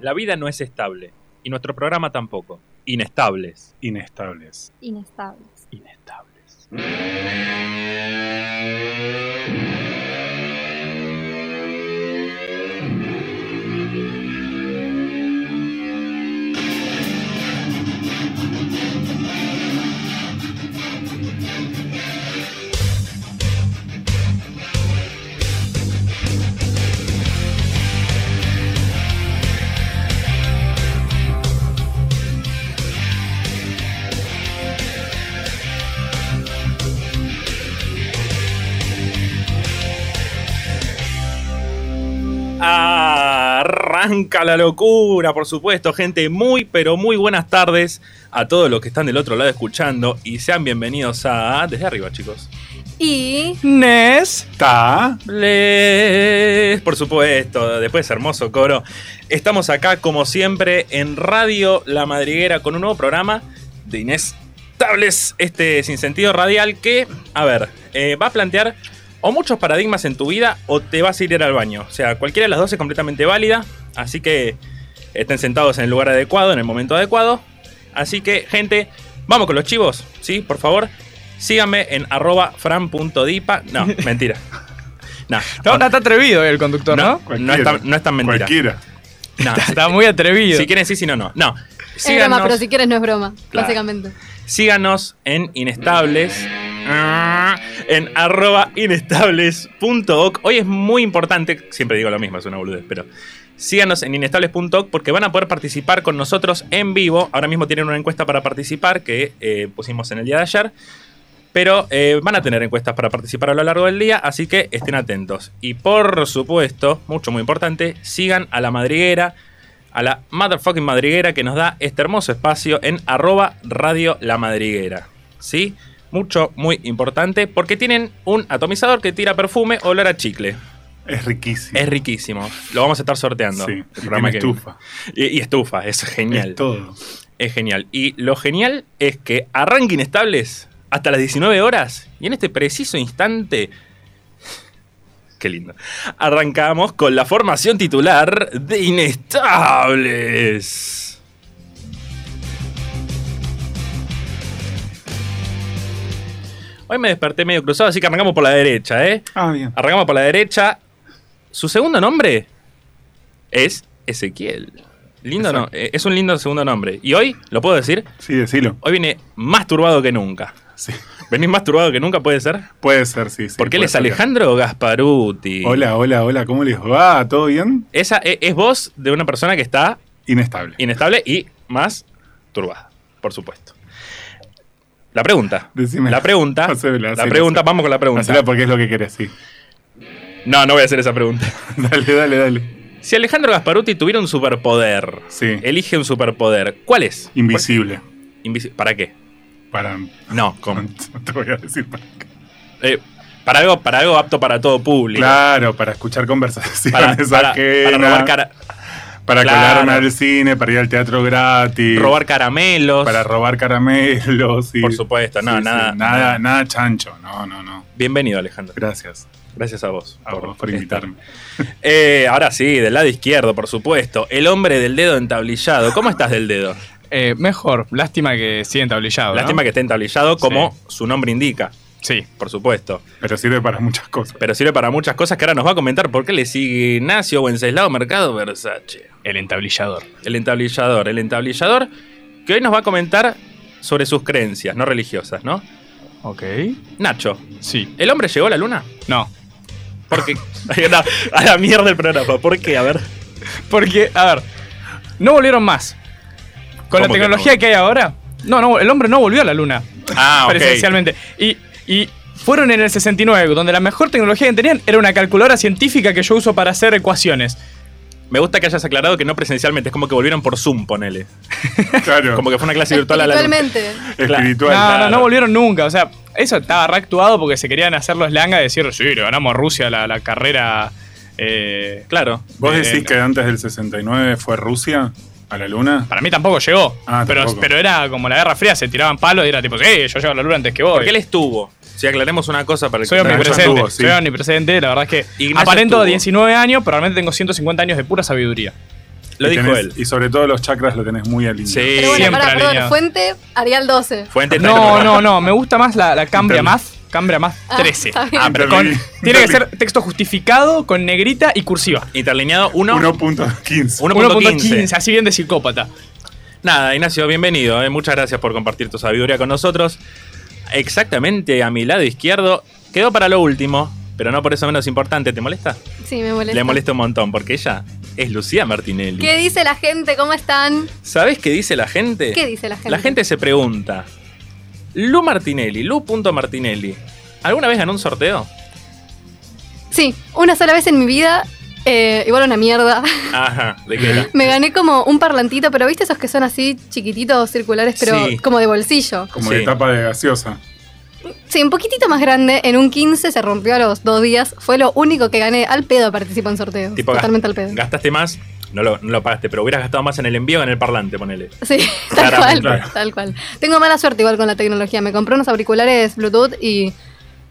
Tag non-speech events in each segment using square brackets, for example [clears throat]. La vida no es estable. Y nuestro programa tampoco. Inestables. Inestables. Inestables. Inestables. Arranca la locura, por supuesto, gente. Muy, pero muy buenas tardes a todos los que están del otro lado escuchando y sean bienvenidos a... Desde arriba, chicos. Y Nesta. Les, por supuesto, después hermoso coro. Estamos acá, como siempre, en Radio La Madriguera con un nuevo programa de Inés Tables, este sin sentido radial que, a ver, eh, va a plantear o muchos paradigmas en tu vida o te vas a ir al baño. O sea, cualquiera de las dos es completamente válida, así que estén sentados en el lugar adecuado, en el momento adecuado. Así que, gente, vamos con los chivos, ¿sí? Por favor, síganme en arroba fran.dipa. No, mentira. No, No, no está atrevido el conductor, ¿no? No, no es tan, no es tan mentira. Cualquiera. No, si- Está muy atrevido. si quieren sí, si no, no. No. es broma, pero Síganos, si quieres no es broma, Claro. básicamente. síganos en Inestables. ah, En arroba inestables.oc. Hoy es muy importante. Siempre digo lo mismo, es una boludez, pero. Síganos en inestables.oc porque van a poder participar con nosotros en vivo. Ahora mismo tienen una encuesta para participar que eh, pusimos en el día de ayer. Pero eh, van a tener encuestas para participar a lo largo del día, así que estén atentos. Y por supuesto, mucho muy importante, sigan a la madriguera, a la motherfucking madriguera que nos da este hermoso espacio en arroba radio la madriguera. ¿Sí? Mucho muy importante porque tienen un atomizador que tira perfume o olor a chicle. Es riquísimo. Es riquísimo. Lo vamos a estar sorteando. Sí, El y programa tiene que- estufa. Y, y estufa, es genial. Es todo. Es genial. Y lo genial es que arranquen estables hasta las 19 horas. Y en este preciso instante. [laughs] Qué lindo. Arrancamos con la formación titular de Inestables. Hoy me desperté medio cruzado, así que arrancamos por la derecha, ¿eh? Ah, bien. Arrancamos por la derecha. Su segundo nombre es Ezequiel. Lindo no, eh, es un lindo segundo nombre. Y hoy, lo puedo decir, Sí, decilo. hoy viene más turbado que nunca. Sí. ¿Venís más turbado que nunca, puede ser? Puede ser, sí. sí, Porque él puede es ser. Alejandro Gasparuti. Hola, hola, hola. ¿Cómo les va? ¿Todo bien? Esa e- es, voz de una persona que está Inestable. inestable y más turbada, por supuesto. La pregunta. Decime. La [laughs] pregunta. Hacela, la hacela, pregunta, hacela. vamos con la pregunta. Hacela porque es lo que querés, sí. [laughs] No, no voy a hacer esa pregunta. dale, dale, dale. Si Alejandro Gasparuti tuviera un superpoder, Sí. elige un superpoder, ¿cuál es? Invisible. Invisi- ¿Para qué? Para. No, con- [laughs] No te voy a decir para qué. eh, para, algo, para algo apto para todo público. Claro, para escuchar [laughs] Para, conversaciones para- ajenas. para robar, cara- para Claro. colarme al cine, para ir al teatro gratis. robar caramelos. Para robar caramelos. [laughs] y- Por supuesto, no, Sí, sí, nada, nada. Nada chancho. No, no, no. Bienvenido, Alejandro. Gracias. Gracias a vos. A vos por invitarme. Eh, ahora sí, del lado izquierdo, por supuesto. El hombre del dedo entablillado. ¿Cómo estás del dedo? Eh, mejor, lástima que sigue entablillado. Lástima que esté entablillado como su nombre indica, Sí. por supuesto. Pero sirve para [laughs] muchas cosas. Pero sirve para muchas cosas que ahora nos va a comentar por qué le sigue Ignacio Wenceslao Mercado Versace. El entabrillador. El entabrillador, el entabrillador que hoy nos va a comentar sobre sus creencias, no religiosas, ¿no? Ok. Nacho, Sí. ¿el hombre llegó a la luna? No. [laughs] [laughs] Porque a la mierda el programa, ¿por qué? A ver. Porque, a ver, no volvieron más. Con la ¿Cómo que tecnología no? que, hay ahora. No, no, el hombre no volvió a la luna. Ah, presencialmente. Y, y fueron en el 69, donde la mejor tecnología que tenían era una calculadora científica que yo uso para hacer ecuaciones. Me gusta que hayas aclarado que no presencialmente, es como que volvieron por Zoom, ponele. Claro. Como que fue una clase virtual a la Eh, luna. Espiritualmente. espiritual. No, Claro. no, no volvieron nunca. O sea, eso estaba reactuado porque se querían hacer los langa y decir, sí, le ganamos a Rusia la, la carrera. eh, Claro. ¿Vos Eh, decís que antes del 69 fue Rusia a la luna? para mí tampoco llegó. Ah, pero, tampoco. pero era como la Guerra Fría, se tiraban palos y era tipo, eh, yo llego a la luna antes que vos. Porque él estuvo. Si aclaremos una cosa para el Soy que- Ignacio omnipresente, estuvo, sí. soy omnipresente, la verdad es que Ignacio aparento estuvo. 19 años, pero realmente tengo 150 años de pura sabiduría. Lo y dijo tenés- él. Y sobre todo los chakras lo tenés muy alineado. Sí. Pero bueno, Siempre para, perdón, alineado. fuente, Arial 12. Fuente está No, equivocado. no, no. Me gusta más la, la Cambria Interli- más. Cambria más Ah, 13. está bien. Ah, pero Con- [laughs] Interli- tiene que interli- ser texto justificado con negrita y cursiva. Interlineado 1. 1.15, 1.15. 1.15. así bien de psicópata. Nada, Ignacio, bienvenido. eh. Muchas gracias por compartir tu sabiduría con nosotros. Exactamente a mi lado izquierdo. Quedó para lo último, pero no por eso menos importante. ¿Te molesta? Sí, me molesta. Ah, Le molesta un montón, porque ella es Lucía Martinelli. ¿Qué dice la gente? ¿Cómo están? ¿Sabés qué dice la gente? ¿Qué dice la gente? Eh, La gente se pregunta. Lu Martinelli, Lu.martinelli, ¿alguna vez ganó un sorteo? Sí, una sola vez en mi vida, eh, igual una mierda. [laughs] Ajá, ¿de qué era? Me gané como un parlantito, pero viste esos que son así chiquititos, circulares, pero Sí. como de bolsillo. Como Sí. de tapa de gaseosa. Sí, un poquitito más grande, en un 15 se rompió a los dos días. Fue lo único que gané. Al pedo participo en sorteos. Tipo, totalmente al gas- pedo. gastaste más, no lo, no lo pagaste, pero hubieras gastado más en el envío que en el parlante, ponele. Sí, [laughs] tal cual, Claramente, claro. tal cual. Tengo mala suerte igual con la tecnología. Me compré unos auriculares Bluetooth y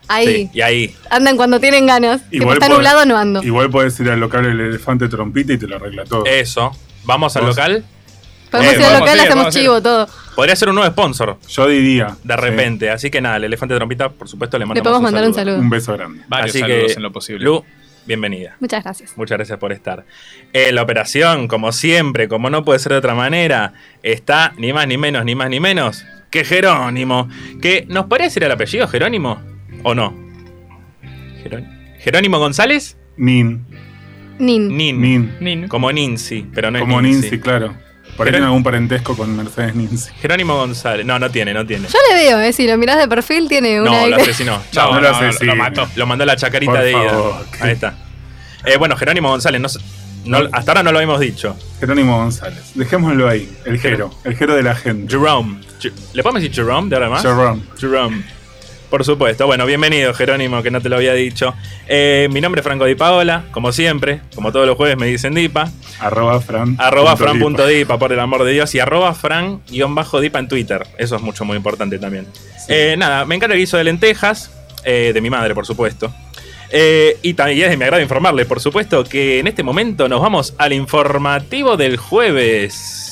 ahí Sí, y ahí. andan cuando tienen ganas. Tipo, Igual está podés- nublado, no ando. Igual podés ir al local El Elefante Trompita y te lo arregla todo. Eso. Vamos al Vos- local. Podemos Eh, ir al vamos, local, sí, hacemos vamos, sí. chivo, todo. Podría ser un nuevo sponsor, Yo diría. de sí, repente. Así que nada, el elefante de trompita, por supuesto, le mandamos Le podemos mandar un saludo. Un beso grande. Varios Así saludos que, en lo posible. Lu, bienvenida. Muchas gracias. Muchas gracias por estar. En la operación, como siempre, como no puede ser de otra manera, está ni más ni menos, ni más ni menos que Jerónimo. Que nos podría decir el apellido Jerónimo o no. Jerón- Jerónimo González, Nin. Nin. Nin. Nin. Nin. Como Ninzi, pero no Como es Ninzi. Ninzi, claro. Por Pero- ahí tiene algún parentesco con Mercedes Ninzi. Jerónimo González. No, no tiene, no tiene. Yo le veo, eh, si lo mirás de perfil tiene un No, lo aire. asesinó. Chao. No, Chao, no lo hace, sí. lo mató. Lo mandó a la chacarita Por de ida. favor. Ahí está. Eh, bueno, Jerónimo González, no, sé- no- hasta ahora no lo habíamos dicho. Jerónimo González. Dejémoslo ahí. El Jero. El Jero de la gente. Jerome. Ju- ¿Le podemos decir Jerome de ahora en más? Jerome. Jerome. Por supuesto. Bueno, bienvenido, Jerónimo, que no te lo había dicho. Eh, mi nombre es Franco Di Paola, como siempre, como todos los jueves me dicen Dipa. Arroba Fran. Arroba punto Lipa. fran.dipa, por el amor de Dios, y arroba fran-dipa en Twitter. Eso es mucho, muy importante también. Eh, nada, me encanta el guiso de lentejas, eh, de mi madre, por supuesto. Eh, y también es de mi agrado informarle, por supuesto, que en este momento nos vamos al informativo del jueves.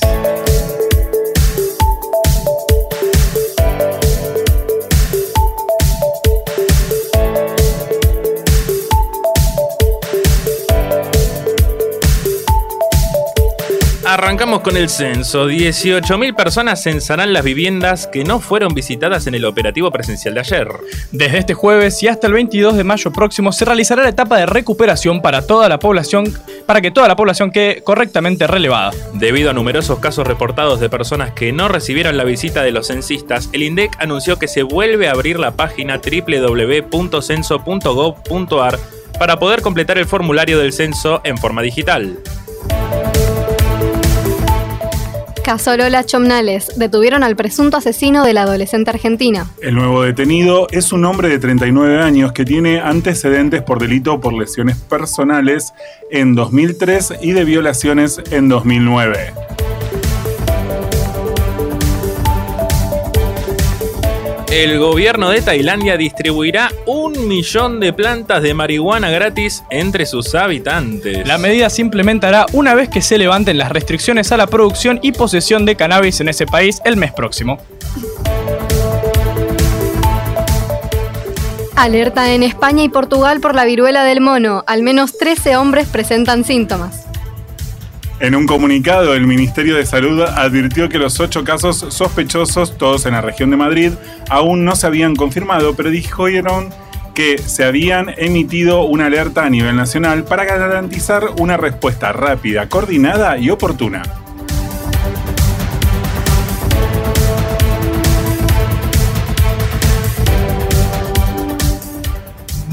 Arrancamos con el censo. 18.000 personas censarán las viviendas que no fueron visitadas en el operativo presencial de ayer. Desde este jueves y hasta el 22 de mayo próximo se realizará la etapa de recuperación para toda la población, para que toda la población quede correctamente relevada. Debido a numerosos casos reportados de personas que no recibieron la visita de los censistas, el INDEC anunció que se vuelve a abrir la página www.censo.gov.ar para poder completar el formulario del censo en forma digital. Casolola Chomnales. Detuvieron al presunto asesino de la adolescente argentina. El nuevo detenido es un hombre de 39 años que tiene antecedentes por delito por lesiones personales en 2003 y de violaciones en 2009. El gobierno de Tailandia distribuirá un millón de plantas de marihuana gratis entre sus habitantes. La medida se implementará una vez que se levanten las restricciones a la producción y posesión de cannabis en ese país el mes próximo. Alerta en España y Portugal por la viruela del mono. Al menos 13 hombres presentan síntomas. En un comunicado, el Ministerio de Salud advirtió que los ocho casos sospechosos, todos en la región de Madrid, aún no se habían confirmado, pero dijeron que se habían emitido una alerta a nivel nacional para garantizar una respuesta rápida, coordinada y oportuna.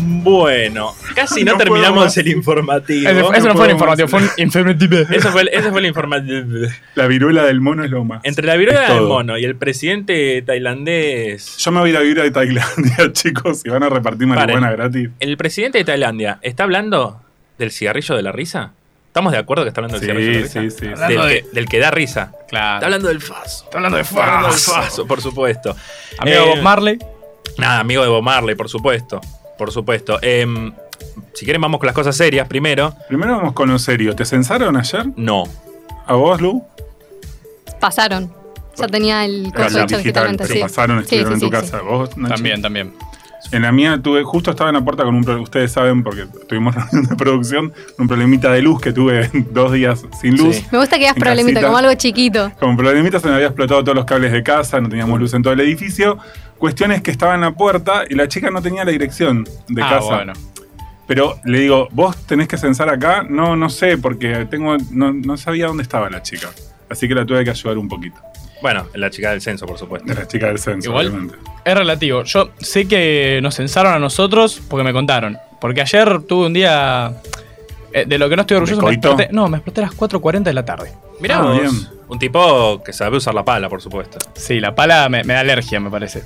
Bueno, casi no, No puedo terminamos más. el informativo. Ese- eso no fue podemos- el informativo, fue un informativo. [laughs] Eso fue el- eso fue el informativo. La viruela del mono es lo más. [laughs] Entre la viruela Es del todo. mono y el presidente tailandés. Yo me voy a ir a vivir a Tailandia, [laughs] chicos, y van a repartir marihuana gratis. ¿El presidente de Tailandia está hablando del cigarrillo de la risa? ¿Estamos de acuerdo que está hablando del Sí, cigarrillo de la risa? sí, sí, sí. Del, Hablando que, del que da risa. Está Claro. hablando del faso. Está hablando de Está hablando del faso. faso, por supuesto. Amigo Eh, Bob Marley. Nada, amigo de Bob Marley, por supuesto. Por supuesto. Em, si quieren, vamos con las cosas serias primero. Primero vamos con lo serio. ¿Te censaron ayer? No. ¿A vos, Lu? pasaron. Ya tenía el Era coso hecho digitalmente. pero sí. pasaron, Sí, estuvieron sí, en tu sí, sí. casa. ¿Vos, Nachi? También, también. En la mía tuve, justo estaba en la puerta con un pro- ustedes saben, porque tuvimos [laughs] reunión de producción, un problemita de luz que tuve [laughs] dos días sin luz. Sí. Me gusta que hagas En problemita casita. como algo chiquito. Como problemita se me había explotado todos los cables de casa, no teníamos luz en todo el edificio. Cuestiones que estaba en la puerta y la chica no tenía la dirección de ah, casa. bueno. Pero le digo, ¿vos tenés que censar acá? No, no sé, porque tengo, no, no sabía dónde estaba la chica. Así que la tuve que ayudar un poquito. Bueno, la chica del censo, por supuesto. De la chica del censo, Igual. obviamente. Es relativo. Yo sé que nos censaron a nosotros porque me contaron. Porque ayer tuve un día eh, de lo que no estoy orgulloso. ¿De Me coito? exploté- no, me exploté a las 4.40 de la tarde. Mirá Ah, vos, bien. un tipo que sabe usar la pala, por supuesto. Sí, la pala me, me da alergia, me parece.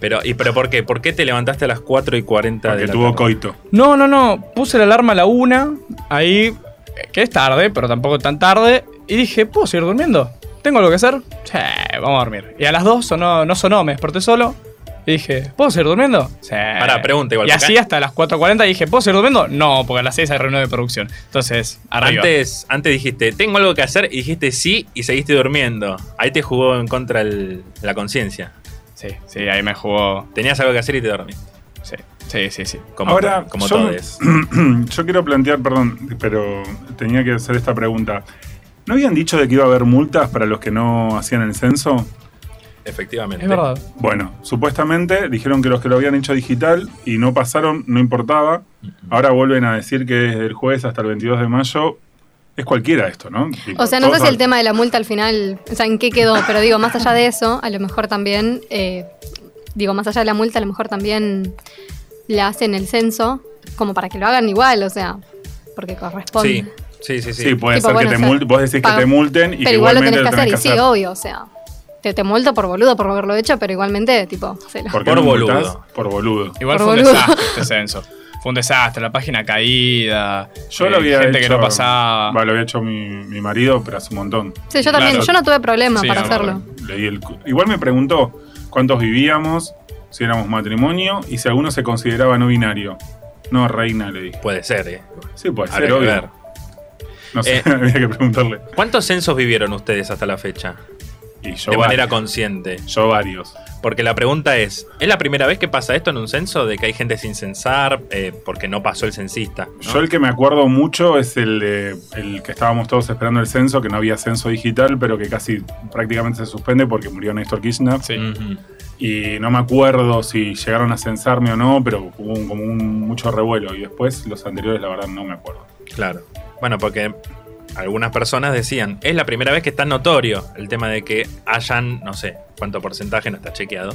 Pero, ¿y pero por qué? ¿Por qué te levantaste a las 4 y 40 de Porque la tuvo tarde? coito. No, no, no. Puse la alarma a la una, ahí, eh, que es tarde, pero tampoco tan tarde. Y dije, ¿puedo seguir durmiendo? ¿Tengo algo que hacer? Sí, vamos a dormir. Y a las dos sonó, no sonó, me desperté solo. Y dije, ¿puedo seguir durmiendo? Sí. Pará, pregunta igual, Y porque- así hasta las 4.40 dije, ¿puedo seguir durmiendo? No, porque a las 6 hay reunión de producción. Entonces, arriba. Antes, antes dijiste, tengo algo que hacer, y dijiste sí y seguiste durmiendo. Ahí te jugó en contra el- la conciencia. Sí, sí, ahí me jugó. Tenías algo que hacer y te dormí. Sí, sí, sí, sí. Como, Ahora, como yo- todes. [clears throat] Yo quiero plantear, perdón, pero tenía que hacer esta pregunta. ¿No habían dicho de que iba a haber multas para los que no hacían el censo? Efectivamente. Es verdad. Bueno, supuestamente dijeron que los que lo habían hecho digital y no pasaron, no importaba. Ahora vuelven a decir que desde el jueves hasta el 22 de mayo es cualquiera esto, ¿no? Tipo, O sea, no sé todos- si el tema de la multa al final, o sea, en qué quedó, pero digo, más allá de eso, a lo mejor también, eh, digo, más allá de la multa, a lo mejor también la hacen el censo, como para que lo hagan igual, o sea, porque corresponde. Sí, sí, sí. sí. Sí, puede Tipo, ser bueno, que te o sea, multen, vos decís que pago. te multen y que pero igual lo tenés igualmente que hacer, y que sí, obvio, o sea, te, te multo por boludo por haberlo hecho, pero igualmente, tipo, se lo- ¿Por, qué Por no boludo. multás? Por boludo. Igual Por fue un boludo. desastre [laughs] este censo. Fue un desastre, la página caída. Yo eh, lo había Gente hecho. que no pasaba. Va, lo había hecho mi, mi marido, pero hace un montón. Sí, yo también, Claro. yo no tuve problema Sí, para no, hacerlo. Ah, Leí el cu- Igual me preguntó cuántos vivíamos, si éramos matrimonio y si alguno se consideraba no binario. No, reina, le dije. Puede ser, eh. Sí, puede Habría ser, que obvio. ver. No sé, Eh. [laughs] había que preguntarle. ¿Cuántos censos vivieron ustedes hasta la fecha? Y yo, de varios, manera consciente. yo varios. Porque la pregunta es, ¿es la primera vez que pasa esto en un censo? De que hay gente sin censar eh, porque no pasó el censista. ¿no? Yo el que me acuerdo mucho es el, de- el que estábamos todos esperando el censo, que no había censo digital, pero que casi prácticamente se suspende porque murió Néstor Kirchner. Sí. Ujú. Y no me acuerdo si llegaron a censarme o no, pero hubo un- como un mucho revuelo. Y después los anteriores, la verdad, no me acuerdo. Claro. Bueno, porque algunas personas decían, es la primera vez que está notorio el tema de que hayan, no sé cuánto porcentaje, no está chequeado,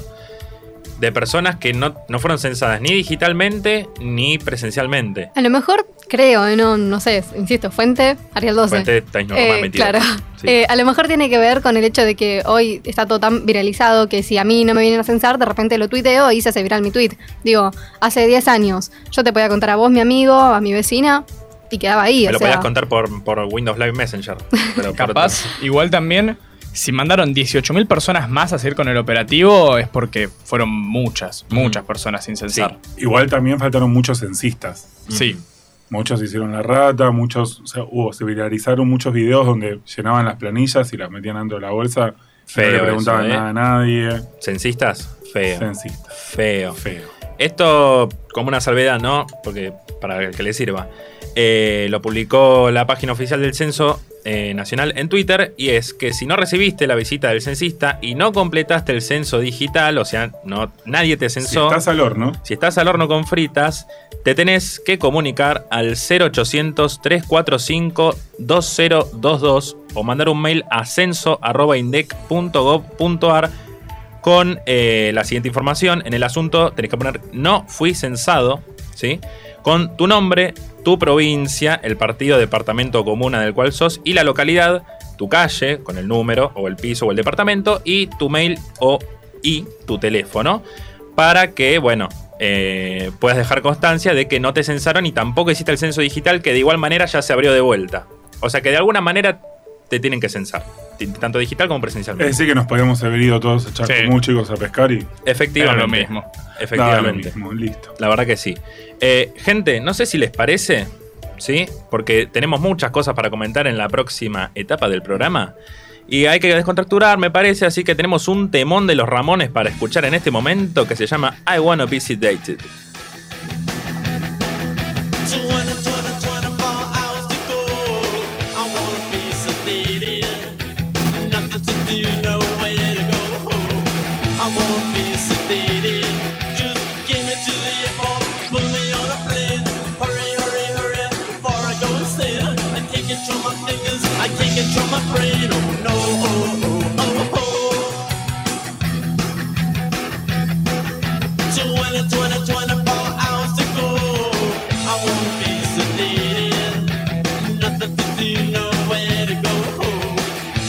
de personas que no, no fueron censadas ni digitalmente ni presencialmente. A lo mejor, creo, eh, no, no sé, insisto, fuente, Ariel 12. Fuente Tais Normal Eh, 22. claro. Sí. Eh, a lo mejor tiene que ver con el hecho de que hoy está todo tan viralizado que si a mí no me vienen a censar, de repente lo tuiteo y se hace viral mi tweet. Digo, hace 10 años yo te podía contar a vos, mi amigo, a mi vecina, y quedaba ahí. Me o lo sea, podías contar por, por Windows Live Messenger. Pero [laughs] por- Capaz, igual también, si mandaron 18.000 personas más a seguir con el operativo, es porque fueron muchas, muchas personas sin censar. Igual también faltaron muchos censistas. Sí. Muchos hicieron la rata, muchos, o sea, hubo, se viralizaron muchos videos donde llenaban las planillas y las metían dentro de la bolsa. Feo no le preguntaban eso, ¿eh? nada a nadie. Censistas, feo. Censistas. Feo. Feo. Esto como una salvedad, ¿no? Porque para el que le sirva. Eh, lo publicó la página oficial del Censo eh, Nacional en Twitter y es que si no recibiste la visita del censista y no completaste el censo digital, o sea, no, nadie te Si censó, estás al horno, si estás al horno con fritas, te tenés que comunicar al 0800 345 2022 o mandar un mail a censo.indec.gov.ar con eh, la siguiente información. En el asunto tenés que poner no fui censado, ¿sí? Con tu nombre, tu provincia, el partido, departamento o comuna del cual sos y la localidad, tu calle, con el número o el piso o el departamento y tu mail o y tu teléfono para que, bueno, eh, puedas dejar constancia de que no te censaron y tampoco hiciste el censo digital, que de igual manera ya se abrió de vuelta. O sea que de alguna manera te tienen que censar, ti- tanto digital como es presencialmente. decir que nos podíamos haber ido todos a Chaco Sí. muy chicos a pescar y Era efectivamente. lo mismo. nada lo Efectivamente. mismo. Listo. La verdad que sí. Eh, gente, no sé si les parece. ¿sí? Porque tenemos muchas cosas para comentar en la próxima etapa del programa. Y hay que descontracturar, me parece, así que tenemos un temón de los Ramones para escuchar en este momento que se llama I Wanna Be Sedated. I can't control my brain, oh no, oh, oh, oh, oh. 20, 20, 24 hours to go. I won't be sedated. Nothing to do, nowhere to go.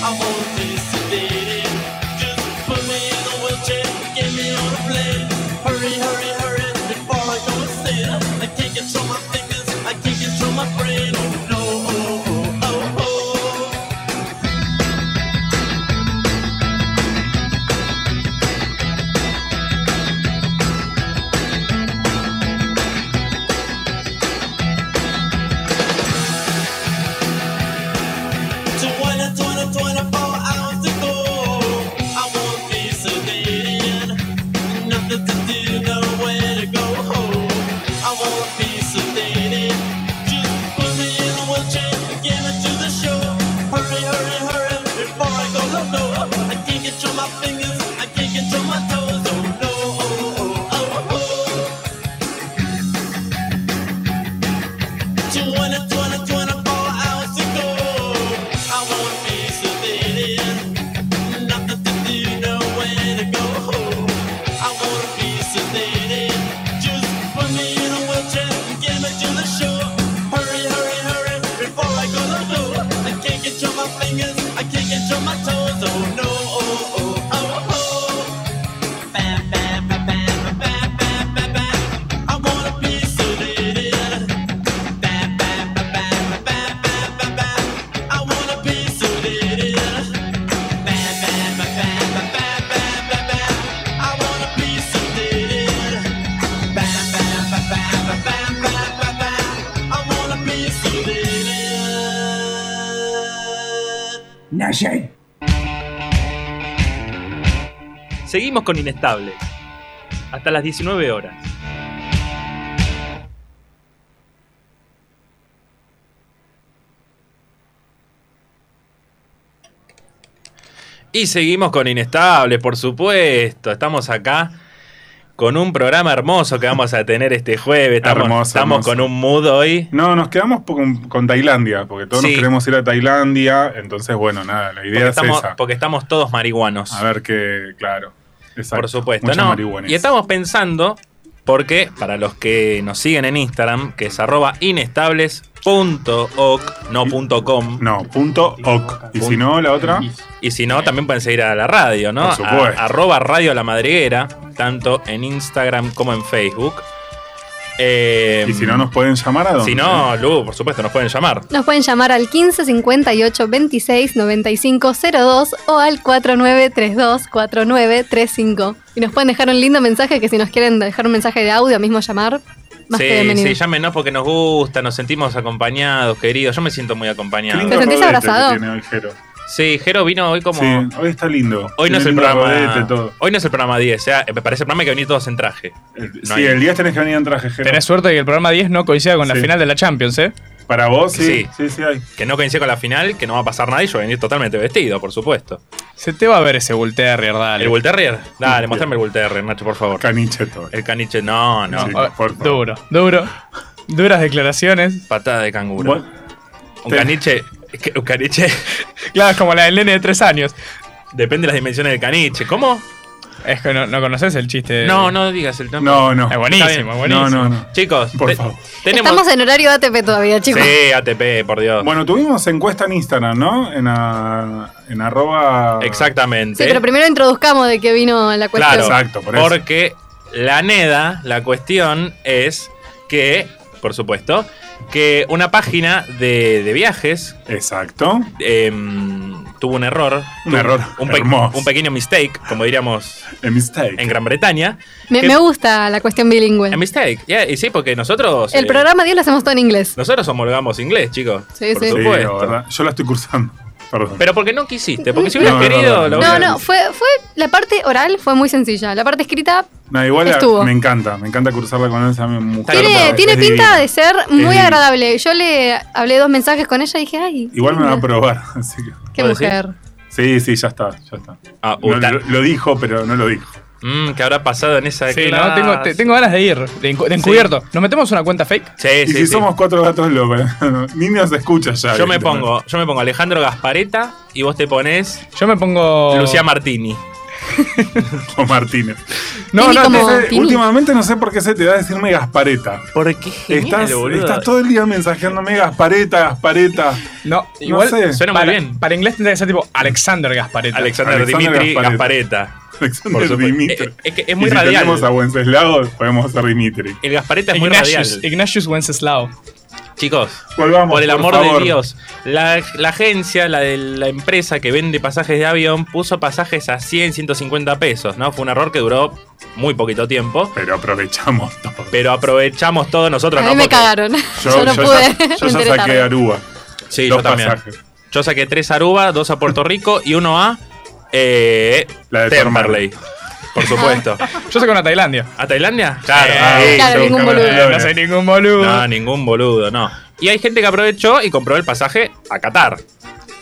I won't be sedated. Just put me in a wheelchair, get me on a plane. Hurry, hurry, hurry, before I go insane. I can't control my fingers, I can't control my brain. Oh no, oh, oh, oh, oh. To one and two and twenty-four hours to go. I won't be sedated. Nothing to do, nowhere to go. I won't be sedated. Just put me in a wheelchair and get me to the show. Hurry, hurry, hurry before I go no no. I can't control my fingers. I can't control my toes. Oh no, oh oh oh oh. To one and two and twenty-four hours to go. I won't be sedated. Nothing to do, nowhere to go. I won't be sedated. Just put me in a wheelchair and get me to the shore. Hurry, hurry, hurry before I go to go. I can't control my fingers. I can't control my toes. Oh no, oh oh oh oh. I wanna be sedated. I wanna be sedated. I wanna be sedated. I wanna be sedated. Seguimos con Inestable. Hasta las 19 horas. Y seguimos con Inestable, por supuesto. Estamos acá con un programa hermoso que vamos a tener este jueves. Estamos, Hermoso, estamos hermoso. con un mood hoy. No, nos quedamos po- con, con Tailandia, porque todos Sí. nos queremos ir a Tailandia. Entonces, bueno, nada, la idea Porque es estamos, esa. porque estamos todos marihuanos. A ver qué, claro. Exacto. Por supuesto, Muchos no. marihuanes. Y estamos pensando, porque para los que nos siguen en Instagram, que es arroba inestables.oc, no punto .com, No, punto ok. Y si no, la otra. y si no, también pueden seguir a la radio, ¿no? Por supuesto. A- arroba radio la madriguera, tanto en Instagram como en Facebook. Eh, Y si no, nos pueden llamar a dónde. ¿eh? Si no, Lu, por supuesto, nos pueden llamar. Nos pueden llamar al 15 58 26 95 02 o al 4932 4935. Y nos pueden dejar un lindo mensaje que si nos quieren dejar un mensaje de audio, mismo llamar, más sí, que bienvenido. sí, llámenos porque nos gusta, nos sentimos acompañados, queridos. Yo me siento muy Qué acompañado. lindo ¿Te sentís rodete abrazado? que tiene hoy Jero. Sí, Jero vino hoy como... Sí, hoy está lindo. Hoy no, Tiene es el lindo programa, rodete, todo. hoy no es el programa 10, o sea, me parece el programa que venir todos en traje. El- sí, hay- el 10 tenés que venir en traje, Jero. Tenés suerte que el programa 10 no coincida con la Sí. final de la Champions, ¿eh? Para vos, sí. Sí. Sí, sí, hay. Que no coincide con la final, que no va a pasar nadie, yo voy a venir totalmente vestido, por supuesto. Se te va a ver ese Bull Terrier, dale. ¿El Bull Terrier? Dale, mostrame el Bull Terrier, Nacho, por favor. Canicheto. El caniche, no, no. Sí. Ah, por favor. Duro, duro. Duras declaraciones. Patada de canguro. Bueno, un te- caniche, es que un caniche, [laughs] Claro, es como la del nene de 3 años. depende de las dimensiones del caniche. ¿Cómo? Es que no, no conoces el chiste. No, no digas el nombre. No, no. Es Está buenísimo, bien. es buenísimo. No, no, no. Chicos, Por te- favor. tenemos... Estamos en horario ATP todavía, chicos. Sí, ATP, por Dios. Bueno, tuvimos encuesta en Instagram, ¿no? En, a- en arroba. Exactamente. Sí, pero primero introduzcamos de qué vino la cuestión. Claro, Pues Exacto, por eso. porque la neda, la cuestión es que, por supuesto, que una página de, de viajes Exacto. em, tuvo un error. Un tuvo error Un, pe- hermoso. un pequeño mistake, como diríamos A mistake. en Gran Bretaña. Me, que- me gusta la cuestión bilingüe. A mistake. yeah, y sí, porque nosotros. El eh, programa de hoy lo hacemos todo en inglés. Nosotros homologamos inglés, chicos. Sí, por sí. Sí, supuesto. la verdad. Yo la estoy cursando. Perdón. Pero porque no quisiste, porque si hubieras No, no, querido, no, lo No, hubieras- no, fue, fue la parte oral fue muy sencilla. La parte escrita No, igual la- Estuvo. me encanta. Me encanta cursarla con esa mujer. tiene, hermosa, tiene es pinta divina. de ser muy divina. agradable. Yo le hablé dos mensajes con ella y dije, ay, Igual me va a qué, probar. [laughs] Así que... qué ¿Puedo decir? mujer. Sí, sí, ya está. Ya está. Ah, No, puta. lo, lo dijo, pero no lo dijo. Mm, ¿Qué habrá pasado en esa Sí, clase? ¿no? Tengo, te- tengo ganas de ir, de, encu- de encubierto. ¿Nos metemos una cuenta fake? Sí, Y sí, si sí. somos cuatro gatos locos, [laughs] ni nos escucha ya. Yo me evidentemente. pongo, yo me pongo Alejandro Gaspareta y vos te pones Yo me pongo. Lucía Martini. [laughs] O Martínez. No, Tini no, como- te- Entonces, Tini. últimamente no sé por qué se te da decirme Gaspareta. ¿Por qué genial, Estás, boludo. estás todo el día mensajeándome [laughs] Gaspareta, Gaspareta. no, igual. sé. Suena muy para, bien. para inglés tendría que ser tipo Alexander Gaspareta. Alexander, Alexander Dimitri Gaspareta. Gaspareta. Alexander supuesto. Dimitri. Eh, es que es muy y si radial. tenemos a Wenceslao, podemos ser Dimitri. El Gaspareta es muy Ignatius, radial. Ignatius Wenceslao. Chicos, Volvamos, por el por amor favor. de Dios. La, la agencia, la de la empresa que vende pasajes de avión, puso pasajes a 100, 150 pesos, ¿no? Fue un error que duró muy poquito tiempo. Pero aprovechamos todo. Pero aprovechamos todos nosotros, A mí ¿no? me Porque- cagaron. [laughs] Yo, no pude. Ya, yo me ya enteré saqué tarde. Aruba. Sí, dos yo también. Eh, pasajes. Yo saqué tres a Aruba, dos a Puerto Rico y uno a eh, La de Temperley. Por [laughs] supuesto. Yo saco una Tailandia. ¿A Tailandia? Claro. Ah, ahí. Claro, yo ningún buscaba boludo. la Eh, gloria. no soy ningún boludo. No, ningún boludo, no. Y hay gente que aprovechó y compró el pasaje a Qatar.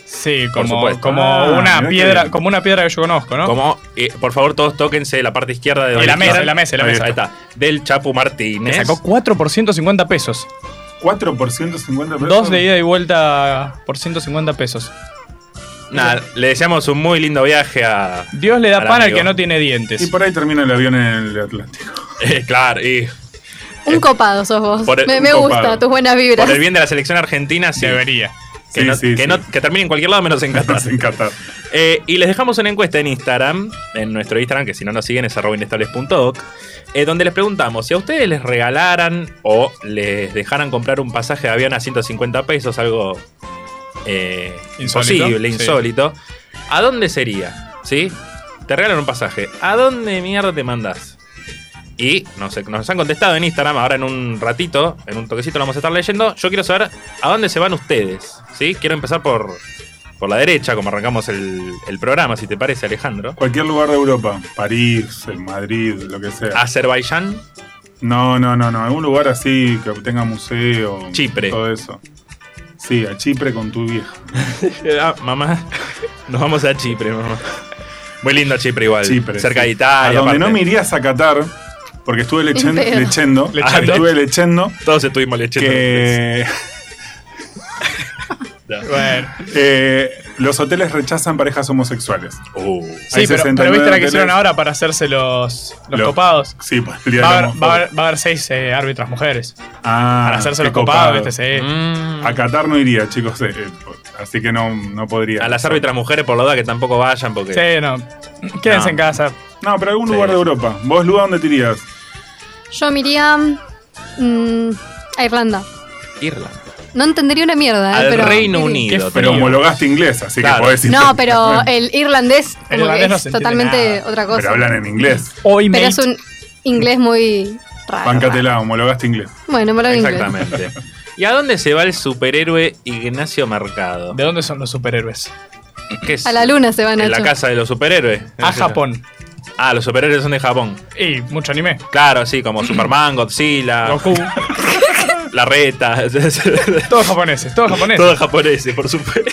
Sí, Por como, supuesto. como Ah, mirá una qué piedra, bien. como una piedra que yo conozco, ¿no? Como, eh, por favor, todos tóquense la parte izquierda de En donde la mesa, quieran. en la mesa, en la Ahí mesa. está. Del Chapu Martínez. Sacó 4 por 150 pesos. 4 por 150 pesos. Dos de ida y vuelta por 150 pesos. Nada, le deseamos un muy lindo viaje [laughs] a. Dios le da Al pan al amigo. que no tiene Y dientes. por ahí termina el avión en el [laughs] Atlántico. Eh, claro, y Un copado sos vos. Por el- me un me copado. gusta, tus buenas vibras. por el bien de la selección argentina, sí. Debería. Que, Sí, no, sí, que sí. no- que termine en cualquier lado menos [laughs] en Qatar. [laughs] Estás en Qatar. Eh, y les dejamos una encuesta en Instagram, en nuestro Instagram, que si no nos siguen es arroba inestables.doc, eh, donde les preguntamos si a ustedes les regalaran o les dejaran comprar un pasaje de avión a 150 pesos, algo eh, Insólito, imposible, sí. insólito, ¿a dónde sería? ¿Sí? Te regalan un pasaje, ¿a dónde mierda te mandás? Y nos, nos han contestado en Instagram, ahora en un ratito, en un toquecito lo vamos a estar leyendo. Yo quiero saber a dónde se van ustedes, ¿sí? Quiero empezar por, por la derecha, como arrancamos el, el programa, si te parece, Alejandro. Cualquier lugar de Europa. París, Madrid, lo que sea. Ah. Azerbaiyán, No, no, no, no. Algún lugar así que tenga museo. Chipre. Todo eso. Sí, a Chipre con tu vieja. Ah, [laughs] mamá, nos vamos a Chipre, mamá. Muy lindo Chipre igual, Chipre. cerca sí. de Italia. A donde aparte. no me irías a Qatar, porque estuve lechen- Ni pedo. [laughs] lechendo. Ah, Lechando. Estuve lechendo Todos estuvimos lechando. que [laughs] Ah, Bueno. eh, los hoteles rechazan parejas homosexuales. Uh. Sí, Hay pero, 69 pero viste la que hoteles. hicieron ahora para hacerse los, los Lo- copados. Sí, por el día Va a, de haber, va la a homofobia. haber- va a haber seis eh, árbitras mujeres. Ah, para hacerse qué los copados, copado. viste, sí. Mm. A Qatar no iría, chicos. eh, eh, así que no, no podría. A las árbitras mujeres, por la duda, que tampoco vayan, porque... Sí, no. Quédense No. en casa. No, pero algún Sí, lugar de sí. Europa. ¿Vos, Luda, dónde te irías? Yo me iría mm, a Irlanda. Irlanda. No entendería una mierda, eh, Al pero. Reino sí, sí. Unido. Qué Pero Frío. homologaste inglés, así Claro. que podés ir. No, pero eh, el irlandés, como El que irlandés no es se entiende totalmente nada. otra cosa. Pero hablan en inglés. Hoy me. Pero es un inglés muy raro. Bancatela, homologaste inglés. Bueno, me lo digo. Exactamente. ¿Y a dónde se va el superhéroe Ignacio Mercado? ¿De dónde son los superhéroes? ¿Qué es? A la luna se van a En la casa de los superhéroes. A Japón. Ah, los superhéroes son de Japón. Y mucho anime. Claro, sí, como Superman, Godzilla, [laughs] Goku. La [laughs] Reta. todos japoneses, todos japoneses. Todo japoneses, por supuesto.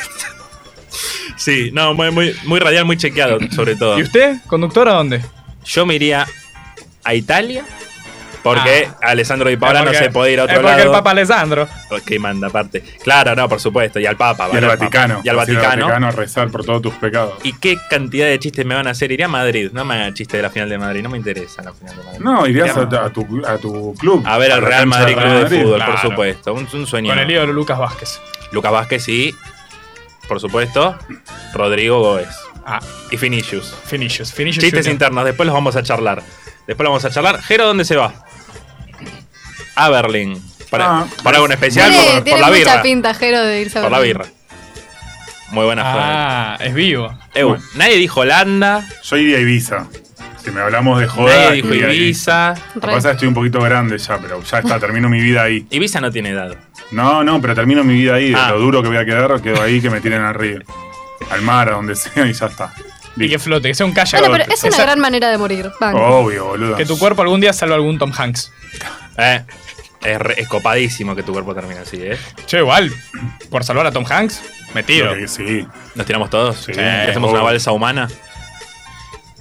Sí, no, muy, muy, muy radial, muy chequeado, sobre todo. ¿Y usted, conductor, a dónde? Yo me iría a Italia. Porque Alessandro Di Paola Ah. Es no porque- se puede ir a es otro porque lado. el Papa Alessandro. Que manda aparte. Claro, no, por supuesto. Y al Papa. Y ¿vale? al Papa. Vaticano. Y al Vas a ir Vaticano. a rezar por todos tus pecados. ¿Y qué cantidad de chistes me van a hacer? Iré a Madrid. No me hagan chistes de la final de Madrid. No me interesa la final de Madrid. No, irías Iría a, a tu, a tu club. a ver al la Real cancha Madrid del Club de Madrid. Fútbol, claro. por supuesto. Un, un sueño. Con el ídolo Lucas Vázquez. Lucas Vázquez y, por supuesto, Rodrigo Góez. Ah, Y Finicius. Finicius. Finicius Chistes Junior. internos, después los vamos a charlar. Después los vamos a charlar. Jero, ¿dónde se va? A Berlín. Para, Ah, para un especial Tiene, por, por tiene la mucha birra. pinta, Jero, de irse a Por la Berlín. birra. Muy buena frase. Ah, es vivo. Eu, nadie dijo Holanda, Yo iría a Ibiza. Si me hablamos de joda, nadie dijo iría a Ibiza. Lo que pasa es que estoy un poquito grande ya, pero ya está, termino mi vida ahí. Ibiza no tiene edad. No, no, pero termino mi vida ahí. De Ah. lo duro que voy a quedar, quedo ahí que me tiren al río. Al mar, a donde sea, y ya está. Y que flote, que sea un kayak. Bueno, pero es una Esa- gran manera de morir. Banco. Obvio, boludo. Que tu cuerpo algún día salva algún Tom Hanks. Eh, es, re- es copadísimo que tu cuerpo termine así, ¿eh? Che, igual, por salvar a Tom Hanks, me tiro. Lo que- Sí. ¿Nos tiramos todos? Sí. ¿Y hacemos Oh. una balsa humana?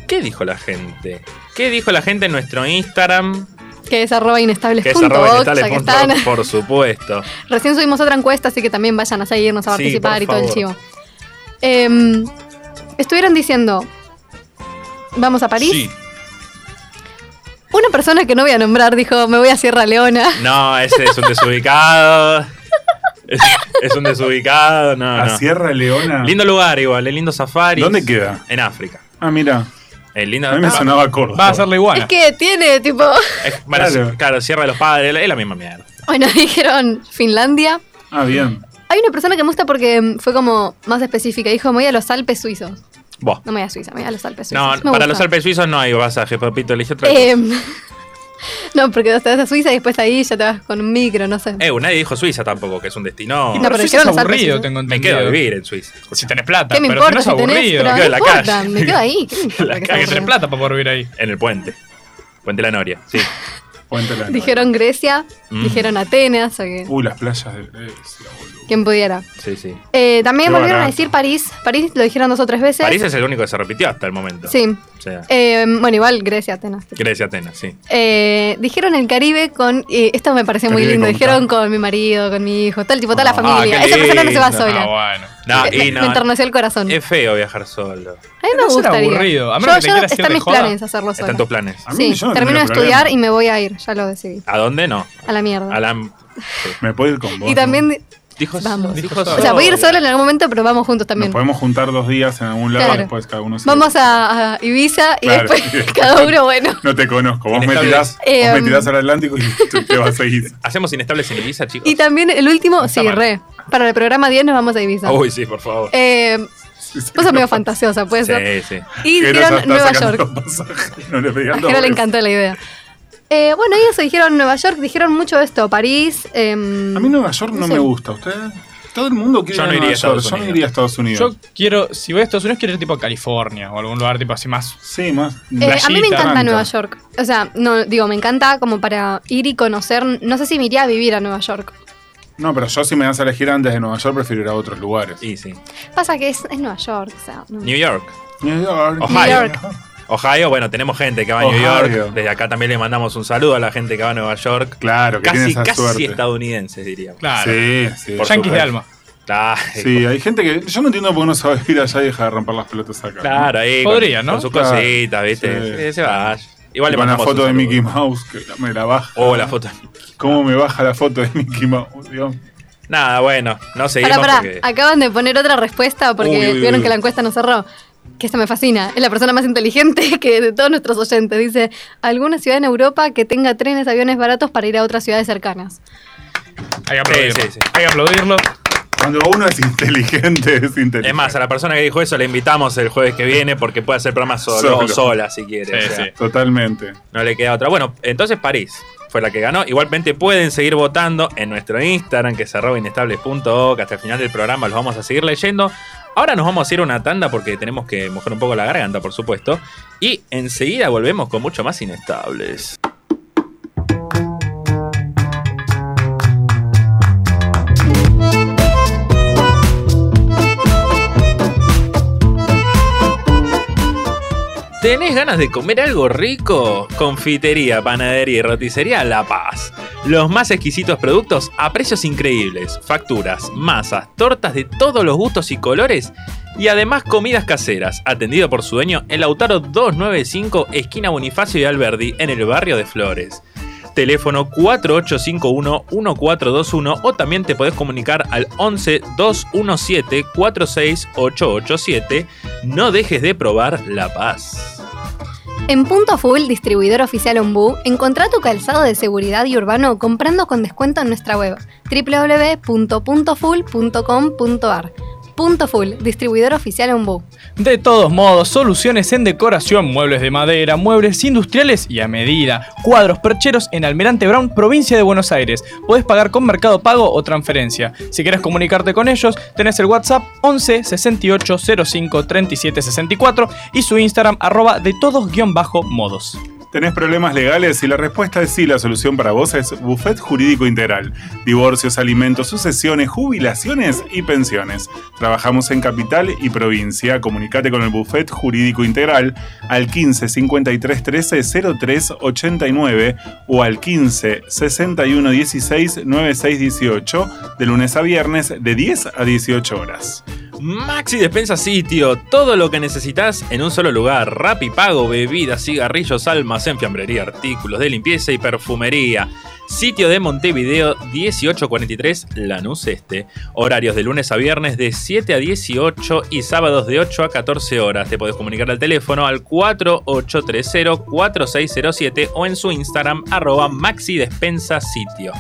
¿Qué dijo la gente? ¿Qué dijo la gente en nuestro Instagram? Que es arroba inestables. Que es punto arroba org, inestables ya que punto están. org, por supuesto. Recién subimos otra encuesta, así que también vayan a seguirnos a Sí, participar por y todo el favor. chivo. Em, estuvieron diciendo, vamos a París. Sí. Una persona que no voy a nombrar dijo, me voy a Sierra Leona. No, ese es un desubicado. [laughs] es, es un desubicado, Ah, no, A no. Sierra Leona. Lindo lugar igual, es lindo safari. ¿Dónde queda? En África. Ah, mira. Es lindo. A mí me Ah, sonaba Córdoba. Va a ser la iguana. Es que tiene, tipo... [laughs] es- bueno, es- Claro. claro. Sierra de los Padres, es la misma mierda. Bueno, dijeron Finlandia. Ah, bien. Hay una persona que me gusta porque mm, fue como más específica. Dijo, me voy a los Alpes suizos. Vos. No me voy a Suiza, me voy a los Alpes No, suizos. Me para gusta. los Alpes suizos no hay pasaje, papito, elige otra cosa. Em, [laughs] no, porque te vas a Suiza y después ahí ya te vas con un micro, no sé. Eh, nadie dijo Suiza tampoco, que es un destino. No, pero Suiza llevan es los Alpes, aburrido, ¿no? tengo me entendido. quedo a vivir en Suiza. Si tenés plata, ¿Qué me Ah, pero si no importa es si tenés? aburrido. Pero quedo en no la importa, calle. me quedo ahí. ¿Qué me importa La calle, que sea Hay que aburrido? tener plata para poder vivir ahí. En el puente. Puente la Noria, sí. Puente la [laughs] Noria. Dijeron Grecia, Mm. dijeron Atenas, o que, Uh, las playas de Grecia, boludo. quien pudiera. Sí, sí. Eh, también Qué volvieron a barato. decir París. París lo dijeron dos o tres veces. París es el único que se repitió hasta el momento. Sí. O sea, Eh, bueno, igual Grecia, Atenas. Grecia, Atenas, sí. Eh, dijeron el Caribe con. eh, esto me pareció muy Caribe lindo. con dijeron K. con mi marido, con mi hijo, tal tipo, toda la Ah, familia. qué Esa persona no se va lindo. sola. Ah, bueno. No, Me- y me, me no. enterneció el corazón. Es feo viajar solo. a mí me no será gustaría. aburrido, a menos yo, que te yo- quieras ir están de mis joda. planes hacerlo Están solo. tus planes. A mí Sí, yo no termino de tendría estudiar problema. y me voy a ir, ya lo decidí. ¿A dónde no? A la mierda. A la. sí. Me puedo ir con vos. y también, Dijo Vamos. dijo o sea, voy a ir solo. solo en algún momento, pero vamos juntos Nos también. podemos juntar dos días en algún lado Claro. y después cada uno se- Vamos a, a Ibiza y Claro. [laughs] después cada uno, bueno. No te conozco. Vos me Inestable. tirás, Eh, vos me um, tirás al Atlántico y [laughs] tú te vas a ir. Hacemos inestables en Ibiza, chicos. Y también el último, Está sí, mal. re. Para el programa 10 nos vamos a Ibiza. Ah, Uy, sí, por favor. Eh, vos sos medio fantasiosa, pues. Sí, sí. Y Jero ya dijeron está Nueva sacando [laughs] York. los pasajes. No le A pedían dos Jero le veces. encantó la idea. Eh, bueno, y eso dijeron Nueva York, dijeron mucho esto, París. em, A mí Nueva York no sé. me gusta. ¿Usted? Todo el mundo quiere Yo ir a no iría Nueva a Estados York. Yo no Unidos. iría a Estados Unidos. Yo quiero, si voy a Estados Unidos, quiero ir tipo a California o algún lugar tipo así más. Sí, más. Eh, a mí me Playita, encanta banca. Nueva York. O sea, no, digo, me encanta como para ir y conocer. No sé si me iría a vivir a Nueva York. No, pero yo si me das a elegir antes de Nueva York, prefiero ir a otros lugares. Y sí. Pasa que es, es Nueva York, o sea. no. New York. New York. Ohio. New York. Ohio, bueno, tenemos gente que va a New Ohio. York. Desde acá también le mandamos un saludo a la gente que va a Nueva York. Claro, que tiene casi esa casi suerte. estadounidenses, diría. Claro. Sí, sí. Por Yankees de supuesto. alma. Ah, Sí, hay gente que. Yo no entiendo por qué no sabe ir allá y deja de romper las pelotas acá. ¿no? Claro, ahí. Podría, con, ¿no? Con sus Claro. cositas, ¿viste? Sí. Sí, se va. Y Igual le con la mandamos foto un de saludo. Mickey Mouse, que la- me la baja. Oh, la foto. ¿Cómo me baja la foto de Mickey Mouse? Digo, Nada, bueno, no seguimos Pará, pará, porque. acaban de poner otra respuesta porque Uy, uy, uy, vieron uy. que la encuesta no cerró. Que esta me fascina. Es la persona más inteligente [laughs] que de todos nuestros oyentes. Dice, alguna ciudad en Europa que tenga trenes, aviones baratos para ir a otras ciudades cercanas. Hay que aplaudirlo. Sí, sí, sí. Hay que aplaudirlo. cuando uno es inteligente, es inteligente. Es más, a la persona que dijo eso le invitamos el jueves que viene porque puede hacer programa solo, Solo. o sola si quiere. Sí, o sea, sí. Totalmente. No le queda otra. Bueno, entonces París fue la que ganó. Igualmente pueden seguir votando en nuestro Instagram, que es arroba inestables.org. Hasta el final del programa los vamos a seguir leyendo. Ahora nos vamos a ir a una tanda porque tenemos que mojar un poco la garganta, por supuesto. Y enseguida volvemos con mucho más inestables. ¿Tenés ganas de comer algo rico? Confitería, panadería y roticería La Paz. Los más exquisitos productos a precios increíbles. Facturas, masas, tortas de todos los gustos y colores. Y además comidas caseras. Atendido por su dueño, el Lautaro 295, esquina Bonifacio y Alberdi, en el barrio de Flores. Teléfono 4851-1421 o también te podés comunicar al 11 217 46887 no dejes de probar La Paz. En Punto Full, distribuidor oficial Ombú, encontrá tu calzado de seguridad y urbano comprando con descuento en nuestra web www.puntofull.com.ar. Punto full, distribuidor oficial Ombú. De todos modos, soluciones en decoración, muebles de madera, muebles industriales y a medida, cuadros percheros en Almirante Brown, provincia de Buenos Aires. Podés pagar con Mercado Pago o transferencia. Si querés comunicarte con ellos, tenés el WhatsApp 11 68 05 37 64 y su Instagram arroba de todos guión bajo modos. ¿Tenés problemas legales? Y la respuesta es sí, la solución para vos es Buffet Jurídico Integral. Divorcios, alimentos, sucesiones, jubilaciones y pensiones. Trabajamos en capital y provincia. Comunicate con el Buffet Jurídico Integral al 15 53 13 03 89 o al 15 61 16 96 18 de lunes a viernes de 10 a 18 horas. Maxi Despensa Sitio, todo lo que necesitas en un solo lugar. Rappi Pago, bebidas, cigarrillos, almacén, fiambrería, artículos de limpieza y perfumería. Sitio de Montevideo 1843 Lanús Este. Horarios de lunes a viernes de 7 a 18 y sábados de 8 a 14 horas. Te podés comunicar al teléfono al 4830-4607 o en su Instagram arroba Maxi Despensa Sitio.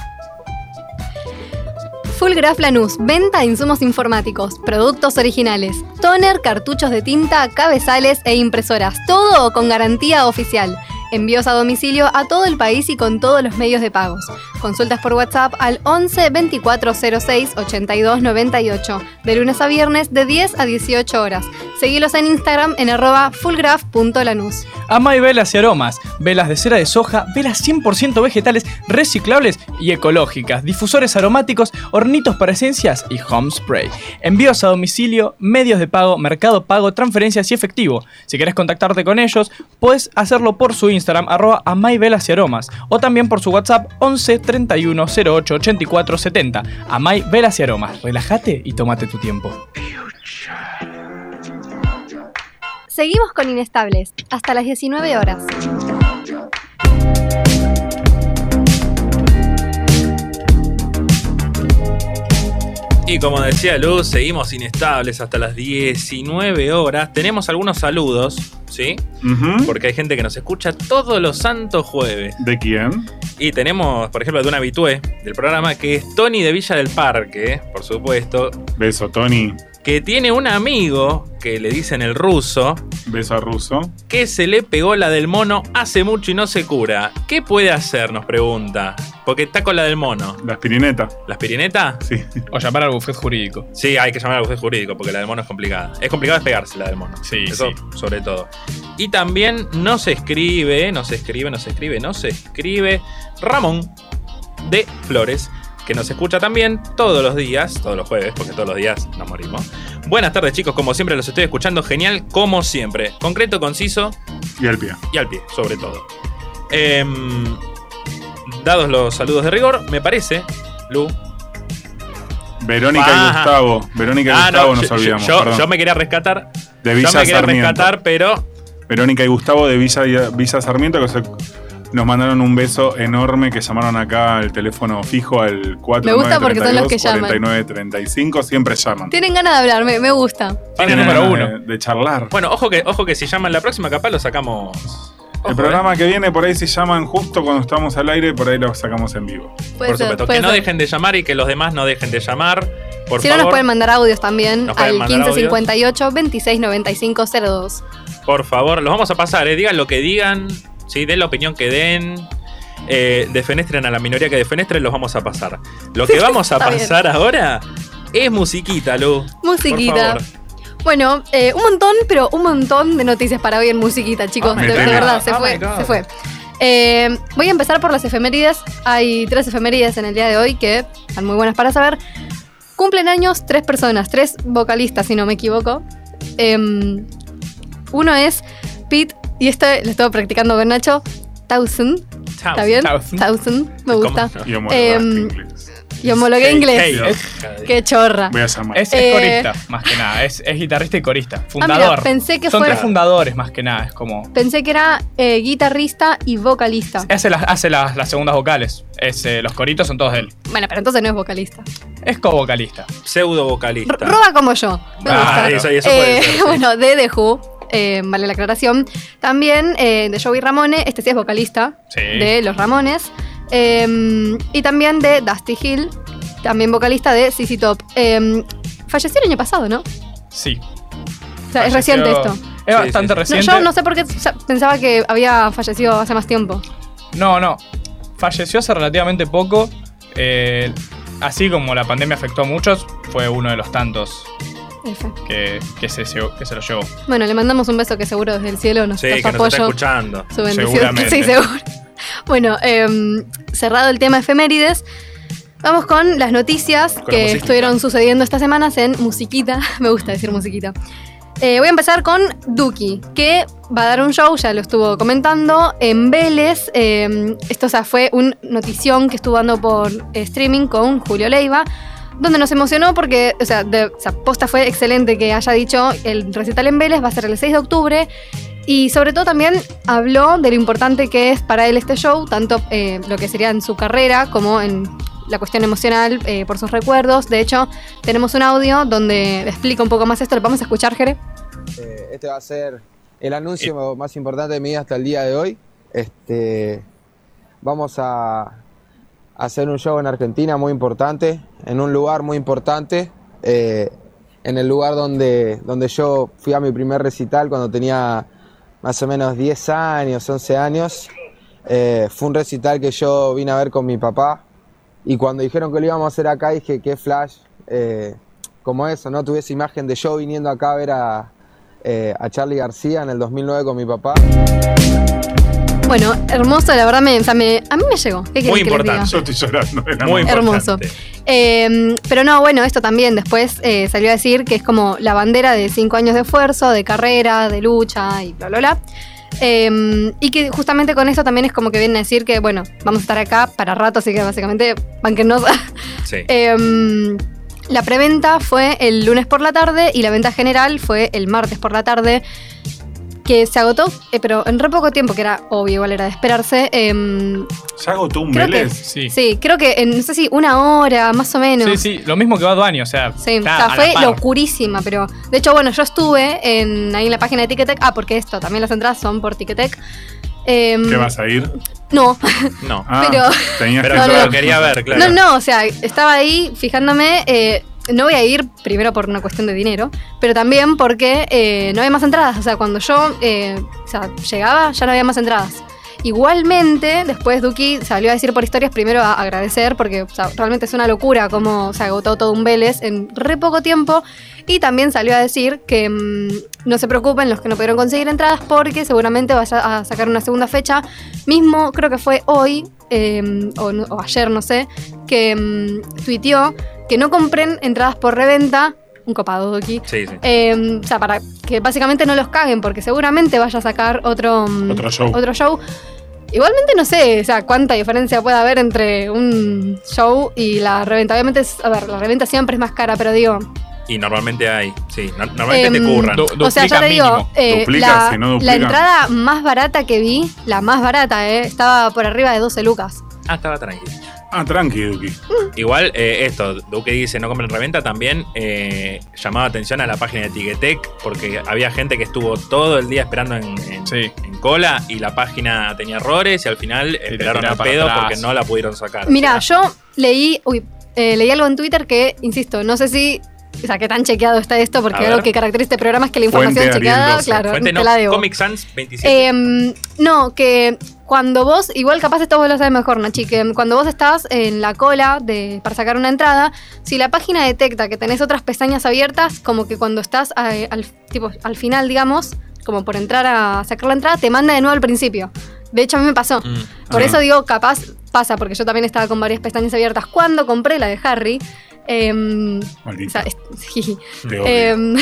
Full Graph Lanús, venta de insumos informáticos, productos originales, toner, cartuchos de tinta, cabezales e impresoras, todo con garantía oficial. Envíos a domicilio a todo el país y con todos los medios de pagos. Consultas por WhatsApp al 11 24 06 82 98, de lunes a viernes de 10 a 18 horas. Seguilos en Instagram en arroba fullgraph.lanús. Amay Velas y Aromas, velas de cera de soja, velas 100% vegetales, reciclables y ecológicas, difusores aromáticos, hornitos para esencias y home spray. Envíos a domicilio, medios de pago, mercado pago, transferencias y efectivo. Si querés contactarte con ellos, puedes hacerlo por su Instagram, arroba Amay Velas y Aromas, o también por su WhatsApp 11 31 08 84 70. Amay Velas y Aromas, relájate y tómate tu tiempo. Seguimos con Inestables, hasta las 19 horas. Y como decía Luz, seguimos inestables hasta las 19 horas. Tenemos algunos saludos, ¿sí? Ujú. Porque hay gente que nos escucha todos los santos jueves. ¿De quién? Y tenemos, por ejemplo, de un habitué del programa que es Tony de Villa del Parque, por supuesto, Beso Tony, que tiene un amigo que le dicen el ruso, beso a Russo. que se le pegó la del mono hace mucho y no se cura. ¿Qué puede hacer? Nos pregunta. Porque está con la del mono. La aspirineta, ¿La aspirineta? sí. [laughs] O llamar al bufet jurídico. Sí, hay que llamar al bufete jurídico porque la del mono es complicada. Es complicado despegarse la del mono. Sí, Eso sí. sobre todo. Y también nos escribe, nos escribe, nos escribe, nos escribe Ramón de Flores, que nos escucha también todos los días, todos los jueves, porque todos los días nos morimos. Buenas tardes chicos, como siempre los estoy escuchando, genial, como siempre. Concreto, conciso, Y al pie. y al pie, sobre todo. Em, dados los saludos de rigor, me parece, Lu. Verónica Ah. y Gustavo. Verónica y Gustavo nos yo- olvidamos. yo, perdón. yo me quería rescatar. de Villa yo me quería Sarmiento. rescatar, pero Verónica y Gustavo de Villa, Villa Sarmiento que se- nos mandaron un beso enorme que llamaron acá al teléfono fijo al 4 gusta porque son los que llaman. 35 siempre llaman. Tienen ganas de hablar, me, me gusta. tiene Tienen número ganas uno. De, de charlar. Bueno, ojo que, ojo que si llaman la próxima, capaz lo sacamos. Ojo, eh. El programa que viene por ahí si llaman justo cuando estamos al aire, por ahí lo sacamos en vivo. eh, Puede Por ser, supuesto. puede Que no ser. dejen de llamar y que los demás no dejen de llamar. Por si no, favor, nos pueden mandar audios también Nos pueden al mandar 1558 269502. por favor, los vamos a pasar, eh, digan lo que digan, ¿sí? den la opinión que den. eh, defenestren a la minoría que defenestren, los vamos a pasar. Lo que vamos a Está bien. pasar ahora es musiquita, Lu. Musiquita. Por favor. Bueno, eh, un montón, pero un montón de noticias para hoy en musiquita, chicos. Oh my de, de God. verdad, se Oh my fue. God. Se fue. Eh, voy a empezar por las efemérides. Hay tres efemérides en el día de hoy que están muy buenas para saber. Cumplen años tres personas, tres vocalistas, si no me equivoco. Em, uno es Pete, y este lo estoy practicando con Nacho, Thousand. Chao. ¿Está bien? Thousand. Thousand, me Ah, ¿Cómo? gusta. Y Em, homologaste inglés. Y homologué Hey, inglés. hey, Qué chorra. Voy a llamar. Es, es Eh. corista, más que nada. Es, es guitarrista y corista. Ah, Fundador. mira, pensé que Son fuera. tres fundadores más que nada, es como... Pensé que era eh, guitarrista y vocalista. Hace las, hace las, las segundas vocales. Es, eh, los coritos son todos de él. Bueno, pero entonces no es vocalista. Es co-vocalista. Pseudo vocalista. R- Roba como yo. Me Ah, gusta. eso- eso puede Eh, [laughs] ser, sí. Bueno, de The Who, eh, vale la aclaración. También eh, de Joey Ramone, este sí es vocalista Sí. de Los Ramones. Eh, y también de Dusty Hill, también vocalista de CC Top. Eh, Falleció el año pasado, ¿no? Sí. O sea, es reciente esto. Es Sí, bastante sí, No, reciente. yo no sé por qué ya pensaba que había fallecido hace más tiempo. No, no. Falleció hace relativamente poco. eh, así como la pandemia afectó a muchos, fue uno de los tantos F. que, que se, llevó- que se lo llevó. Bueno, le mandamos un beso que seguro desde el cielo nos Sí, da que su nos está apoyo. escuchando. Su bendición. [laughs] Seguramente. Sí, seguro. Bueno, em, cerrado el tema efemérides, vamos con las noticias la que musiquita. estuvieron sucediendo estas semanas en musiquita. [laughs] Me gusta decir musiquita. Eh, voy a empezar con Duki, que va a dar un show, ya lo estuvo comentando, en Vélez. Eh, esto o sea, fue un notición que estuvo dando por eh, streaming con Julio Leiva, donde nos emocionó porque, o sea, de, o sea, posta fue excelente que haya dicho el recital en Vélez, va a ser el 6 de octubre. Y sobre todo también habló de lo importante que es para él este show, tanto eh, lo que sería en su carrera como en la cuestión emocional eh, por sus recuerdos. De hecho, tenemos un audio donde explica un poco más esto. Lo vamos a escuchar, Jere. Eh, este va a ser el anuncio más importante de mi vida hasta el día de hoy. Este, vamos a, a hacer un show en Argentina muy importante, en un lugar muy importante, eh, en el lugar donde, donde yo fui a mi primer recital cuando tenía más o menos 10 años, 11 años. Eh, fue un recital que yo vine a ver con mi papá y cuando dijeron que lo íbamos a hacer acá dije, qué flash, eh, como eso, ¿no? Tuve esa imagen de yo viniendo acá a ver a, eh, a Charlie García en el 2009 con mi papá. Bueno, hermoso, la verdad, me, o sea, me- a mí me llegó. ¿Qué quieren Muy que les diga? importante. Yo estoy llorando. de la Muy emoción. Hermoso. importante. Eh, pero no, bueno, esto también después eh, salió a decir que es como la bandera de cinco años de esfuerzo, de carrera, de lucha y bla, bla, bla. Eh, y que justamente con esto también es como que vienen a decir que, bueno, vamos a estar acá para rato, así que básicamente, [laughs] banquenos. Sí. Eh, la preventa fue el lunes por la tarde y la venta general fue el martes por la tarde, que se agotó, eh, pero en re poco tiempo, que era obvio, igual era de esperarse. eh, ¿Ya agotó un Creo que- Vélez? Sí. Sí, sí, creo que en, no sé si una hora, más o menos. sí, lo mismo que va Duani, o sea. Sí, está o sea, a la fue par. locurísima, pero de hecho, bueno, yo estuve en, ahí en la página de Ticketek. Ah, porque esto, también las entradas son por Ticketek. Em, ¿Qué vas a ir? No, No. Ah, Pero- tenías Pero que No, yo no. lo quería ver, claro. no, no, o sea, estaba ahí fijándome. eh, no voy a ir primero por una cuestión de dinero, pero también porque eh, no había más entradas. O sea, cuando yo eh, o sea, llegaba, ya no había más entradas. Igualmente, después Duki salió a decir por historias primero a agradecer, porque o sea, realmente es una locura cómo se agotó todo un Vélez en re poco tiempo. Y también salió a decir que mm, no se preocupen los que no pudieron conseguir entradas, porque seguramente vaya a sacar una segunda fecha. Mismo, creo que fue hoy, eh, o, no- o ayer, no sé, que mm, tuiteó que no compren entradas por reventa. Un copado Duki. Sí, sí. Eh, o sea, para que básicamente no los caguen, porque seguramente vaya a sacar otro, mm, Otro show. otro show. Igualmente no sé o sea, cuánta diferencia puede haber entre un show y la reventa. Obviamente, es- a ver, la reventa siempre es más cara, pero digo. Y normalmente hay. Sí, no- normalmente em, te curran. do- o sea, ya duplican te digo, mínimo. eh, Duplican, la, si no la duplican. entrada más barata que vi, la más barata, eh, estaba por arriba de 12 lucas. Ah, estaba tranquilo. Ah, tranqui, Duki. Igual, eh, esto, Duque dice no compren reventa, también eh, llamaba atención a la página de Ticketek, porque había gente que estuvo todo el día esperando en, en- Sí. en cola y la página tenía errores y al final esperaron tiraba al para pedo atrás. porque no la pudieron sacar. Mira, O sea, yo leí, uy, eh, leí algo en Twitter que, insisto, no sé si, o sea, qué tan chequeado está esto, A porque ver. algo que caracteriza este programa es que la Fuente información Ariel chequeada, 12. claro, fuente te no, la debo. Comic Sans 27. Eh, no, que cuando vos, igual capaz esto vos lo sabes mejor, Nachi, que cuando vos estás en la cola de, para sacar una entrada, si la página detecta que tenés otras pestañas abiertas, como que cuando estás eh, al, tipo, al final, digamos, como por entrar a sacar la entrada, te manda de nuevo al principio. De hecho, a mí me pasó. Mm. Por Ah. eso digo, capaz pasa, porque yo también estaba con varias pestañas abiertas cuando compré la de Harry. em, o Maldita. sea, es- [laughs] jiji. te odio. Em,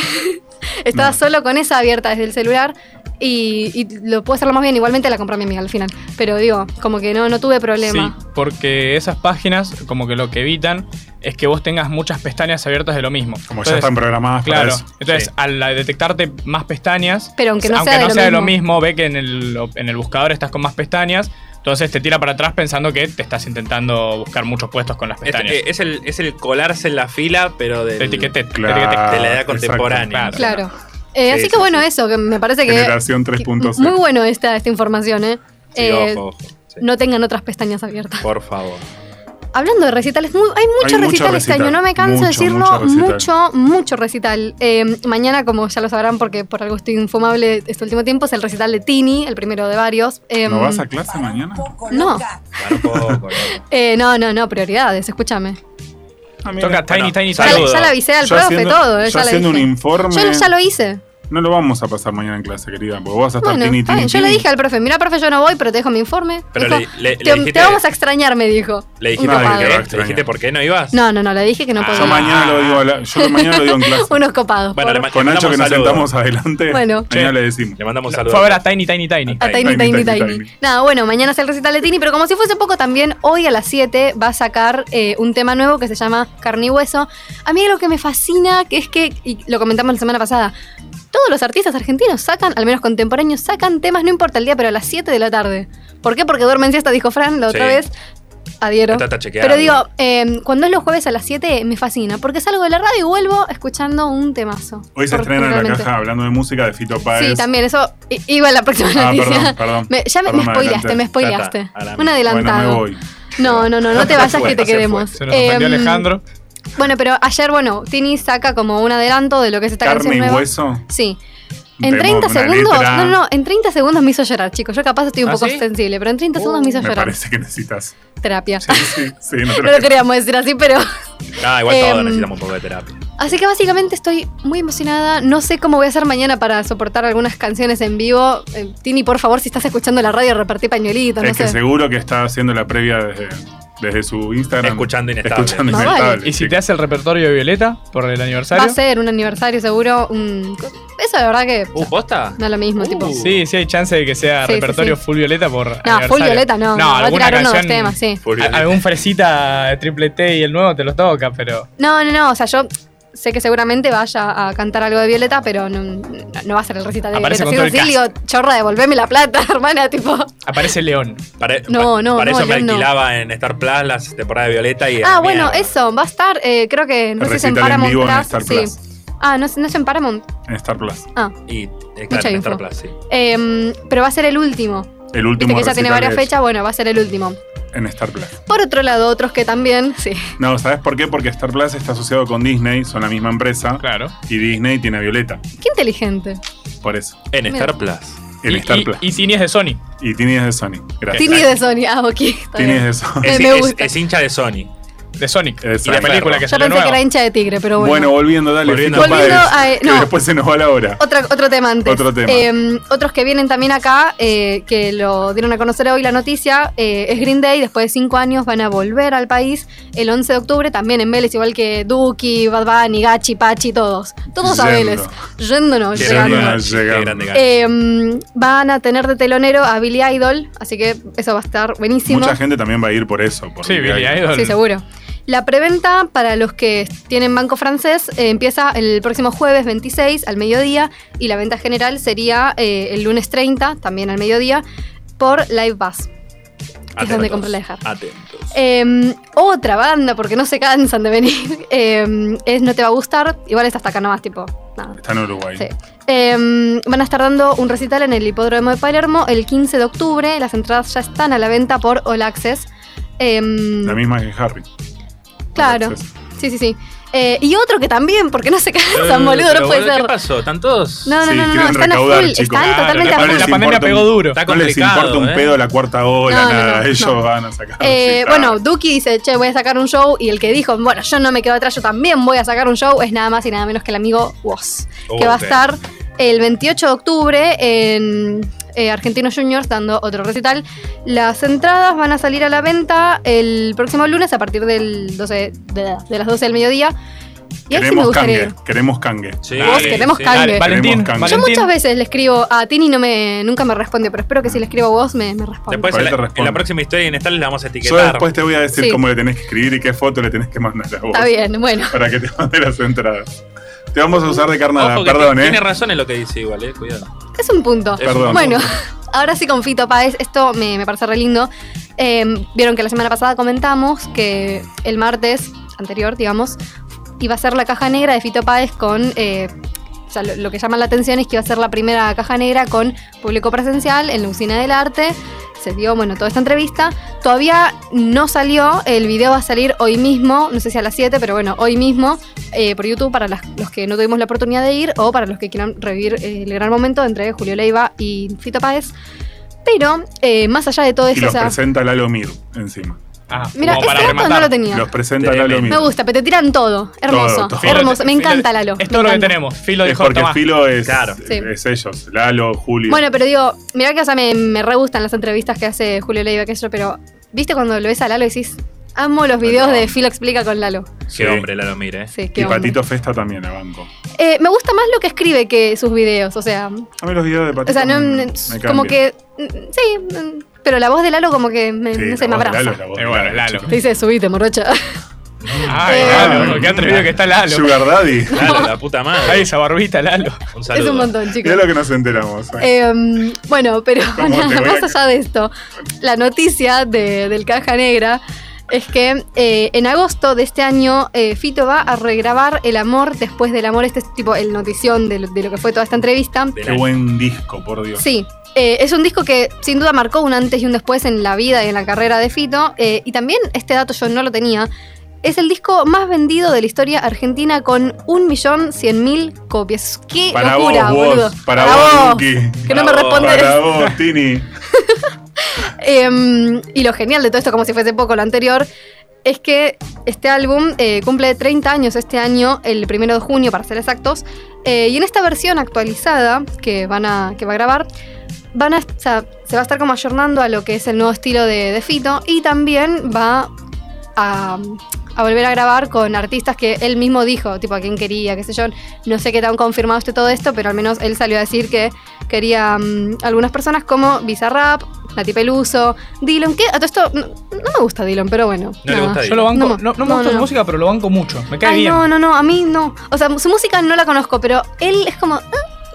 [laughs] estaba No. solo con esa abierta desde el celular y, y lo puedo hacerlo más bien. Igualmente la compró mi amiga al final. Pero digo, como que no, no tuve problema. Sí, porque esas páginas, como que lo que evitan es que vos tengas muchas pestañas abiertas de lo mismo. Como ya Entonces, están programadas pues, Claro, para eso. entonces Sí. al detectarte más pestañas, Pero aunque no sea de lo mismo, ve que en el, en el buscador estás con más pestañas, entonces te tira para atrás pensando que te estás intentando buscar muchos puestos con las Es, pestañas. eh, es el, es el colarse en la fila, pero del, Te etiqueté, te Claro. etiqueté. de la edad exacto. contemporánea. Claro. Ah, Claro. Eh, Sí, así sí, que bueno, sí. eso, que me parece que. Generación que 3.0. Muy bueno esta, esta información, ¿eh? Sí, Eh, ojo, ojo. Sí. No tengan otras pestañas abiertas. Por favor. hablando de recitales, mu- hay muchos mucho recitales este recital, año, no me canso de mucho, decirlo, mucho mucho, mucho recital. Eh, mañana, como ya lo sabrán, porque por algo estoy infumable este último tiempo, es el recital de Tini, el primero de varios. Em, ¿No vas a clase mañana? No, Para un poco, loco. eh, no, no, no, prioridades, escúchame. Ah, mira. Toca Tiny, Bueno, Tiny, Ya, saludo. Tiny. le- ya le avisé al Yo profe haciendo- todo, eh, yo ya le haciendo un dije. informe. Yo lo- ya lo hice. No lo vamos a pasar mañana en clase, querida, porque vos vas a estar Bueno, tini, está tini, bien, yo le tini. dije al profe, mira, profe, yo no voy, pero te dejo mi informe. Pero Dijo, le- le- te, le te dijiste- vamos a extrañar, me dijo. ¿Le dijiste, Un Ay, por copado. qué? qué ¿Le va a dijiste extrañar. por qué no ibas? No, no, no, le dije que no Ah. podía. Yo mañana lo digo, a la- yo mañana lo digo en [laughs] clase. Unos copados. Bueno, por- le ma- Con Nacho que nos mandamos saludos. sentamos adelante. Bueno. Mañana Sí. le decimos. Le mandamos No, saludos. Fue a ver a Tiny, Tiny, Tiny. A Tiny, Tiny, Tiny, Nada, bueno, mañana es el recital de Tini, pero como si fuese poco, también hoy a las 7 va a sacar eh, un tema nuevo que se llama Carne y Hueso. A mí lo que me fascina, que es que, y lo comentamos la semana pasada, todos los artistas argentinos sacan, al menos contemporáneos, sacan temas, no importa el día, pero a las 7 de la tarde. ¿Por qué? Porque duermen siesta, dijo Fran la otra Sí. vez. Adhiero. Está- está chequeado. Pero digo, eh, cuando es los jueves a las 7 me fascina, porque salgo de la radio y vuelvo escuchando un temazo. Hoy se Por- estrena en la realmente. caja hablando de música de Fito Páez. Sí, también, eso i- iba a la próxima Ah, noticia. perdón, perdón. Me- ya me, Perdón, me me spoileaste, me adelanté. Ya spoileaste. está, ahora Un mismo. Bueno, me adelantado. voy. no, no, no, no [laughs] te vayas fue, que te se fue. queremos. Se nos ofendió Em, Alejandro. Bueno, pero ayer, bueno, Tini saca como un adelanto de lo que es esta Carne canción y nueva. hueso. Sí. En Vemos 30 una segundos, letra. no, no, en 30 segundos me hizo llorar, chicos. Yo capaz estoy un ¿Ah, poco sí? sensible, pero en 30 segundos me hizo Uh, Me llorar. parece que necesitas. Terapia. Sí, sí, sí, no te no lo creo. queríamos decir así, pero [laughs] Ah, igual todos Em, necesitamos un poco de terapia. Así que básicamente estoy muy emocionada. No sé cómo voy a hacer mañana para soportar algunas canciones en vivo. Eh, Tini, por favor, si estás escuchando la radio, repartí pañuelitos, no Es que sé. seguro que está haciendo la previa desde, desde su Instagram. Escuchando Inestable. Escuchando Más Inestable, vale. ¿Y si sí. te hace el repertorio de Violeta por el Va a aniversario? ser un aniversario seguro. un- Eso de verdad que ¿Uh, posta? no es lo mismo, Uh. tipo. Sí, sí, hay chance de que sea Sí, sí, repertorio sí. full Violeta por. No, aniversario. full violeta no. no, va a alguna tirar uno de los canción- temas, sí. Full a- Algún fresita de triple T y el nuevo te los toca, pero. No, no, no. O sea, yo sé que seguramente vaya a cantar algo de Violeta, pero no, no- no va a ser el recital de Aparece Violeta. con todo el digo, chorra, devolveme la plata, [laughs] hermana, tipo. Aparece León. Para, No, no, para no, eso me León no. alquilaba en Star Plus las temporadas de Violeta y. Ah, era bueno, mierda. eso, va a estar, eh, creo que no sé si es en Recital en Paramount vivo en Plus, Star sí. Plus. Ah, no, es- no es en Paramount. En Star Plus. Ah. Y eh, claro, Mucha en info. Star Plus, sí. Em, pero va a ser el último. El Viste último. que ya tiene recital varias de- fechas, bueno, va a ser el último. En Star Plus. Por otro lado, otros que también, [laughs] sí. No, ¿sabes por qué? Porque Star Plus está asociado con Disney, son la misma empresa. Claro. Y Disney tiene a Violeta. Qué inteligente. Por eso. En Mira. Star Plus. En y, Star y- Plus. y Tini es de Sony. Y, Tini es de Sony. Gracias. Tini de Sony, ah, ok. está Tini bien. es de Sony. Me- Es, me es- gusta. es hincha de Sony. De Sonic. [laughs] Exacto. Y la película que Yo salió pensé que nueva. era hincha de tigre, pero Bueno, bueno. volviendo, dale. Volviendo Fito a- Volviendo Páez, a- eh, que no. después se nos va la hora. Otra- otro tema antes. Otro tema. Eh, otros que vienen también acá, eh, que lo dieron a conocer hoy la noticia, eh, es Green Day. Después de cinco años van a volver al país el 11 de octubre, también en Vélez, igual que Duki, Bad Bunny, Gachi, Pachi, todos. Todos a Yendo. Vélez. Yéndonos, Qué llegando. Yéndonos. grande, llegando. Qué grande gana. Eh, van a tener de telonero a Billy Idol, así que eso va a estar buenísimo. Mucha gente también va a ir por eso. por Sí, Billie Billy Eilish. Idol. Sí, seguro. La preventa para los que tienen banco francés eh, empieza el próximo jueves 26 al mediodía y la venta general sería eh, el lunes 30, también al mediodía, por Live Bus. Atentos. donde compré la dejar. Atentos. Eh, [laughs] otra banda, porque no se cansan de venir, [laughs] eh, es No Te Va a Gustar. Igual es hasta acá nomás, tipo, nada. Está en Uruguay. Sí. Eh, van a estar dando un recital en el Hipódromo de Palermo el 15 de octubre. Las entradas ya están a la venta por All Access. Eh, La misma que Harry. Claro. Entonces, Sí, sí, sí. Eh, y otro que también, porque no se cansan, Eh, boludo, pero no puede bueno, ser. ¿Qué pasó? ¿Están todos? No, no, Sí, no, no, no, quieren están a recaudar, full, chicos. están Claro, totalmente la a no full. les La pandemia importa pegó un- duro. Está no les complicado, importa un ¿eh? pedo la cuarta ola, No, no, nada. no, Ellos no. van a sacar. Eh, sí, bueno, está. Duki dice, che, voy a sacar un show, y el que dijo, bueno, yo no me quedo atrás, yo también voy a sacar un show, es nada más y nada menos que el amigo Woz, Oh, que va a ok. estar el 28 de octubre en eh, Argentinos Juniors dando otro recital. Las entradas van a salir a la venta el próximo lunes a partir del 12, de, de las 12 del mediodía. Y ahí sí me Queremos gustaría ir. cangue. Queremos cangue. Sí, Vos sí, queremos sí. cangue. Dale, Valentín, Valentín. Queremos cambio. Yo muchas veces le escribo a Tini no me nunca me responde, pero espero que si le escribo a vos me, me responda. Después Por en ahí te la, en respondo. la próxima historia en Stable la vamos a Yo etiquetar. después te voy a decir Sí. cómo le tenés que escribir y qué foto le tenés que mandar a vos. Está bien, bueno. Para que te mande las entradas. Te vamos a usar de carnada, Ojo que perdón, ti- ¿eh? Tiene razón en lo que dice igual, eh. Cuidado. Es un punto. Es un Perdón. Bueno, [laughs] ahora sí con Fito Páez, esto me, me parece re lindo. Eh, Vieron que la semana pasada comentamos que el martes anterior, digamos, iba a ser la caja negra de Fito Páez con... eh, o sea, lo, lo que llama la atención es que iba a ser la primera caja negra con público presencial en la usina del arte. se dio, bueno, toda esta entrevista. Todavía no salió, el video va a salir hoy mismo, no sé si a las 7, pero bueno, hoy mismo eh, por YouTube para las- los que no tuvimos la oportunidad de ir o para los que quieran revivir eh, el gran momento entre Julio Leiva y Fito Páez. Pero, eh, más allá de todo Y eso, o los sea, presenta Lalo Mir encima. Ah, mira, como este para dato no rematar. lo tenía. Los presenta Tremendo. Lalo Mir. Me gusta, pero te tiran todo. Hermoso, Todo, todo. hermoso. Me Filo- encanta Lalo. Es me todo lo que encanta. tenemos. Filo Es dijo porque Tomás. Filo es, Claro. Sí. es ellos. Lalo, Julio. Bueno, pero digo, mirá que o sea, me, me re gustan las entrevistas que hace Julio Leiva, que yo, pero viste cuando lo ves a Lalo y decís, amo los videos de Filo Explica con Lalo. Sí. Qué hombre, Lalo Mir, eh. Sí, qué Y onda. Patito Festa también, a banco. Eh, me gusta más lo que escribe que sus videos, o sea, o A mí los videos de Patito. sea, no, me- mm, me como cambian. que, mm, sí, mm, pero la voz de Lalo como que, me, Sí, no la sé, me voz de abraza. Lalo es la voz Eh, de bueno, Lalo. chicos. Te dice, subite, [laughs] morrocha. Ay, Eh, Lalo, qué atrevido que está Lalo. Sugar Daddy. Claro, la puta Ay, madre. esa barbita, Lalo. Un es saludo. un montón, chicos. Mira lo que nos enteramos. Eh, bueno, pero [laughs] ¿Cómo te [laughs] nada, voy a más ca- allá de esto, la noticia de- del Caja Negra es que eh, en agosto de este año eh, Fito va a regrabar El Amor después del Amor. Este es tipo el notición de lo, de lo que fue toda esta entrevista. De Qué la- buen disco, por Dios. Sí. eh, es un disco que sin duda marcó un antes y un después en la vida y en la carrera de Fito. eh, y también, este dato yo no lo tenía, es el disco más vendido de la historia argentina con 1.100.000 copias. ¡Qué Para vos, locura, vos, boludo! para vos, Luqui. que Para no me vos, respondes. Para vos, Tini. Em, y lo genial de todo esto, como si fuese poco lo anterior, es que este álbum eh, cumple 30 años este año, el primero de junio para ser exactos, eh, y en esta versión actualizada que, van a, que va a grabar, van a, o sea, se va a estar como ayornando a lo que es el nuevo estilo de, de Fito y también va a, a volver a grabar con artistas que él mismo dijo, tipo a quién quería, qué sé yo, no sé qué tan confirmado esté todo esto, pero al menos él salió a decir que quería mm, algunas personas como Bizarrap, Nati Peluso, Dylan, que a todo esto no, no me gusta Dylan, pero bueno. No le nada. gusta Dylan. Yo lo banco. No, No, no, me no, gusta su no. música, pero lo banco mucho. Me cae Ay, bien. no, no, no, a mí no. O sea, su música no la conozco, pero él es como ah,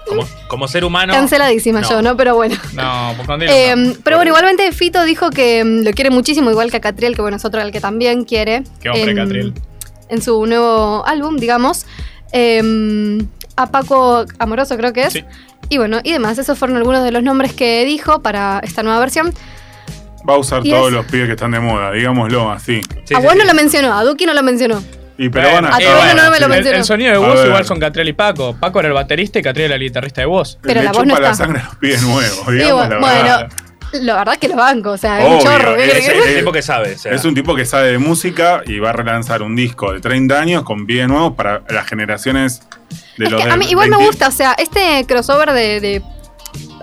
Como, como ser humano. canceladísima No. yo, ¿no? Pero bueno. No, pues con Dylan Eh, no. pero bueno, igualmente Fito dijo que mm, lo quiere muchísimo, igual que a Catriel, que bueno, es otro al que también quiere. Qué hombre, en, Catriel. En su nuevo álbum, digamos. Eh, a Paco Amoroso, creo que es. Sí. Y bueno, y demás. Esos fueron algunos de los nombres que dijo para esta nueva versión. Va a usar Y todos es- los pibes que están de moda, digámoslo así. Sí, a sí, vos sí. no lo mencionó, a Duki no lo mencionó. Y pero Bueno, van a a estar- Todavía no me lo sí. El, mencionó. el sonido de A voz ver. igual son Catriel y Paco. Paco era el baterista y Catriel era el guitarrista de voz. Pero Le la voz no chupa la está. sangre a los pibes nuevos, Y digamos bueno, la bueno, verdad. la verdad que lo banco, o sea, es un Obvio, chorro. ¿qué es- querés que- Es el tipo que sabe. o sea, Es un tipo que sabe de música y va a relanzar un disco de 30 años con pibes nuevos para las generaciones de Es los que de a mí igual 20. me gusta, o sea, este crossover de, de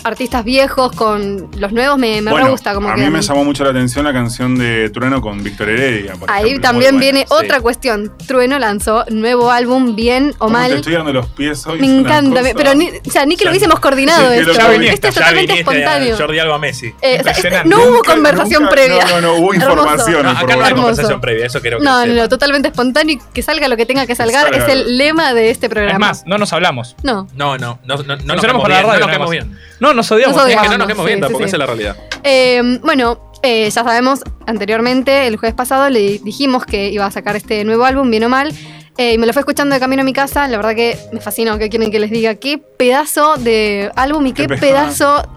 artistas viejos con los nuevos me, me re Bueno, gusta. Como a que mm, mí me llamó mucho la atención la canción de Trueno con Víctor Heredia. por Ahí ejemplo, también muy buena. viene buena, otra sí. cuestión. Trueno lanzó nuevo álbum, bien o Cómo te mal. estoy dando los pies hoy. Me es una encanta, me- cosa. pero ni, o sea, ni que lo Ya- hubiésemos coordinado Sí, que esto. lo coordinaste, Esto es ya totalmente viniste a espontáneo. Jordi Alba Messi. Eh, o sea, este- Impresionante. no hubo Nunca- conversación nunca- previa. No, no, no, hubo Hermoso. información. No, acá no hay información. Hermoso. conversación previa, eso creo que No, lo no, no, sepan. totalmente espontáneo y que salga lo que tenga que salgar es salga. el lema de este programa. Es más, no nos hablamos. no. No, no, no, no, no nos Funcionamos quedamos por la bien, no nos radio, nada quedamos más. bien. No, nos odiamos. Nos Es odiamos. que no nos quedamos Digamos, sí, bien sí, tampoco, sí. esa es la realidad. Eh, bueno, eh, ya sabemos, anteriormente, el jueves pasado, le di- dijimos que iba a sacar este nuevo álbum, bien o mal. eh, y me lo fue escuchando de camino a mi casa. La verdad que me fascinó. ¿Qué quieren que les diga? Qué pedazo de álbum y qué, Qué pesado.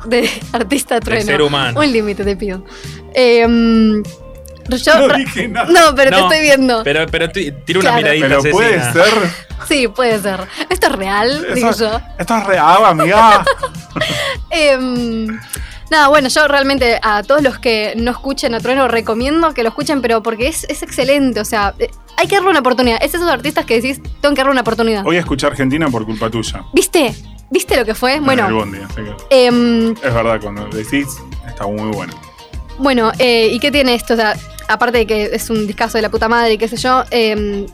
pedazo de [laughs] artista trueno. ser humano. Un límite, te pido. Eh, mm, yo- No dije nada. no, pero No, te estoy viendo. Pero, pero ti- tira una Claro. miradita, Pero Ceci, puede nada. ser. Sí, puede ser. Esto es real, digo Eso- yo. Esto es real, amiga. Em, nada, bueno, yo realmente a todos los que no escuchen a Trueno recomiendo que lo escuchen, pero porque es, es excelente, o sea, eh, hay que darle una oportunidad. Es esos artistas que decís, tengo que darle una oportunidad. Hoy escuché Argentina por culpa tuya. ¿Viste? ¿Viste lo que fue? En el Bueno, bondi, así que em, es verdad, cuando decís, está muy bueno. bueno, eh, ¿y qué tiene esto? O sea, aparte de que es un discazo de la puta madre y qué sé yo, em,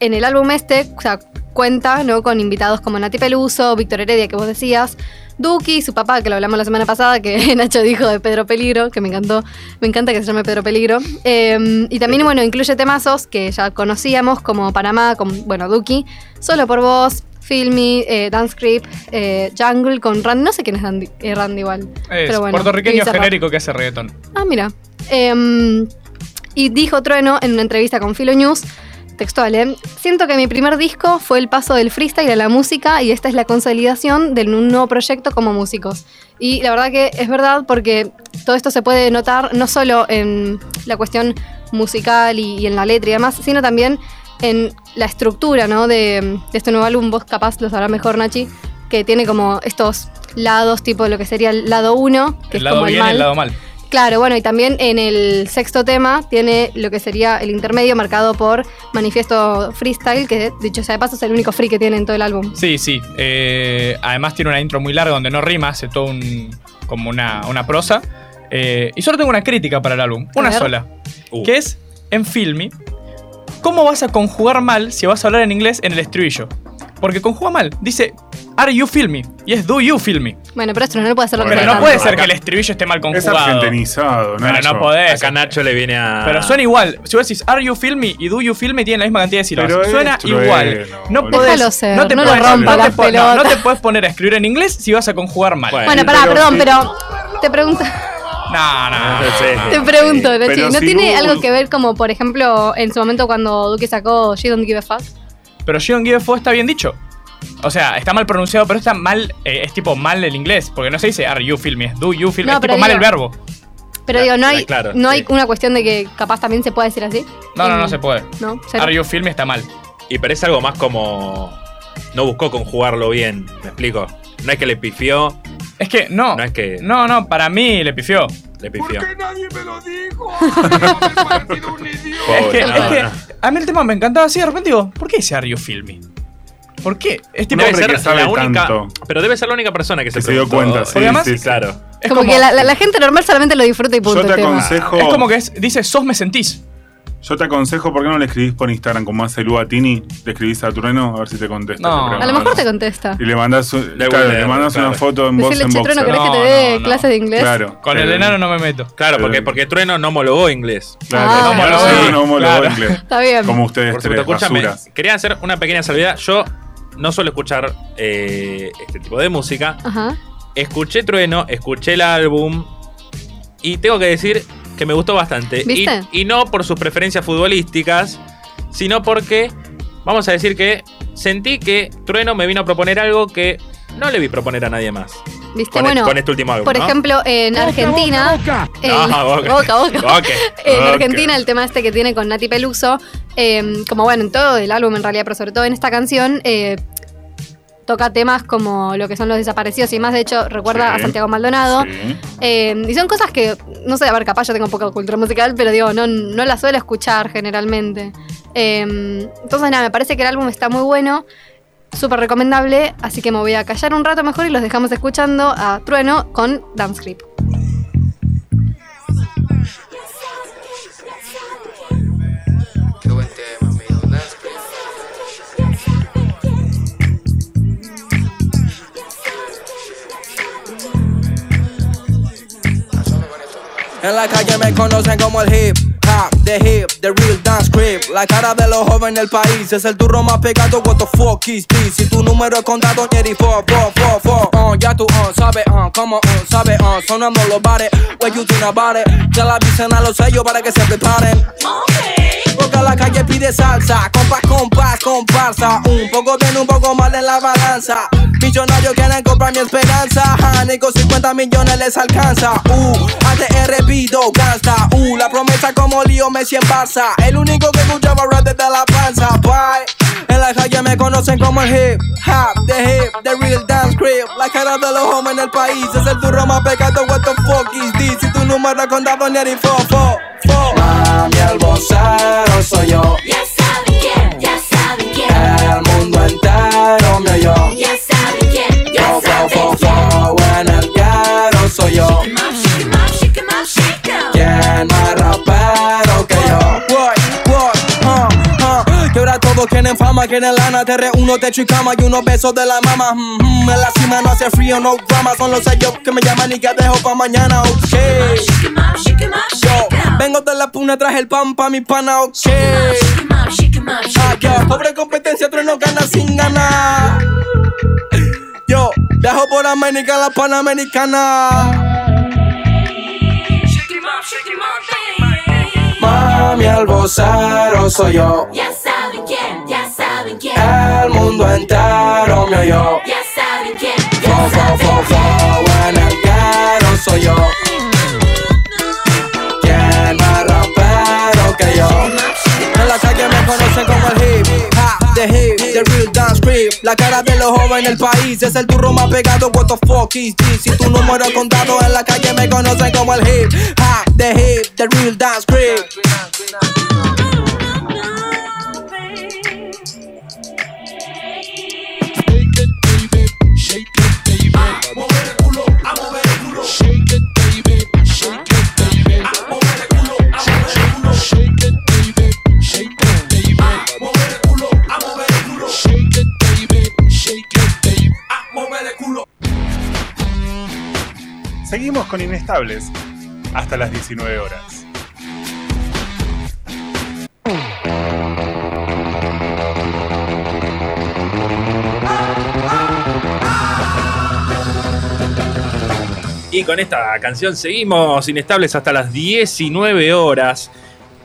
en el álbum este, o sea, cuenta, ¿no? Con invitados como Nati Peluso, Víctor Heredia, que vos decías, Duki, su papá, que lo hablamos la semana pasada, que [laughs] Nacho dijo de Pedro Peligro, que me encantó, me encanta que se llame Pedro Peligro. Eh, y también, bueno, incluye temazos que ya conocíamos, como Panamá, con, bueno, Duki, Solo por Vos, Filmy, eh, Dance Creep, eh, Jungle, con Randy, no sé quién es Randy, eh, Randy igual. Es Pero bueno, puertorriqueño Bizarrap. genérico que hace reggaetón. Ah, mira. Em, y dijo Trueno en una entrevista con Filo News, textual, ¿eh? Siento que mi primer disco fue el paso del freestyle a la música y esta es la consolidación de un nuevo proyecto como músicos. Y la verdad que es verdad porque todo esto se puede notar no solo en la cuestión musical y, y en la letra y demás, sino también en la estructura ¿no? de, de este nuevo álbum. Vos capaz lo sabrás mejor, Nachi, que tiene como estos lados, tipo lo que sería el lado 1, que El es lado como el bien y mal. el lado mal. Claro, bueno, y también en el sexto tema tiene lo que sería el intermedio marcado por Manifiesto Freestyle, que dicho sea de paso es el único free que tiene en todo el álbum. Sí, sí. eh, además tiene una intro muy larga donde no rima, hace todo un, como una, una prosa. Eh, y solo tengo una crítica para el álbum, A una ver. sola, Uh. que es en Filmi, ¿cómo vas a conjugar mal si vas a hablar en inglés en el estribillo? Porque conjuga mal, dice Are you filmy? Y es Do you filmy? Bueno, pero esto no puede hacerlo Bueno, Pero Claro. no puede Acá- ser que el estribillo esté mal Es conjugado. argentinizado, ¿no? Pero no podés. Acá Nacho le viene a. Pero suena igual. Si vos decís Are you filmy y Do you filmy tienen la misma cantidad de sílabas. Pero Suena es igual. trueno, No boludo. podés. Déjalo ser, no te no le puedes, rompa no te las po- no, no te pelotas. puedes poner a escribir en inglés si vas a conjugar mal. Bueno. Bueno, pará, pero perdón, sí. pero te pregunto, [laughs] No, no. No sé. no. te pregunto, Nachi, pero ¿no si tiene vos- algo que ver como, por ejemplo, en su momento cuando Duque sacó She Don't Give a Fuck? Pero She Don't Give a Fuck está bien dicho. O sea, está mal pronunciado, pero está mal. eh, es tipo mal el inglés. Porque no se dice are you film me, es do you film me. No, es tipo pero mal el digo- verbo. Pero Ah, digo, no ah, hay, claro, no sí. hay una cuestión de que capaz también se pueda decir así. No, no, Mm, no se puede. No, cero. Are you film me está mal. Y parece algo más como. No buscó conjugarlo bien, ¿me explico? No es que le pifió, Es que no. No es que- No, no, para mí le pifió. le pifió. nadie me lo [laughs] dijo? ¡Me parecido un idiota! es Pobre, que, Oh, no, es que no. a mí el tema me encantaba así. De repente digo, ¿por qué dice are you film me? ¿Por qué? Es tipo. No, Debe hombre ser que sabe la única. tanto. Pero debe ser la única persona que se, Que se dio preguntó. cuenta, sí, Porque sí, sí. Claro. es como, como, que la, la- la gente normal solamente lo disfruta y punto. Yo te el tema. aconsejo. es como que es- dice sos me sentís. Yo te aconsejo, ¿por qué no le escribís por Instagram como hace Lu a Tini? Le escribís a Trueno a ver si te contesta. No. A Te lo pregunto. mejor te contesta. Y le mandás, un- Le claro, voy a le leer, mandás claro. una foto en voz Decirle, en che, Trueno, ¿querés boxer. que te No, dé no, no. clases de inglés? Claro. Con el Pero- enano no me meto. Claro, Pero- Este porque, porque Trueno no homologó inglés. Claro, Ah. como Claro. nosotros no homologó Claro. inglés. Está bien. Como ustedes Por tres, supuesto, escúchame. basuras. Quería hacer una pequeña salvedad. Yo no suelo escuchar eh, este tipo de música. Ajá. Escuché Trueno, escuché el álbum. Y tengo que decir que me gustó bastante. Y- ¿Viste? Y, no por sus preferencias futbolísticas, sino porque, vamos a decir que sentí que Trueno me vino a proponer algo que no le vi proponer a nadie más. ¿Viste? Con, bueno, con este último álbum. por ¿no? ejemplo, en Argentina. en- No, boca. [laughs] boca, boca. Ok. En Ok. Argentina, el tema este que tiene con Nati Peluso, eh, como bueno, en todo el álbum en realidad, pero sobre todo en esta canción, eh, toca temas como lo que son los desaparecidos y más. De hecho, recuerda Sí. a Santiago Maldonado. Sí. Eh, y son cosas que, no sé, a ver, capaz yo tengo poca cultura musical, pero digo, no, no la suelo escuchar generalmente. Eh, entonces, nada, me parece que el álbum está muy bueno, súper recomendable, así que me voy a callar un rato mejor y los dejamos escuchando a Trueno con Dance Creep. Qué buen tema, amigo. Let's go. En la calle me conocen como el hip hop, the hip, the real dance crib. La cara de los jóvenes del país es el turro más pegado. What the fuck is this? Si tu número es contado, Jerry, fo, fo, fo, fo. Uh, ya tú, uh, sabe, uh, como, uh, sabe, uh, sonando los bares. What you think about it? Ya la avisen a los sellos para que se preparen. Porque la calle pide salsa, compas, compas, comparsa. Un poco bien, un poco mal en la balanza. Millonarios quieren comprar mi esperanza. Honey, con 50 millones les alcanza. Uh, ATR pido gasta. Uh, la promesa como lío Messi en Barça. El único que escuchaba rap desde la panza. Bye. En la calle me conocen como el hip hop, the hip, the real dance crib. La cara de los hombres en el país es el turro más pecado. What the fuck is this? Si tu número es contado, Neri, fo, fo, fo. Mami, el vocero soy yo. Ya saben quién, ya saben quién, El mundo entero me oyó. ya saben quién, ya Fo, fo, saben fo, quién. fo, en el carro soy yo. Mom, shake 'em up, shake 'em up, shake 'em. ¿Quién más rapero que yo? What, what, huh, huh. Que ahora todos quieren fama, quieren lana, te reúno techo y cama y unos besos de la mama. Mm, mm, en la cima no hace frío, no drama, son los sellos que me llaman y que dejo pa' mañana, ok. Shake 'em up, shake 'em up, Yo, shake 'em. vengo de la puna, traje el pan pa' mi pana, ok. Shake 'em up, shake 'em up, Ah, shake 'em. yeah. Pobre competencia, trueno gana sin ganar. Yo, dejo por América la panamericana. Shake 'em up, shake 'em up, baby. Mami, el vocero oh, soy yo. Ya saben El mundo entero me oyó. Yes, out and get. Fo, Yes, fo, out fo, and fo, en el caro soy yo. Quien más rapero que yo. En la calle me conocen como el hip, hop, the hip, the real dance creep. La cara de los jóvenes del país es el turro más pegado. What the fuck is this? Si tu número es contado, en la calle me conocen como el hip, hop, the hip, the real dance creep. Seguimos con Inestables hasta las 19 horas. Y con esta canción seguimos inestables hasta las 19 horas.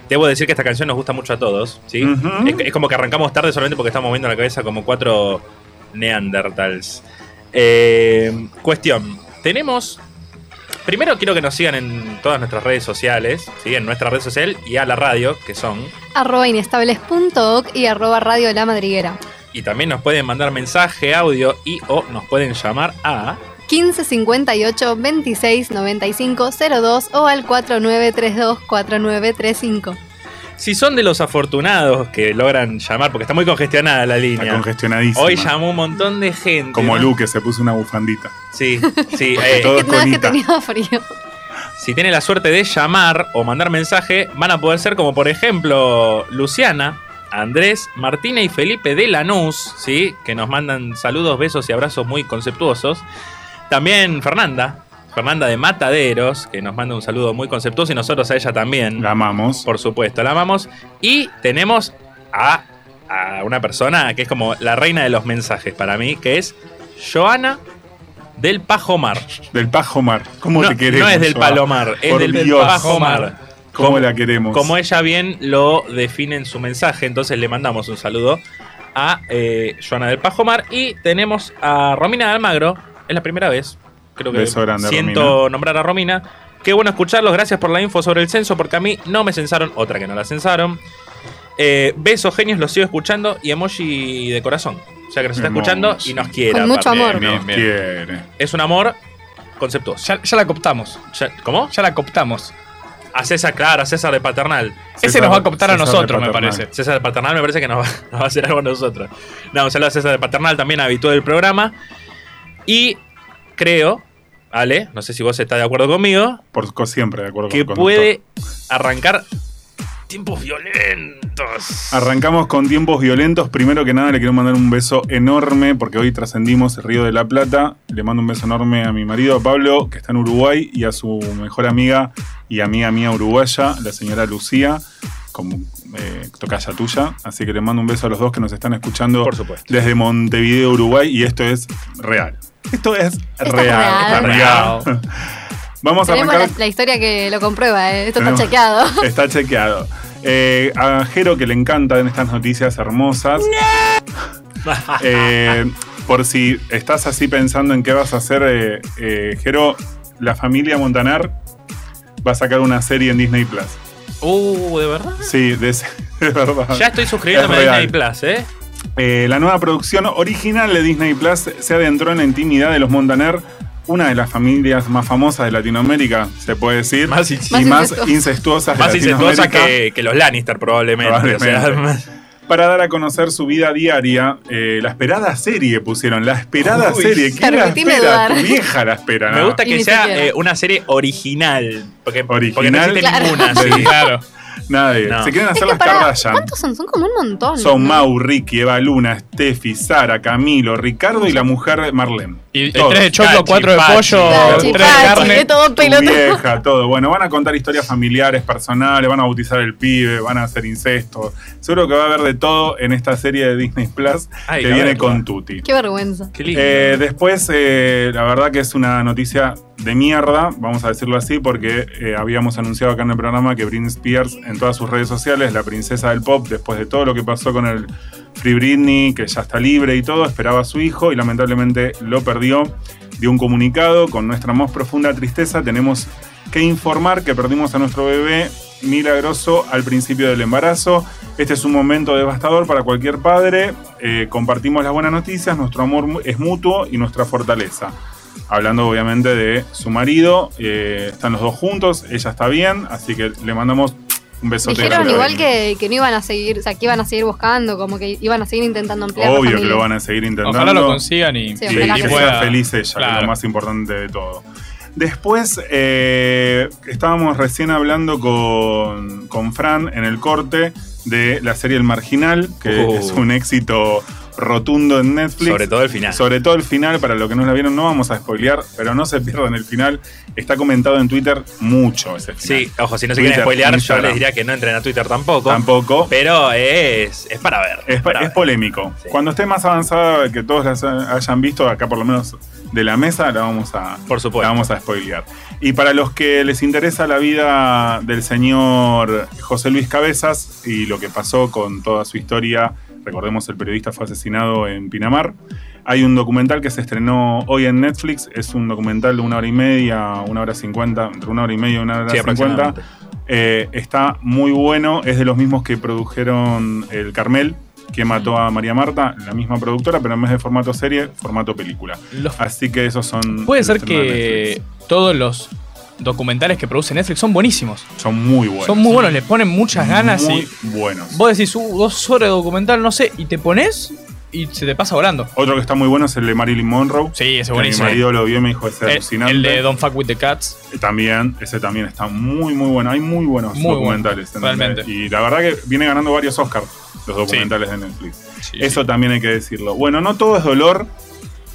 Debo decir que esta canción nos gusta mucho a todos, ¿sí? Ujú. es, es como que arrancamos tarde solamente porque estamos moviendo la cabeza como cuatro neandertals. Eh, cuestión, tenemos... Primero quiero que nos sigan en todas nuestras redes sociales, ¿sí? en nuestra red social y a la radio, que son... Arroba inestables.org y arroba radio la madriguera. Y también nos pueden mandar mensaje, audio y o nos pueden llamar a... 15 58 26 95 02 o al 4932 4935. Si son de los afortunados que logran llamar, porque está muy congestionada la Está línea. congestionadísimo. Hoy llamó un montón de gente. Como ¿no? Lu que se puso una bufandita. [laughs] Sí, sí. Porque eh, todo- Que no es que conita. tenía frío. si tienen la suerte de llamar o mandar mensaje, van a poder ser como por ejemplo Luciana, Andrés, Martina y Felipe de Lanús, ¿sí? que nos mandan saludos, besos y abrazos muy conceptuosos. También Fernanda, Fernanda de Mataderos, que nos manda un saludo muy conceptuoso y nosotros a ella también. La amamos. Mm. Por supuesto, la amamos. Y tenemos a, a una persona que es como la reina de los mensajes para mí, que es Joana del Pajomar. Del Pajomar. ¿Cómo No, te queremos? no es del Joa? Palomar, es Por del Dios. Pajomar. ¿Cómo, Como- la queremos? Como ella bien lo define en su mensaje, entonces le mandamos un saludo a eh, Joana del Pajomar. Y tenemos a Romina de Almagro, es la primera vez, creo que Beso grande, siento nombrar a Romina. Qué bueno escucharlos, gracias por la info sobre el censo, porque a mí no me censaron, otra que no la censaron. Eh, besos, genios, los sigo escuchando y emoji de corazón. O sea que nos está Hermoso. escuchando y nos quiere. Con mucho aparte. amor. Bien, Nos bien. quiere. Es un amor conceptuoso. Ya, ya la cooptamos. Ya- ¿Cómo? Ya la cooptamos. A César, claro, a César de Paternal. Ese César- nos va a cooptar a César de nosotros, me Paternal. parece. César de Paternal me parece que nos va, [laughs] nos va a hacer algo a nosotros. No, un saludo a César de Paternal, también habitual del programa. Y creo, Ale, no sé si vos estás de acuerdo conmigo, Por co- siempre, de acuerdo que con el puede arrancar tiempos violentos. Arrancamos con tiempos violentos. Primero que nada, le quiero mandar un beso enorme porque hoy trascendimos el Río de la Plata. Le mando un beso enorme a mi marido, a Pablo, que está en Uruguay, y a su mejor amiga y amiga mía uruguaya, la señora Lucía, como eh, tocaya tuya. Así que le mando un beso a los dos que nos están escuchando Por supuesto. desde Montevideo, Uruguay, y esto es real. Esto es es real. real. real. [laughs] Vamos a Tenemos arrancar. la, la historia que lo comprueba, ¿eh? esto está Tenemos- chequeado. [laughs] Está chequeado. Eh, a Jero, que le encantan estas noticias hermosas. [laughs] Eh, por si estás así pensando en qué vas a hacer, eh, eh, Jero, la familia Montanar va a sacar una serie en Disney Plus. Uh, de verdad. Sí, de, ese- [laughs] de verdad. Ya estoy suscribiéndome Es a real. Disney Plus, ¿eh? Eh, la nueva producción original de Disney Plus se adentró en la intimidad de los Montaner, una de las familias más famosas de Latinoamérica, se puede decir. Más y incestuosa. [laughs] más incestuosas de Más incestuosa Latinoamérica. que, que los Lannister, probablemente. Probablemente. O sea, para dar a conocer su vida diaria. eh, la esperada serie pusieron, la esperada Uy. serie. ¿Quién la Permitime espera? dudar. Tu vieja la [laughs] espera. me ¿no? gusta Y que ni sea siquiera. eh, una serie original. Porque, porque no Original. existe Claro. ninguna. Sí. sí. Claro. Nadie. No. Se quieren Es hacer que las pará, Kardashian. ¿cuántos son? Son como un montón. Son Mau, Ricky, Eva Luna, Steffi, Sara, Camilo, Ricardo y la mujer Marlene. Y, y Todos. tres de choclo, Cachi, cuatro de pachi, pollo, Pachi, tres de pachi, carne. de todo Tu pelota. vieja, todo. Bueno, van a contar historias familiares, personales, van a bautizar el pibe, van a hacer incesto. Seguro que va a haber de todo en esta serie de Disney Plus Ay, que la viene verdad. con Tuti. Qué vergüenza. Qué lindo. Eh, después, eh, la verdad que es una noticia de mierda, vamos a decirlo así, porque eh, habíamos anunciado acá en el programa que Britney Spears en todas sus redes sociales, la princesa del pop, después de todo lo que pasó con el Free Britney, que ya está libre y todo, esperaba a su hijo y lamentablemente lo perdió. Dio un comunicado con nuestra más profunda tristeza. Tenemos que informar que perdimos a nuestro bebé milagroso al principio del embarazo. Este es un momento devastador para cualquier padre. Eh, compartimos las buenas noticias, nuestro amor mu- es mutuo y nuestra fortaleza. Hablando obviamente de su marido, eh, están los dos juntos, ella está bien, así que le mandamos un besote. Dijeron grande a igual Britney. que, que no iban a seguir, o sea, que iban a seguir buscando, como que iban a seguir intentando emplear la Obvio que familia. lo van a seguir intentando. Ojalá lo consigan y, Sí, Y, ojalá que que sea feliz ella, que es Claro. lo más importante de todo. Después, eh, estábamos recién hablando con, con Fran en el corte de la serie El Marginal, que Uh. es un éxito rotundo en Netflix. Sobre todo el final. Sobre todo el final, para los que no la vieron, no vamos a spoilear, pero no se pierdan el final. Está comentado en Twitter mucho ese final. Sí, ojo, si no se Twitter, quieren spoilear, Instagram. yo les diría que no entren a Twitter tampoco. Tampoco. Pero es, es para ver. Es, para es ver. polémico. Sí. Cuando esté más avanzada, que todos las hayan visto, acá por lo menos de la mesa, la vamos a, Por supuesto. la vamos a spoilear. Y para los que les interesa la vida del señor José Luis Cabezas y lo que pasó con toda su historia, recordemos el periodista fue asesinado en Pinamar. Hay un documental que se estrenó hoy en Netflix, es un documental de una hora y media, una hora cincuenta, entre una hora y media y una hora Sí, cincuenta. aproximadamente. Eh, está muy bueno, es de los mismos que produjeron El Carmel, que mató a María Marta, la misma productora, pero en vez de formato serie, formato película. Los- Así que esos son. Puede ser los estrenos de que Netflix. todos los documentales que produce Netflix son buenísimos. Son muy buenos. son muy buenos, le ponen muchas ganas Muy y buenos. vos decís, uh, dos horas de documental, no sé, y te pones y se te pasa volando. Otro que está muy bueno es el de Marilyn Monroe. Sí, ese que mi buenísimo. marido lo vio y me dijo, es Eh, alucinante. el de Don't Fuck With The Cats. También, ese también está muy, muy bueno. Hay muy buenos Muy documentales. bueno, ¿entendés? realmente. Y la verdad que viene ganando varios Oscars los documentales de Netflix. Eso también hay que decirlo. Bueno, no todo es dolor.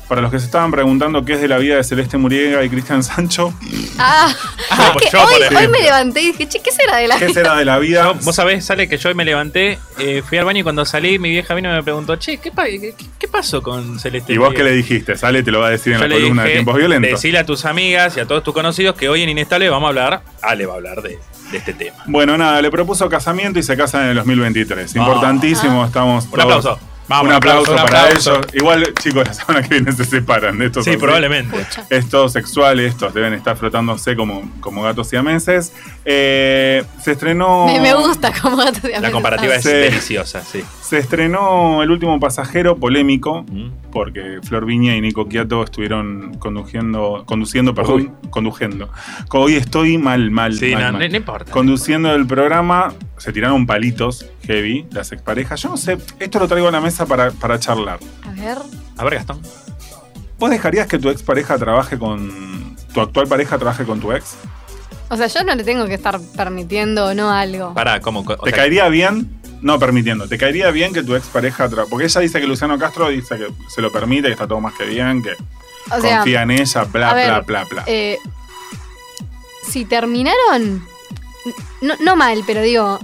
Para los que se estaban preguntando qué es de la vida de Celeste Muriega y [laughs] Cristian Sancho, Ah, Ah, pues es que yo, por hoy, hoy ejemplo. me levanté y dije, che, ¿qué será de la ¿qué será de la vida? Vos sabés, sale que yo hoy me levanté, eh, fui al baño y cuando salí, mi vieja vino y me preguntó, che, ¿qué, pa- qué- qué pasó con Celeste? ¿Y vos Piedra?" qué le dijiste? Sale, te lo va a decir en Yo la le columna de dije, Tiempos Violentos. Decile a tus amigas y a todos tus conocidos que hoy en Inestable vamos a hablar, Ale va a hablar de, de este tema. Bueno, nada, le propuso casamiento y se casan en el 2023. Importantísimo, estamos. Un aplauso. Vamos, un un aplauso, aplauso, un para aplauso. ellos. Igual, chicos, la semana que viene se separan de estos. Sí, así. probablemente. [laughs] pucha? Estos sexuales, estos deben estar frotándose como, como gatos siameses. Eh, se estrenó. Me, me gusta como [laughs] gato de La comparativa es Sí. deliciosa, sí. Se estrenó El último pasajero polémico, Mm. porque Flor Viña y Nico Quiato estuvieron conduciendo, conduciendo, perdón, conduciendo. Hoy estoy mal, mal, Sí, no, mal, mal. no- no importa. Conduciendo el programa, se tiraron palitos heavy, las exparejas. Yo no sé, esto lo traigo a la mesa para, para charlar. A ver, A ver, Gastón. ¿Vos dejarías que tu expareja trabaje con. tu actual pareja trabaje con tu ex? o sea, yo no le tengo que estar permitiendo o no algo. Pará, ¿cómo? Co- o ¿Te sea, caería bien? No, permitiendo. ¿Te caería bien que tu expareja trabaje? Porque ella dice que Luciano Castro dice que se lo permite, que está todo más que bien, que. O sea, confía en ella, bla, a ver, bla, bla, bla. eh, si terminaron, no, no mal, pero digo,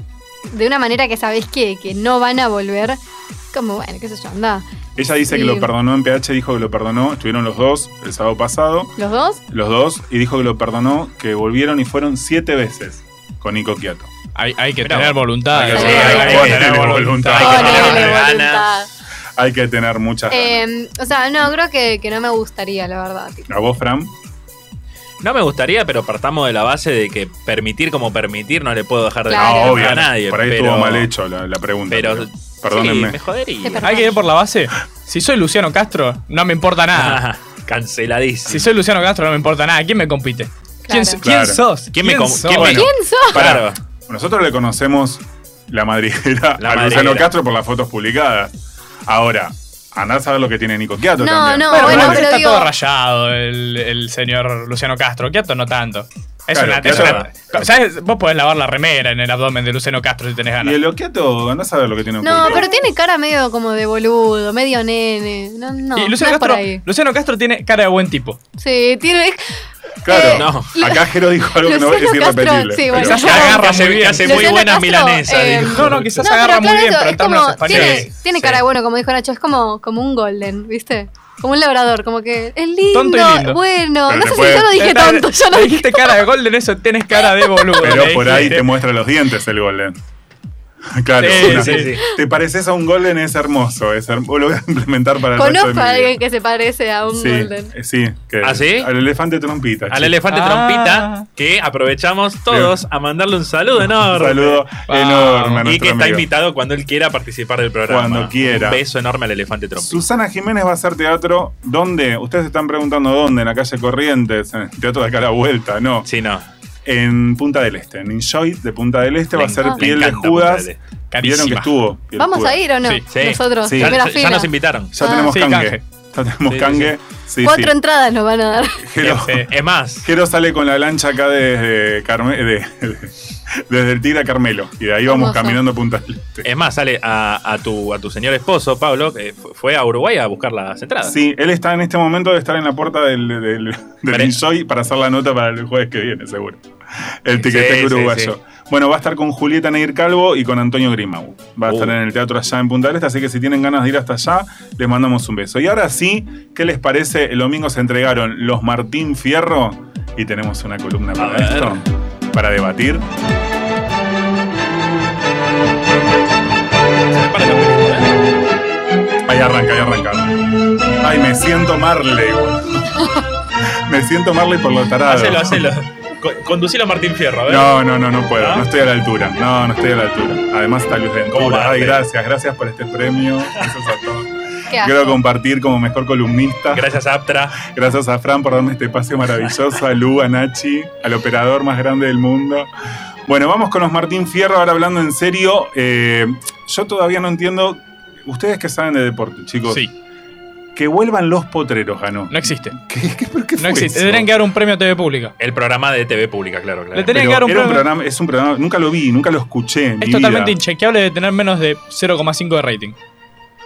de una manera que sabés que, que no van a volver, como bueno, qué sé yo, anda. ella dice que sí. lo perdonó en PH, dijo que lo perdonó, estuvieron los dos el sábado pasado, ¿Los dos? los dos, y dijo que lo perdonó, que volvieron y fueron siete veces con Nico Quiato. Hay, hay que Mirá tener vos. voluntad. Hay que Sí, tener- hay que tener voluntad. Hay que Ponele tener ganas. voluntad. Hay que tener muchas ganas. Eh, o sea, no, creo que, que no me gustaría, la verdad. tipo. ¿A vos, Fran? No me gustaría, pero partamos de la base de que permitir como permitir no le puedo dejar de Claro. permitir Ah, a nadie. Por ahí pero, estuvo mal hecho la, la pregunta. Pero, pero sí, perdónenme. me jodería. Te perdono. Hay que ir por la base. Si soy Luciano Castro, no me importa nada. Ah, canceladísimo. Si soy Luciano Castro, no me importa nada. ¿Quién me compite? ¿Quién, Claro. quién Claro. sos? ¿Quién me com- sos? quién me- ¿Quién sos? Pará. Claro. Nosotros le conocemos la madriguera La a Luciano madriguera. Castro por las fotos publicadas. Ahora, andá a saber lo que tiene Nico Quiato No, también. no, Bueno, bueno, igual pero está digo- todo rayado el, el señor Luciano Castro. Quieto no tanto. Es Claro, una. Quiato- es una- ¿sabes? Vos podés lavar la remera en el abdomen de Luciano Castro si tenés Y ganas. el Oquiato, andá a saber lo que tiene No, oculto. pero tiene cara medio como de boludo, medio nene. No, no, Y no es Luciano, por Castro, ahí. Luciano Castro tiene cara de buen tipo. Sí, tiene... Claro, Eh, no. Lu- Acá Jero dijo algo que no Luciano es Castro, irrepetible. sí, pero- bueno. Quizás yo- agarra muy que bien. hace muy Luciano buenas Castro, milanesas. eh, dijo. No, no, quizás pero agarra muy bien, eso, pero en es como- términos españoles. Tiene, tiene cara de bueno, como dijo Nacho, es como, como un golden, ¿viste? Como un labrador, como que es lindo, Tonto y lindo. bueno. Pero no te sé puede- si yo lo dije tonto, yo no Te dije dijiste cara de Golden, eso tenés cara de boludo. Pero le por dije. ahí te muestra los dientes el golden. Claro, Sí, una- sí, sí. te pareces a un golden, es hermoso. Es herm- Lo voy a implementar para el resto de Conozco mi a vida. alguien que se parece a un Sí, golden. eh, sí, que- ¿Ah, sí? Al elefante trompita. Al chico. elefante Ah. trompita, que aprovechamos todos a mandarle un saludo Un enorme. saludo enorme a Y nuestro que está amigo. invitado cuando él quiera a participar del programa. Cuando quiera. Un beso enorme al elefante trompita. Susana Jiménez va a hacer teatro. ¿Dónde? Ustedes se están preguntando dónde, en la calle Corrientes, en el teatro de acá a la vuelta, no. Sí, no. En Punta del Este, en Enjoy de Punta del Este, Me va a ser encanta, piel me de encanta Punta Judas. del Este. Vieron que Carísima. estuvo. Piel ¿Vamos Judas. a ir o no? Sí, sí. Nosotros, Sí. primera Ya, fila. ya nos invitaron. Eh, Ya Ah. tenemos Sí, cangue. canje. Ya tenemos Sí, sí, cangue. Sí, Cuatro sí. entradas nos van a dar. [laughs] Jero- Sí, sí. eh, Es más, Jero sale con la lancha acá desde, Carme- de- [laughs] de- desde el Tigre a Carmelo. Y de ahí vamos Hermoso. caminando a Punta del Este. es más, sale a, a tu, a tu señor esposo, Pablo, que fu- fue a Uruguay a buscar las entradas. Sí, él está en este momento de estar en la puerta del, del, del Vale. Enjoy para hacer la nota para el jueves que viene, seguro. El Sí, sí, tiquete uruguayo. Bueno, va a estar con Julieta Neir Calvo y con Antonio Grimau. Va a Uh. estar en el teatro allá en Punta del Este, así que si tienen ganas de ir hasta allá, les mandamos un beso. Y ahora sí, ¿qué les parece? El domingo se entregaron los Martín Fierro y tenemos una columna para ver. esto, para debatir. Para la película. Ahí arranca, ahí arranca. Ay, me siento Marley. boludo. [laughs] me siento Marley por lo tarado. Hacelo, hacelo. Co- Conducilo a Martín Fierro, a ver. No, no, no, no puedo. ¿Ah? ¿No? No estoy a la altura. No, no estoy a la altura. Además está Luis Ventura. ¿Cómo va, Ay, Fe? gracias, gracias por este premio. Gracias a todos. ¿Qué haces? Quiero compartir como mejor columnista. Gracias, Aptra. Gracias a Fran por darme este espacio maravilloso, a Lu, a Nachi, al operador más grande del mundo. Bueno, vamos con los Martín Fierro, ahora hablando en serio. eh, yo todavía no entiendo. Ustedes que saben de deporte, chicos. Sí, Que vuelvan los potreros, ganó. no existe. ¿Qué, qué- por qué No fue existe. eso? Le tenían que dar un premio a TV Pública. El programa de TV Pública, claro, claro. Le tenés- Pero que dar un era un programa. programa, es un programa, nunca lo vi, nunca lo escuché. en Es mi totalmente vida. inchequeable de tener menos de 0,5 de rating.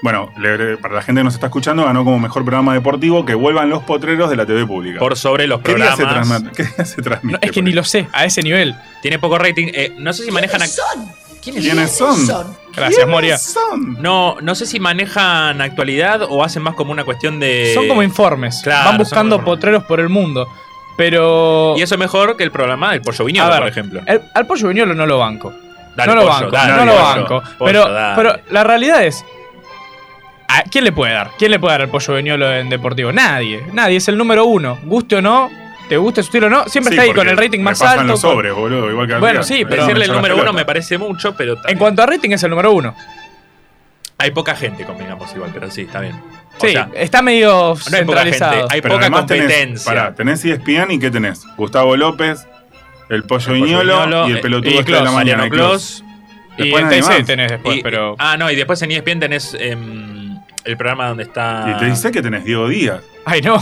Bueno, le- para la gente que nos está escuchando, ganó como mejor programa deportivo que vuelvan los potreros de la TV pública. Por sobre los ¿Qué día, se programas. transma- qué día se transmite? No, es que ni lo sé, a ese nivel. Tiene poco rating. Eh, no sé si manejan. ac- ¿Quiénes son? Gracias, Moria. son? No, no sé si manejan actualidad o hacen más como una cuestión de. Son como informes. Eh, claro, Van son como buscando informes. potreros por el mundo. Pero. Y eso es mejor que el programa del Pollo A Viñolo, ver, por ejemplo. el- al pollo viñolo no lo banco. Dale, no lo pollo, banco. dale, no lo pollo, banco. pollo, pero, dale. pero la realidad es. ¿A quién le puede dar? ¿Quién le puede dar el pollo viñolo en deportivo? Nadie. Nadie. Es el número uno. Guste o no. ¿Te guste su estilo o no? Siempre Sí, está ahí porque con el rating le más pasan alto. los con- sobres, boludo, igual que al Bueno, día. sí, Me pero- echan Decirle el las número uno pelotas. me parece mucho, pero. En también- cuanto a rating, es el número uno. Hay poca gente, combinamos igual, pero sí, está bien. O Sí, sea, está medio no hay poca centralizado. gente, hay Pero poca además tenés- competencia. Pará, tenés E ESPN y ¿qué tenés? Gustavo López, el Pollo Viñolo y el eh, pelotudo y este de la Clos, mañana. Mariano y Clos. y Después en nadie TC más. tenés después, Y- pero. Ah, no, y después en ESPN tenés em, el programa donde está. Y te dice que tenés Diego Díaz, Ay, no.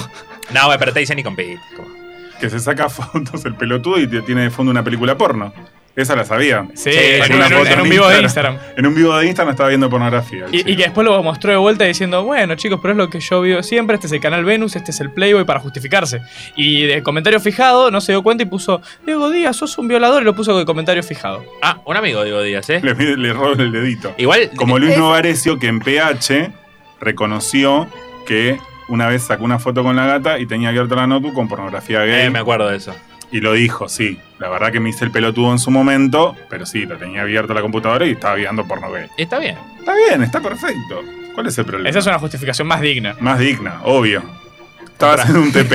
No, pero te dicen y compite. como- que se saca [laughs] fotos el pelotudo y te- tiene de fondo una película porno. Esa la sabía. Sí, Sí, en, sacó un- una en un- foto en en un vivo de Instagram. Instagram. En un vivo de Instagram estaba viendo pornografía. el Y, y chico. que después lo mostró de vuelta diciendo, bueno chicos, pero es lo que yo veo siempre, este es el canal Venus, este es el Playboy para justificarse. Y de comentario fijado no se dio cuenta y puso, Diego Díaz, sos un violador y lo puso de comentario fijado. Ah, un amigo, digo Díaz, ¿eh? Le, mide- le roba el dedito. Igual. Como eh, Luis Es- Novarecio, que en PH reconoció que una vez sacó una foto con la gata y tenía abierta la notu con pornografía gay. Eh, me acuerdo de eso. y lo dijo, sí. La verdad que me hice el pelotudo en su momento, pero sí, la tenía abierta la computadora y estaba viendo porno gay. Está bien. Está bien, está perfecto. ¿Cuál es el problema? Esa es una justificación más digna. Más digna, obvio. Estaba haciendo [laughs] un TP.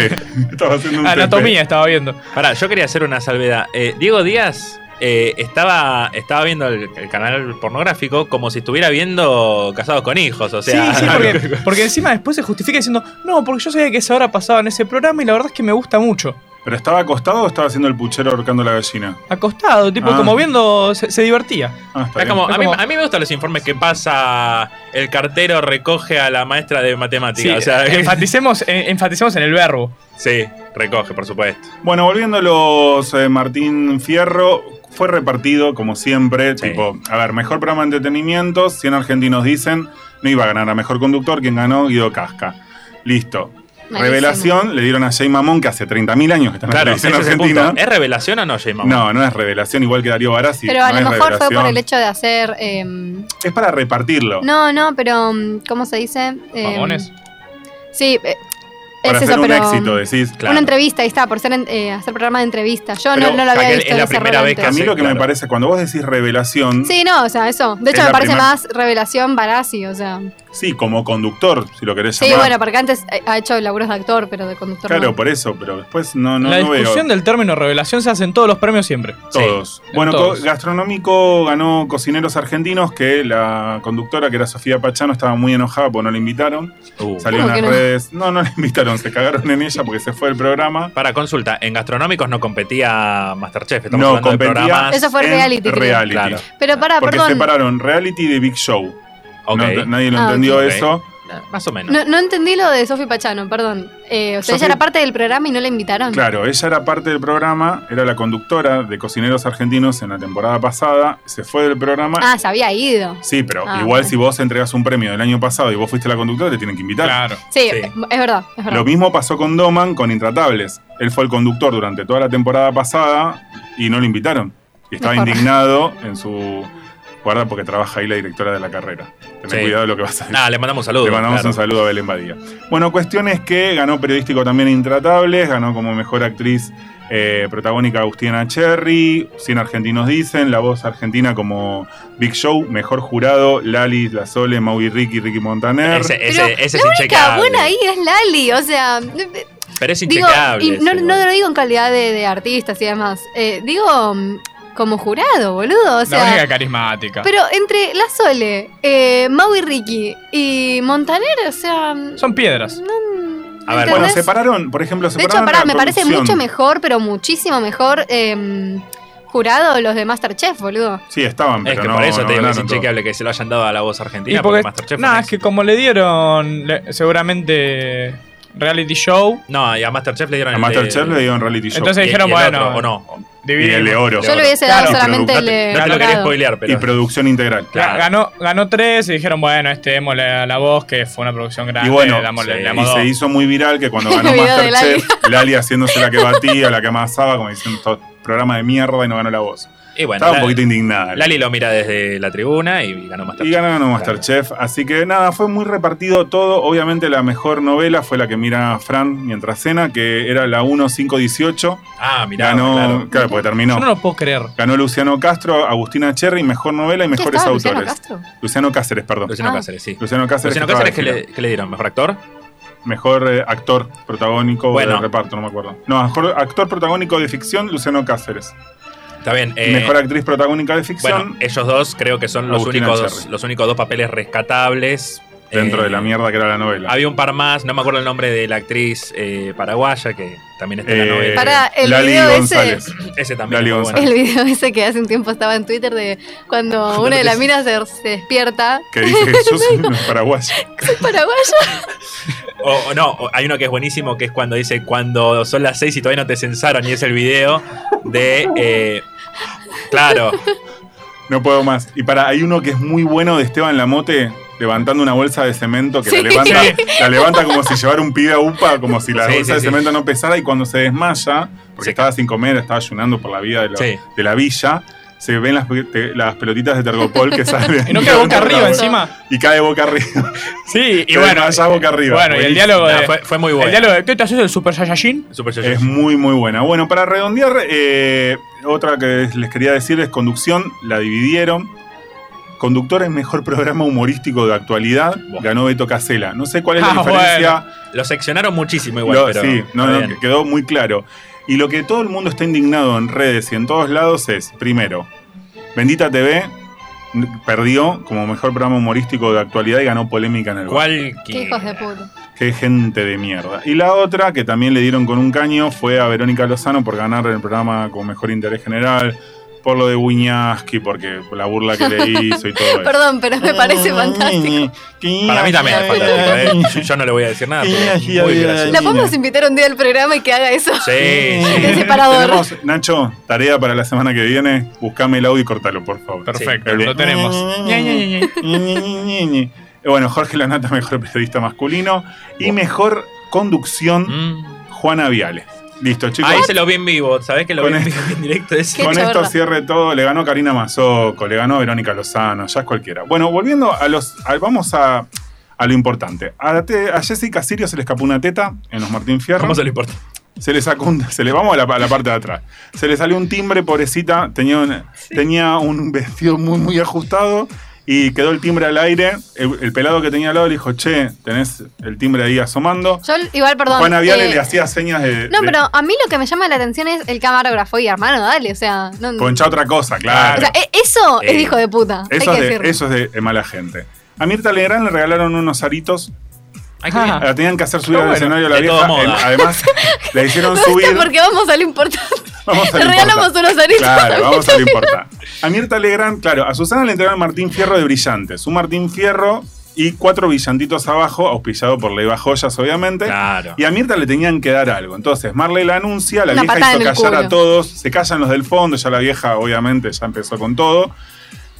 estaba haciendo un Ah, Anatomía estaba viendo. Pará, yo quería hacer una salvedad. Eh, Diego Díaz eh, estaba, estaba viendo el, el canal pornográfico como si estuviera viendo Casados con Hijos. O sea, sí, sí, [laughs] porque, porque encima después se justifica diciendo, no, porque yo sabía que esa hora pasaba en ese programa y la verdad es que me gusta mucho. TP. ¿Pero estaba acostado o estaba haciendo el puchero ahorcando la gallina? Acostado, tipo Ah. como viendo, se, se divertía. Ah, está Es bien. como- a, mí, Es como- a mí me gustan los informes que pasa el cartero recoge a la maestra de matemáticas. Sí, eh, o sea, enfaticemos, en- enfaticemos en el verbo. [laughs] sí, recoge, por supuesto. Bueno, volviendo a los eh, Martín Fierro, fue repartido como siempre, Sí. tipo, a ver, mejor programa de entretenimiento, 100 argentinos dicen, no iba a ganar a mejor conductor, quien ganó Guido Casca. Listo. Malísimo. Revelación le dieron a Jay Mamón, que hace 30.000 años que está en la Claro, ese televisión es el punto. argentina. ¿Es revelación o no, Jay Mamón? No, no es revelación, igual que Darío Barassi. Pero a lo no es mejor fue por revelación. el hecho de hacer. em, Es para repartirlo. no, no, pero. mm, ¿Cómo se dice? Em, Mamones. Sí, eh, Para es hacer eso, un pero. éxito, decís. Una entrevista, ahí está, por ser en- eh, hacer programa de entrevistas. Yo Pero, no, no lo había Raquel, visto. es la ese primera rol vez que A antes. mí lo que me claro. parece, cuando vos decís revelación, Sí, no, o sea, eso. De Es hecho, la me parece primera. más revelación Barassi, o sea. sí, como conductor, si lo querés Sí, llamar. bueno, porque antes eh, ha hecho laburos de actor, pero de conductor. claro, no. por eso, pero después no, no, la no veo discusión del término revelación se hace en todos los premios siempre. todos. en bueno, todos. co- Gastronómico ganó Cocineros Argentinos, que la conductora, que era Sofía Pachano, estaba muy enojada porque no la invitaron. Uh. Salió en ¿Cómo las que no? redes. No, no la [laughs] invitaron, se cagaron en ella porque se fue el programa. Para consulta, en gastronómicos no competía Masterchef, estamos No, hablando de competía- programas. Eso fue en reality, creo. reality. Claro. Pero pará, Porque perdón. separaron reality de Big Show. Ok. No, nadie lo Ah, entendió ok. eso. Nah, Más o menos. No, no entendí lo de Sofi Pachano, perdón. Eh, o sea, Sofi- ella era parte del programa y no la invitaron. Claro, ella era parte del programa, era la conductora de Cocineros Argentinos en la temporada pasada, se fue del programa. Ah, se había ido. Sí, pero Ah, igual ok. si vos entregas un premio del año pasado y vos fuiste la conductora, te tienen que invitar. Claro. Sí, Sí. es es verdad, es verdad. Lo mismo pasó con Doman con Intratables. Él fue el conductor durante toda la temporada pasada y no lo invitaron. Y estaba Mejor. indignado en su guarda porque trabaja ahí la directora de la carrera. Ten Sí. cuidado de lo que vas a decir. Nah, le mandamos un saludo. Le mandamos claro. un saludo a Belén Badía. Bueno, cuestión es que ganó periodístico también Intratables, ganó como mejor actriz eh, protagónica Agustina Cherry, 100 argentinos dicen, la voz argentina como Big Show, mejor jurado Lali, La Sole, Maui Ricky, Ricky Montaner. Ese, Pero ese, ese la es única inchecable. buena ahí es Lali, o sea, eh, Pero es digo, inchecable. y no, ese, no bueno. lo digo en calidad de, de artistas y demás, eh, digo mm, como jurado, boludo, o la sea, única carismática. pero entre La Sole, eh, Mau y Ricky y Montaner, o sea, mm, Son piedras. no, A ver, Bueno, ¿entendés? separaron, por ejemplo, de hecho, separaron pará, la me parece producción. mucho mejor, pero muchísimo mejor eh, jurado los de Masterchef, boludo. Sí, estaban, Es pero que no, por eso no te digo, es ganaron todo. inchequeable que se lo hayan dado a la voz Y argentina. porque, porque Masterchef nada, no es que como le dieron le- seguramente reality show, No, y a Masterchef le dieron A el Masterchef de- le dieron reality show. y- Entonces- Se y dijeron, el otro, bueno, o no. y el dividimos. de oro. Yo le hubiese Claro, dado solamente produ- el No de te lo quería jurado. spoilear, pero. Y producción integral. Claro. Ga- Ganó, ganó tres y dijeron, bueno, este démosle a la voz, que fue una producción grande. Y bueno, le damos- le sí, damos Y dos. se hizo muy viral que [laughs] cuando El ganó video de Masterchef, Lali haciéndose la que batía, la que amasaba, como diciendo, "Todo programa de mierda y no ganó la voz. Y bueno, Estaba la- un poquito indignada. Lali lo mira desde la tribuna y ganó Masterchef. y ganó Claro. Masterchef, así que nada, fue muy repartido todo. Obviamente la mejor novela fue la que mira Fran mientras cena, que era la 1518. Ah, mirá, Ganó, claro. claro. porque Yo terminó. no lo puedo creer. Ganó Luciano Castro, Agustina Cherry, mejor novela y ¿Qué mejores estaba, autores. Luciano Luciano, Castro? Cáceres, perdón. Luciano Ah. Cáceres, sí. Luciano Cáceres, Luciano que Cáceres, ¿qué estaba de le, ¿qué le dieron? ¿Mejor actor? gira. mejor eh, actor protagónico Bueno. de reparto, no me acuerdo. No, mejor actor protagónico de ficción, Luciano Cáceres. Está bien. eh, Y mejor actriz protagónica de ficción, bueno, ellos dos creo que son los Agustina únicos, Cherry. los únicos dos papeles rescatables. dentro Eh, de la mierda que era la novela. Había un par más, no me acuerdo el nombre de la actriz eh, paraguaya que también está en Eh, la novela. Pará, el Lali video ese- González. Ese también. Lali es muy González. bueno. El video ese que hace un tiempo estaba en Twitter de [laughs] cuando una de las minas se, se despierta. [laughs] Que dice que yo soy un paraguayo. ¿Soy paraguaya? O, o no, o- hay uno que es buenísimo que es cuando dice cuando son las 6 y todavía no te censaron y es el video de... eh, claro, No puedo más. Y para, hay uno que es muy bueno de Esteban Lamote levantando una bolsa de cemento que Sí. la, levanta, la levanta como si llevara un pibe a UPA, como si la Sí, bolsa sí, de sí. cemento no pesara. Y cuando se desmaya, porque Sí. estaba sin comer, estaba ayunando por la vida de la, Sí. de la villa, se ven las, pe- te- las pelotitas de tergopol [laughs] que salen. Y no queda boca de la arriba bolsa. encima. Y cae boca arriba. Sí, y Que bueno. vaya boca arriba. Bueno, y el Buenísimo. diálogo Nah, de. fue, fue muy El bueno. Mm. diálogo de. ¿Qué te haces el Super Saiyajin? Super Yoyos. Es muy, muy buena. Bueno, para redondear, eh, otra que les quería decir es conducción, la dividieron. Conductor es mejor programa humorístico de actualidad, Buah. ganó Beto Casela. No sé cuál es Ah, la diferencia. Lo seccionaron muchísimo igual, Lo- pero... sí, no, está no, bien. que quedó muy claro. Y lo que todo el mundo está indignado en redes y en todos lados es, primero, Bendita TV n- perdió como mejor programa humorístico de actualidad y ganó polémica en el bar. ¿Cuál Qué hijos de puta. Qué gente de mierda. Y la otra, que también le dieron con un caño, fue a Verónica Lozano por ganar el programa con mejor interés general, por lo de Wiñaski, porque por la burla que [laughs] le hizo y todo eso. Mm, Perdón, pero me [laughs] parece fantástico. Para mí también es fantástico, ¿eh? Yo- Yo no le voy a decir nada, pero es muy gracioso. La podemos invitar un día al programa y que haga eso. Sí, sí. De separador. Tenemos, Nacho, tarea para la semana que viene. Buscame el audio y cortalo, por favor. Perfecto, El de- lo tenemos. [laughs] Eh, Bueno, Jorge Lanata, mejor periodista masculino. Y mejor conducción, Mm. Juana Viales. Listo, chicos. Ahí se lo vi en vivo, ¿sabés que lo Con vi en esto- vivo en directo? [laughs] Es- Qué Con esto chorra. cierre todo. Le ganó Karina Mazoco, le ganó Verónica Lozano, ya es cualquiera. Bueno, volviendo a los. a- vamos a, a lo importante. A, te- a Jessica Sirio se le escapó una teta en los Martín Fierro. ¿Cómo se le importa? Se le sacó un- se le vamos a la, a la parte de atrás. Se le salió un timbre, pobrecita, tenía un, tenía un vestido muy muy ajustado y quedó el timbre al aire. El, el pelado que tenía al lado le dijo, "Che, tenés el timbre ahí asomando." Yo igual, perdón. Juana Viale eh, le hacía señas de, No, de- pero a mí lo que me llama la atención es el camarógrafo y hermano, dale, o sea, no, concha otra cosa, o claro. sea, e- eso es Eh, hijo de puta, Ah, eso, hay es que de, decirlo. eso es de- de mala gente. A Mirta Legrand le regalaron unos aritos. Ay, qué bien. Ah. La tenían que hacer subir al bueno, escenario a la de vieja. toda moda. El- además, [laughs] la hicieron Me subir. gusta porque vamos a lo importante. [laughs] Vamos a Le lo regalamos importante. unos aritos. Claro, vamos a lo importante. A Mirta Legrand, claro, a Susana le entregaron Martín Fierro de brillantes. Un Martín Fierro y cuatro brillantitos abajo, auspiciado por Leiva Joyas, [laughs] obviamente. Claro. Y a Mirta le tenían que dar algo. Entonces, Marley la anuncia, la Una vieja patada hizo en el callar a culo. todos, se callan los del fondo, ya la vieja, obviamente, ya empezó con todo.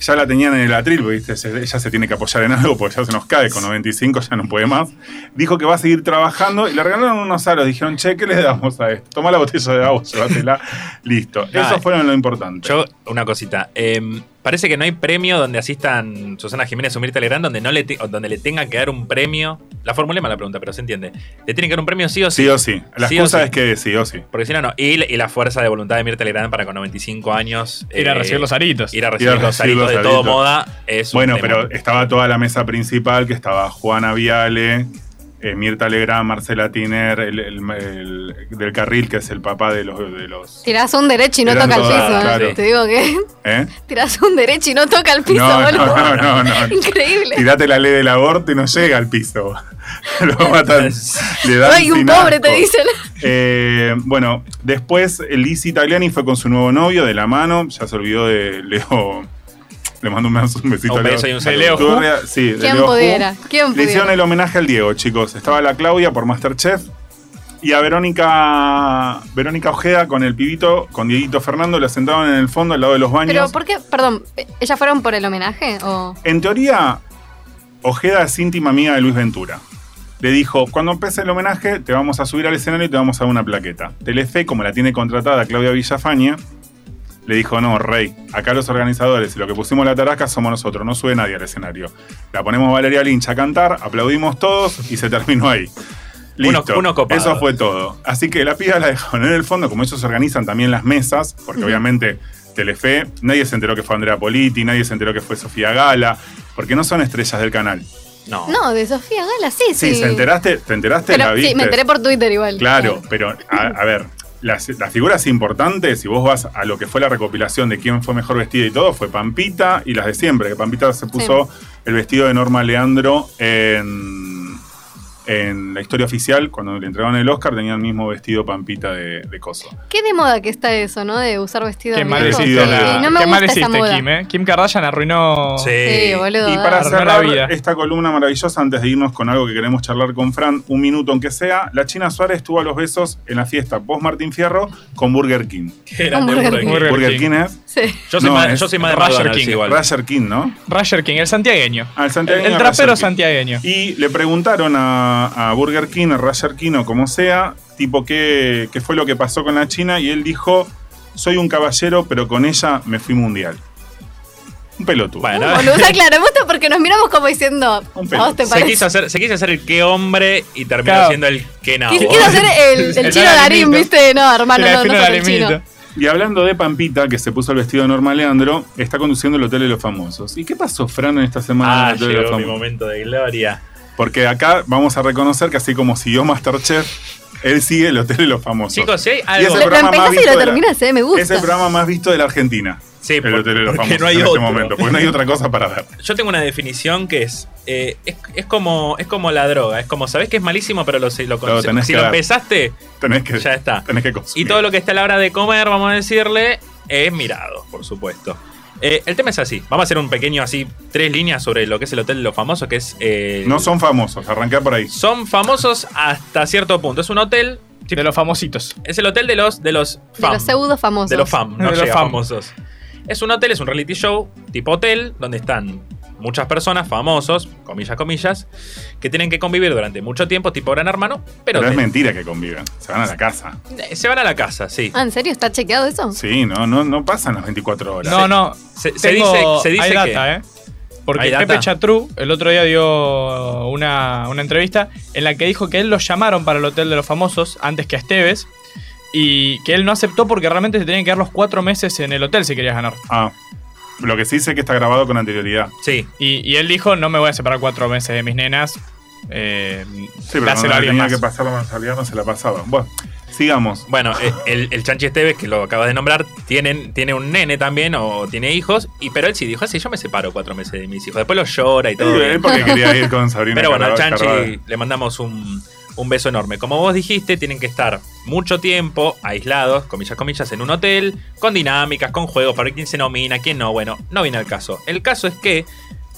Ya la tenían en el atril, porque, ¿viste? se- ella se tiene que apoyar en algo porque ya se nos cae, con 95 ya no puede más. Dijo que va a seguir trabajando y le regalaron unos aros. Dijeron, che, ¿qué le damos a esto? Toma la botella de agua, llévatela. Listo. Claro. Eso fueron lo importante. Yo, una cosita. Em, parece que no hay premio donde asistan Susana Jiménez o Mirta Legrand donde, no le te- o donde le tengan que dar un premio. La formulé mal la pregunta, pero se entiende. Le tienen que dar un premio sí o sí. sí o sí. La Sí o excusa sí. es que sí o sí. Porque si no, no. Y, la- y la fuerza de voluntad de Mirta Legrand para con 95 años. eh, Ir a recibir los aritos. Ir a recibir Ir a los recibir aritos los de todo aritos. moda. Es un Bueno, tema. pero estaba toda la mesa principal, que estaba Juana Viale, eh, Mirta Legrand, Marcela Tiner, el, el- el- del carril, que es el papá de los... De [laughs] los Tirás un derecho y no Tirás toca el un- piso, ah, eh. claro. te digo que [laughs] ¿eh? tirás un derecho y no toca el piso, No, no, boludo. no, no, [laughs] no. Increíble. Tirate la ley del aborto y no llega al piso. [laughs] [laughs] Lo matan. Le dan Ay, un sin pobre asco. te dicen. Eh, bueno, después Lizzie Tagliani fue con su nuevo novio de la mano. Ya se olvidó de Leo. Le mando un beso, un besito Un a Leo. beso y un saludo. Turria, sí, de ¿Quién Leo Ju. pudiera? ¿Quién Le hicieron pudiera? el homenaje al Diego, chicos. Estaba la Claudia por Masterchef. Y a Verónica Verónica Ojeda con el pibito, con Dieguito Fernando, la sentaron en el fondo al lado de los baños. Pero, ¿por qué? Perdón, ¿eh, ¿ellas fueron por el homenaje o...? En teoría, Ojeda es íntima amiga de Luis Ventura. Le dijo, cuando empiece el homenaje, te vamos a subir al escenario y te vamos a dar una plaqueta. Telefe, como la tiene contratada Claudia Villafañe, le dijo, no, rey, acá los organizadores y lo que pusimos la tarasca somos nosotros, no sube nadie al escenario. La ponemos Valeria Lynch a cantar, aplaudimos todos y se terminó ahí. Uno- Listo. uno copado. Eso fue todo. Así que la piba la dejaron en el fondo, como ellos organizan también las mesas, porque obviamente Telefe, nadie se enteró que fue Andrea Politi, nadie se enteró que fue Sofía Gala, porque no son estrellas del canal. No. No, de Sofía Gala, sí, sí. Sí, ¿se enteraste? ¿Te enteraste? Pero- la viste. sí, me enteré por Twitter igual. Claro, pero a, a ver, las, las figuras importantes, si vos vas a lo que fue la recopilación de quién fue mejor vestida y todo, fue Pampita y las de siempre, que Pampita se puso el vestido de Norma Leandro en, en la historia oficial, cuando le entregaron el Oscar, tenía el mismo vestido Pampita de, de Coso. Qué de moda que está eso, ¿no? De usar vestido Qué de mal viejo. hiciste, Vestido la- Sí, no me qué mal gusta esa hiciste, moda. Kim, ¿eh? Kim Kardashian arruinó. Sí. Sí, boludo. Y para dale. Arruinó la cerrar vida. esta columna maravillosa, antes de irnos con algo que queremos charlar con Fran, un minuto aunque sea, la China Suárez estuvo a los besos en la fiesta post Martín Fierro con Burger King. Qué grande, Hamburger Burger King. Burger Burger King. King es [laughs] [laughs] Sí. Yo soy No, más, es yo soy más de Roger McDonald's King. igual. Roger King, ¿no? Roger King, el santiagueño. Ah, el El, santiagueño el Roger trapero King. santiagueño. Y le preguntaron a, a Burger King, a Roger King o como sea, tipo, ¿qué, qué fue lo que pasó con la China? Y él dijo, soy un caballero, pero con ella me fui mundial. Un pelotudo. Bueno, Boludo, o sea, claro, me gusta porque nos miramos como diciendo, ¿a Un pelo. vos te se parece? quiso, hacer, se quiso hacer el qué hombre y terminó Claro. siendo el qué nabo. Quis- quiso hacer el, el El chino Darín, Darín, ¿viste? No, Se hermano, la no, no defino soy la el chino. limito. Y hablando de Pampita, que se puso el vestido de Norma Leandro, está conduciendo el Hotel de los Famosos. ¿Y qué pasó, Fran, en esta semana Ah, en el Hotel de los llegó mi Famosos? momento de gloria. Porque acá vamos a reconocer que así como siguió Masterchef, él sigue el Hotel de los Famosos. Chicos, si hay Y algo. ese Lo, lo programa más empezás y visto lo de la- terminás, ¿eh? Me gusta. Es el programa más visto de la Argentina. Sí, el por- Hotel de los porque Famosos no hay en otro. este momento, porque no hay otra cosa para ver. Yo tengo una definición que es. eh, es, es como, es como la droga. Es como, sabés que es malísimo, pero lo, si lo, Claro, tenés si que lo dar. [laughs] empezaste, Tenés que, ya está. tenés que consumir. Y todo lo que está a la hora de comer, vamos a decirle, es mirado, por supuesto. Eh, el tema es así. Vamos a hacer un pequeño así, tres líneas sobre lo que es el Hotel de los Famosos, que es... eh, No son famosos, arrancá por ahí. son famosos hasta cierto punto. Es un hotel... De los famositos. Es el hotel de los... De los De fam. los pseudo famosos. De los fam, no De los llega a fam. famosos. Es un hotel, es un reality show tipo hotel, donde están muchas personas, famosos, comillas, comillas, que tienen que convivir durante mucho tiempo, tipo gran hermano, pero, Pero es te- mentira que conviven. Se van a la casa. eh, se van a la casa, sí. Ah, ¿en serio? ¿Está chequeado eso? Sí, no, no, no pasan las 24 horas. No, no. Se, se Tengo- dice, se dice hay que... data, ¿eh? ¿Hay Porque data? Pepe Chatru el otro día dio una, una entrevista en la que dijo que él lo llamaron para el Hotel de los Famosos antes que a Esteves y que él no aceptó porque realmente se tenían que dar los cuatro meses en el hotel si querías ganar. Ah, lo que sí sé que está grabado con anterioridad. Sí. Y, y él dijo, no me voy a separar cuatro meses de mis nenas. Eh, Sí, dáselo pero cuando a tenía alguien más. que pasar la mensualidad no se la pasaba. Bueno, sigamos. Bueno, eh, el, el Chanchi Esteves, que lo acabas de nombrar, tienen, tiene un nene también o tiene hijos, y pero él sí dijo, así yo me separo cuatro meses de mis hijos. Después lo llora y todo. Eh, bien. porque quería ir con Sabrina. Pero bueno, al Carvajal Chanchi eh, Carvajal. le mandamos un, un beso enorme. Como vos dijiste, tienen que estar mucho tiempo aislados, comillas, comillas, en un hotel, con dinámicas, con juegos, para ver quién se nomina, quién no. Bueno, no viene al caso. El caso es que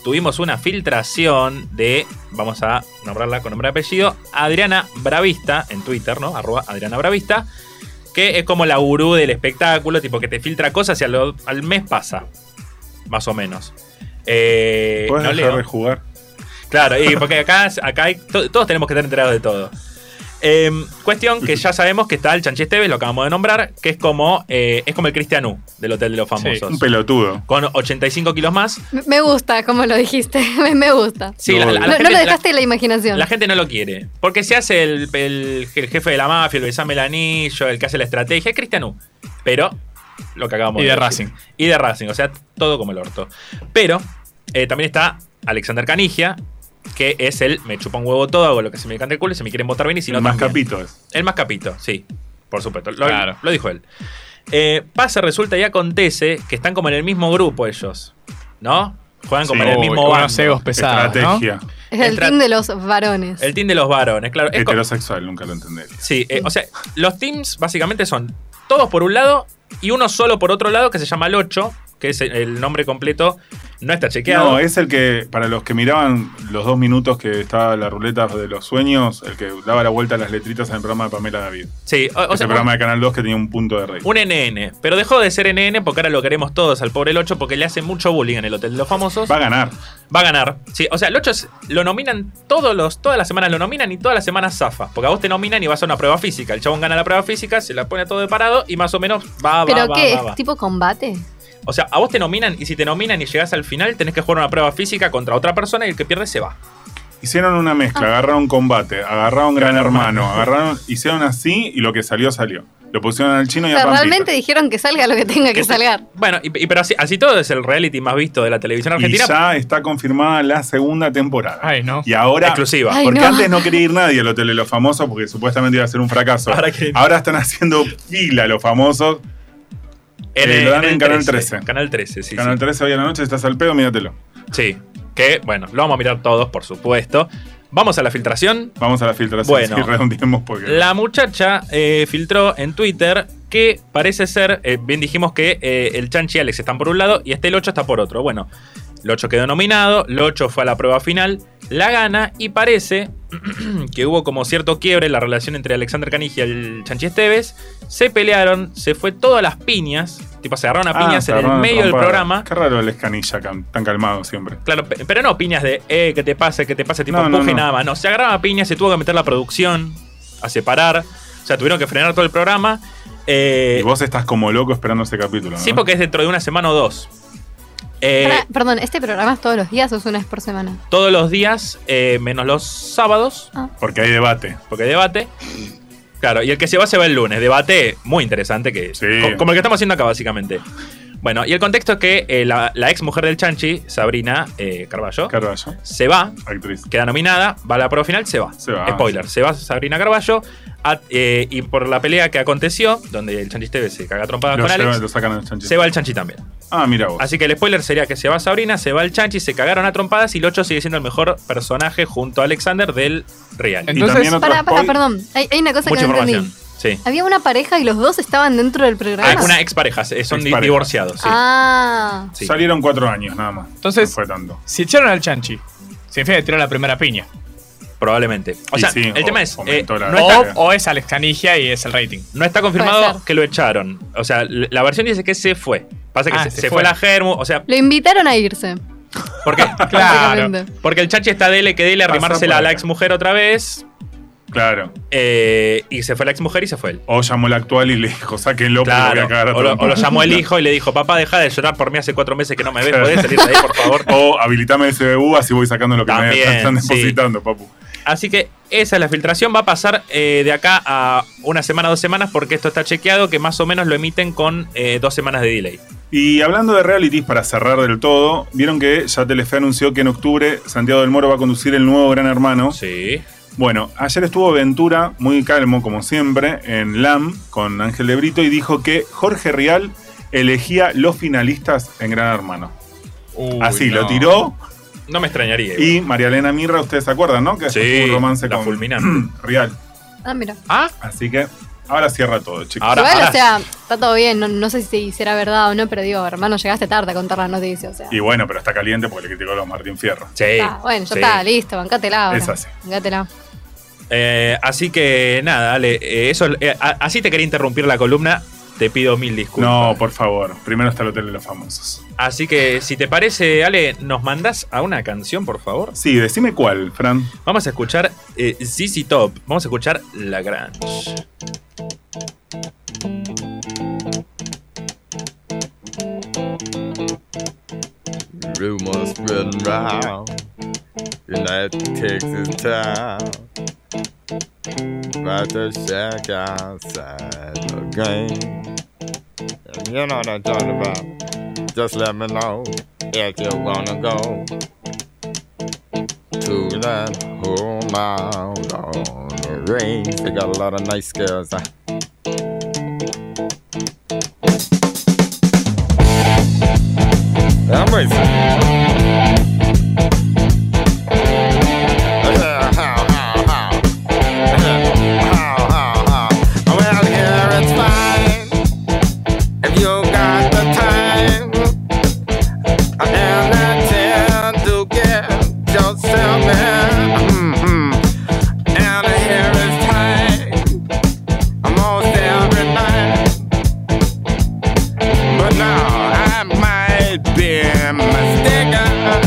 tuvimos una filtración de, vamos a nombrarla con nombre y apellido, Adriana Bravista, en Twitter, ¿no? Arroba Adriana Bravista. Que es como la gurú del espectáculo, tipo que te filtra cosas y a lo- al, mes pasa. Más o menos. Eh, ¿Puedes no dejar leo. de jugar? Claro, y porque acá, acá hay- to- todos tenemos que estar enterados de todo. Eh, cuestión que ya sabemos que está el Chanchi Esteves, lo acabamos de nombrar, que es como, eh, es como el Cristianú del Hotel de los Famosos. Un pelotudo. con 85 kilos más. Me- Me gusta, como lo dijiste. [laughs] Me- Me gusta. Sí, No, la, la- la No, no gente, lo la- dejaste a la imaginación. la gente no lo quiere. Porque se hace el, el- el jefe de la mafia, el besame el anillo, el que hace la estrategia, es Cristianú. Pero lo que acabamos Y de decir. Racing. Y de Racing, o sea, todo como el orto. Pero eh, también está Alexander Canigia, que es el me chupa un huevo todo, hago lo que se me cante el culo y si me quieren votar bien y si no El más también. capitos. El más capito, sí. Por supuesto. Lo, Claro. lo dijo él. Eh, pasa, resulta y acontece que están como en el mismo grupo ellos. ¿No? Juegan como Sí. en el Uy, mismo unos bando. egos pesados, ¿no? Estrategia. es el entra- team de los varones. El team de los varones, claro. Es co- Heterosexual, nunca lo entenderé. sí, eh, o sea, los teams básicamente son todos por un lado y uno solo por otro lado que se llama el 8, que es el- el nombre completo. No está chequeado. No, es el que, para los que miraban los dos minutos que estaba la ruleta de los sueños, el que daba la vuelta a las letritas en el programa de Pamela David. sí, o- o, Ese sea, este programa de Canal 2 que tenía un punto de rey. un NN. Pero dejó de ser NN porque ahora lo queremos todos al pobre el 8 porque le hace mucho bullying en el Hotel de los Famosos. Va a ganar. Va a ganar. Sí, o sea, el 8 es- lo nominan todos los, todas las semanas lo nominan y todas las semanas zafa. Porque a vos te nominan y vas a una prueba física. El chabón gana la prueba física, se la pone todo de parado y más o menos va, va, ¿Pero va, qué? va, va. ¿Es tipo combate? O sea, a vos te nominan y si te nominan y llegás al final, tenés que jugar una prueba física contra otra persona y el que pierde se va. Hicieron una mezcla, Ah. agarraron combate, agarraron Gran Hermano, agarraron, hicieron así y lo que salió, salió. Lo pusieron al chino y O a sea, Pampita. realmente dijeron que salga lo que tenga que Este- salgar. Bueno, y, y- pero así, así todo es el reality más visto de la televisión Y argentina. ya está confirmada la segunda temporada. Ay, no. Y ahora. Exclusiva. Ay, porque no. antes no quería ir nadie al Hotel de los Famosos porque supuestamente iba a ser un fracaso. Ahora que- Ahora están haciendo fila los famosos. En, Eh, el- lo dan en Canal 13. Canal 13, sí. Canal sí. 13 hoy a la noche, estás al pedo, míratelo. Sí. Que, bueno, lo vamos a mirar todos, por supuesto. Vamos a la filtración. Vamos a la filtración Bueno. sí, redondeemos porque. La muchacha eh, filtró en Twitter que parece ser, eh, bien dijimos que eh, el Chanchi y Alex están por un lado y este el 8 está por otro. Bueno, el 8 quedó nominado, el 8 fue a la prueba final, la gana y parece [clears throat] que hubo como cierto quiebre en la relación entre Alexander Canigia y el Chanchi Esteves. Se pelearon, se fue todas las piñas, tipo se agarraron a Ah, piñas en el perdón, medio del trompada. programa. Qué raro el escanilla can- tan calmado siempre. Claro, pe- pero no piñas de, eh, que te pase, que te pase, tipo No, no, empuje y no. nada más. No, se agarraba a piñas, se tuvo que meter la producción, a separar. O sea, tuvieron que frenar todo el programa. Eh, y vos estás como loco esperando ese capítulo, ¿no? sí, porque es dentro de una semana o dos. Eh, Pará, perdón, ¿este programa es todos los días o es una vez por semana? todos los días, eh, menos los sábados, Porque hay debate. porque hay debate. Claro, y el que se va se va el lunes. Debate muy interesante, que Sí. co- como el que estamos haciendo acá, básicamente. Bueno, y el contexto es que eh, la, la ex mujer del Chanchi, Sabrina eh, Carballo, Carballo, se va actriz. queda nominada, va a la prueba final, se va. Se va. Spoiler, se va Sabrina Carballo. a- eh, y por la pelea que aconteció, donde el Chanchi TV se caga a trompadas Lo, con llevan- Ah, Alex, lo sacan al chanchito. se va el Chanchi también. Ah, mira vos. Así que el spoiler sería que se va Sabrina, se va el Chanchi, se cagaron a trompadas y el 8 sigue siendo el mejor personaje junto a Alexander del Real. y Entonces- también otro Pará, pará, spoil- perdón. Hay, hay una cosa Mucha que no información. entendí. Sí. Había una pareja y los dos estaban dentro del programa. Ah, una expareja, se- son di- Expareja. divorciados. sí. Ah, Sí. Salieron cuatro años nada más. Entonces- No fue tanto. Si echaron al chanchi, significa que tiró la primera piña. Probablemente. O Y sea, sí, el o- tema es. eh, aumentó la- no, O, está, o es Alex Canigia y es el rating. no está Puede confirmado ser. que lo echaron. O sea, l- la versión dice que se fue. Pasa que Ah, se, se se fue fue. la Germu. O sea, lo invitaron a irse. porque Claro. [laughs] básicamente. Porque el chachi está dele que dele a Pasa por rimársela a la acá. ex mujer otra vez. Claro. Eh, y se fue la ex mujer y se fue él. O llamó la actual y le dijo, sáquenlo porque lo voy a cagar a Claro, o, lo, trompa". o lo llamó el hijo y le dijo, papá, deja de llorar por mí hace cuatro meses que no me ves, podés salir de ahí, [laughs] por favor. O habilitame el CBU, así voy sacando lo que También, me están sí. depositando, papu. Así que esa es la filtración. Va a pasar eh, de acá a una semana, dos semanas, porque esto está chequeado, que más o menos lo emiten con eh, dos semanas de delay. Y hablando de realities, para cerrar del todo, vieron que ya Telefe anunció que en octubre Santiago del Moro va a conducir el nuevo Gran Hermano. Sí. Bueno, ayer estuvo Ventura, muy calmo como siempre, en LAM con Ángel de Brito y dijo que Jorge Rial elegía los finalistas en Gran Hermano. Uy, Así, no. lo tiró No me extrañaría. y María Elena Mirra, ustedes se acuerdan, ¿no? Que Sí, un romance la con fulminante. [clears throat] Rial. [clears throat] Ah, mira. Ah, Así que ahora cierra todo, chicos. Ahora- Igual, o sea, está todo bien, no, no sé si será verdad o no, pero digo, hermano, llegaste tarde a contar las noticias, o sea. Y bueno, pero está caliente porque le criticó a Martín Fierro. sí. Ah, bueno, ya sí. está, listo, bancátela ahora. Es así. Bancátela. Eh, así que nada, Ale, eh, eso, eh, a- así te quería interrumpir la columna. Te pido mil disculpas. No, por favor. Primero está el Hotel de los Famosos. Así que si te parece, Ale, ¿nos mandás a una canción, por favor? Sí, decime cuál, Fran. Vamos a escuchar eh, ZZ Top. Vamos a escuchar La Grange. Rumors spreading round. United Texas town. About to shack outside the game. And you know what I'm talking about. Just let me know if you wanna go to that whole mile on the range. They got a lot of nice girls. huh? I'm racing. Well, here it's fine if you got the time and the to get yourself in. Mhm. And here it's time almost every night. But now I might be mistaken.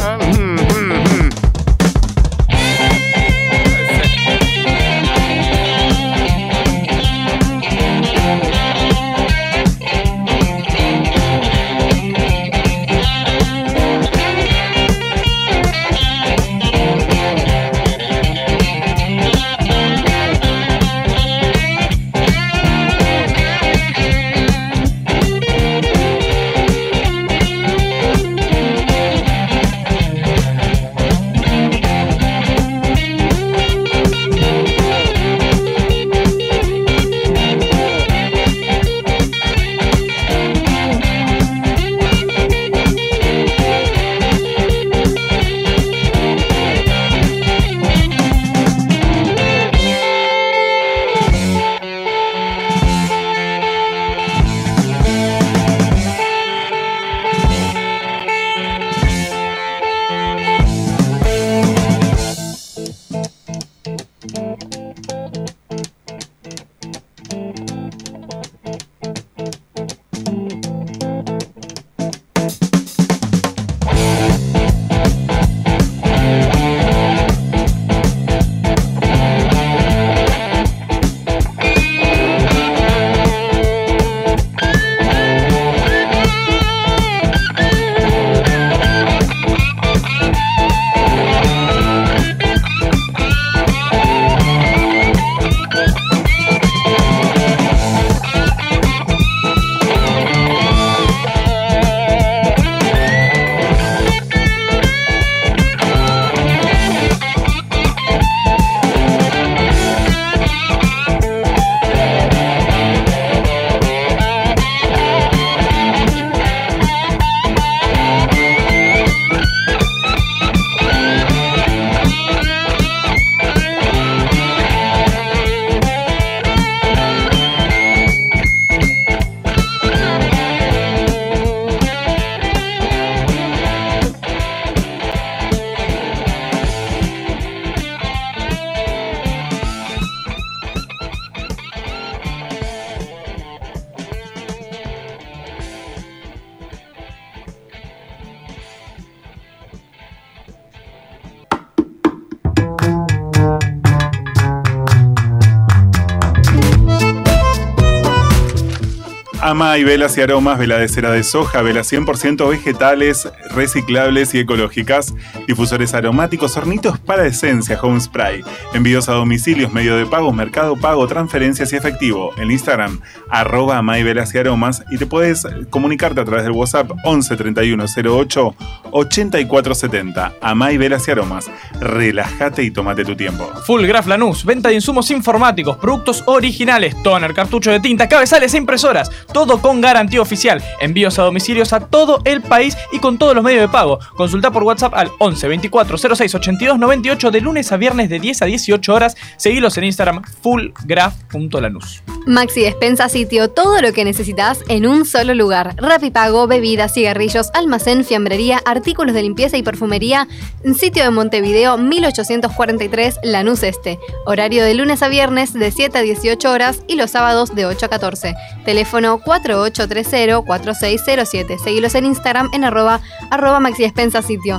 Ama y velas y aromas, vela de cera de soja, velas 100% vegetales, reciclables y ecológicas, difusores aromáticos, hornitos para esencia, home spray, envíos a domicilios, medio de pago, mercado pago, transferencias y efectivo. En Instagram, arroba ama y velas y aromas y te puedes comunicarte a través del WhatsApp 11 31 08 84 70. Ama y velas y aromas, relájate y tómate tu tiempo. Full Graph Lanús, venta de insumos informáticos, productos originales, toner, cartucho de tinta, cabezales e impresoras, todo con garantía oficial, envíos a domicilios a todo el país y con todos los medios de pago. Consulta por WhatsApp al 11 24 06 82 98 de lunes a viernes de 10 a 18 horas. Seguilos en Instagram fullgraph.lanús. Maxi Despensa Sitio, todo lo que necesitas en un solo lugar. Rapipago, bebidas, cigarrillos, almacén, fiambrería, artículos de limpieza y perfumería. en Sitio de Montevideo, 1843, Lanús Este. Horario de lunes a viernes de 7 a 18 horas y los sábados de 8 a 14. Teléfono 4830-4607. Seguilos en Instagram en arroba, arroba Maxi Despensa Sitio.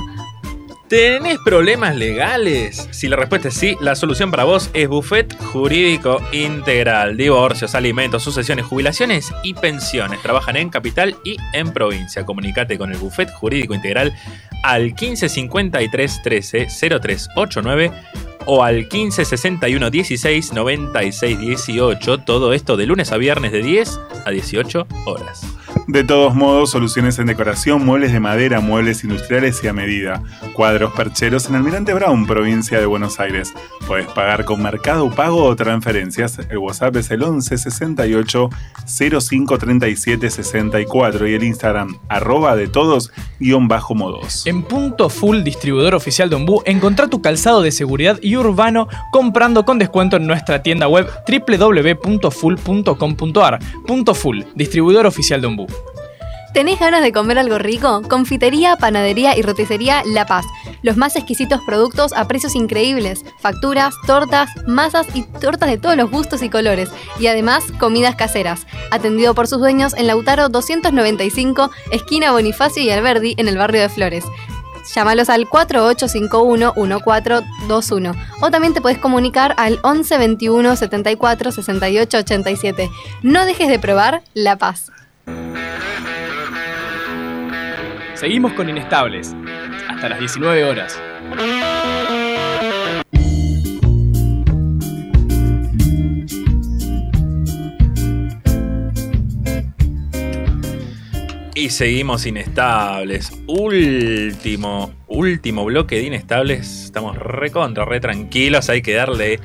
¿Tenés problemas legales? Si la respuesta es sí, la solución para vos es Buffet Jurídico Integral. Divorcios, alimentos, sucesiones, jubilaciones y pensiones. Trabajan en capital y en provincia. Comunicate con el Buffet Jurídico Integral al 1553 13 0389 o al 1561 16 96 18. Todo esto de lunes a viernes de 10 a 18 horas. De todos modos, soluciones en decoración, muebles de madera, muebles industriales y a medida. Cuadros percheros en Almirante Brown, provincia de Buenos Aires. Puedes pagar con mercado pago o transferencias. El WhatsApp es el 11 68 05 37 64 y el Instagram arroba de todos guión bajo modos. Em, En Punto Full, distribuidor oficial de Ombú, encontrá tu calzado de seguridad y urbano comprando con descuento en nuestra tienda web www.full.com.ar. Punto Full, distribuidor oficial de Ombú. ¿Tenés ganas de comer algo rico? Confitería, panadería y roticería La Paz. Los más exquisitos productos a precios increíbles. Facturas, tortas, masas y tortas de todos los gustos y colores. Y además, comidas caseras. Atendido por sus dueños en Lautaro 295, esquina Bonifacio y Alberdi, en el barrio de Flores. Llámalos al 4851-1421 o también te puedes comunicar al 1121 74 68 87. No dejes de probar La Paz. Seguimos con Inestables, hasta las 19 horas. Y seguimos inestables. Último, último bloque de inestables. Estamos re contra, re tranquilos. Hay que darle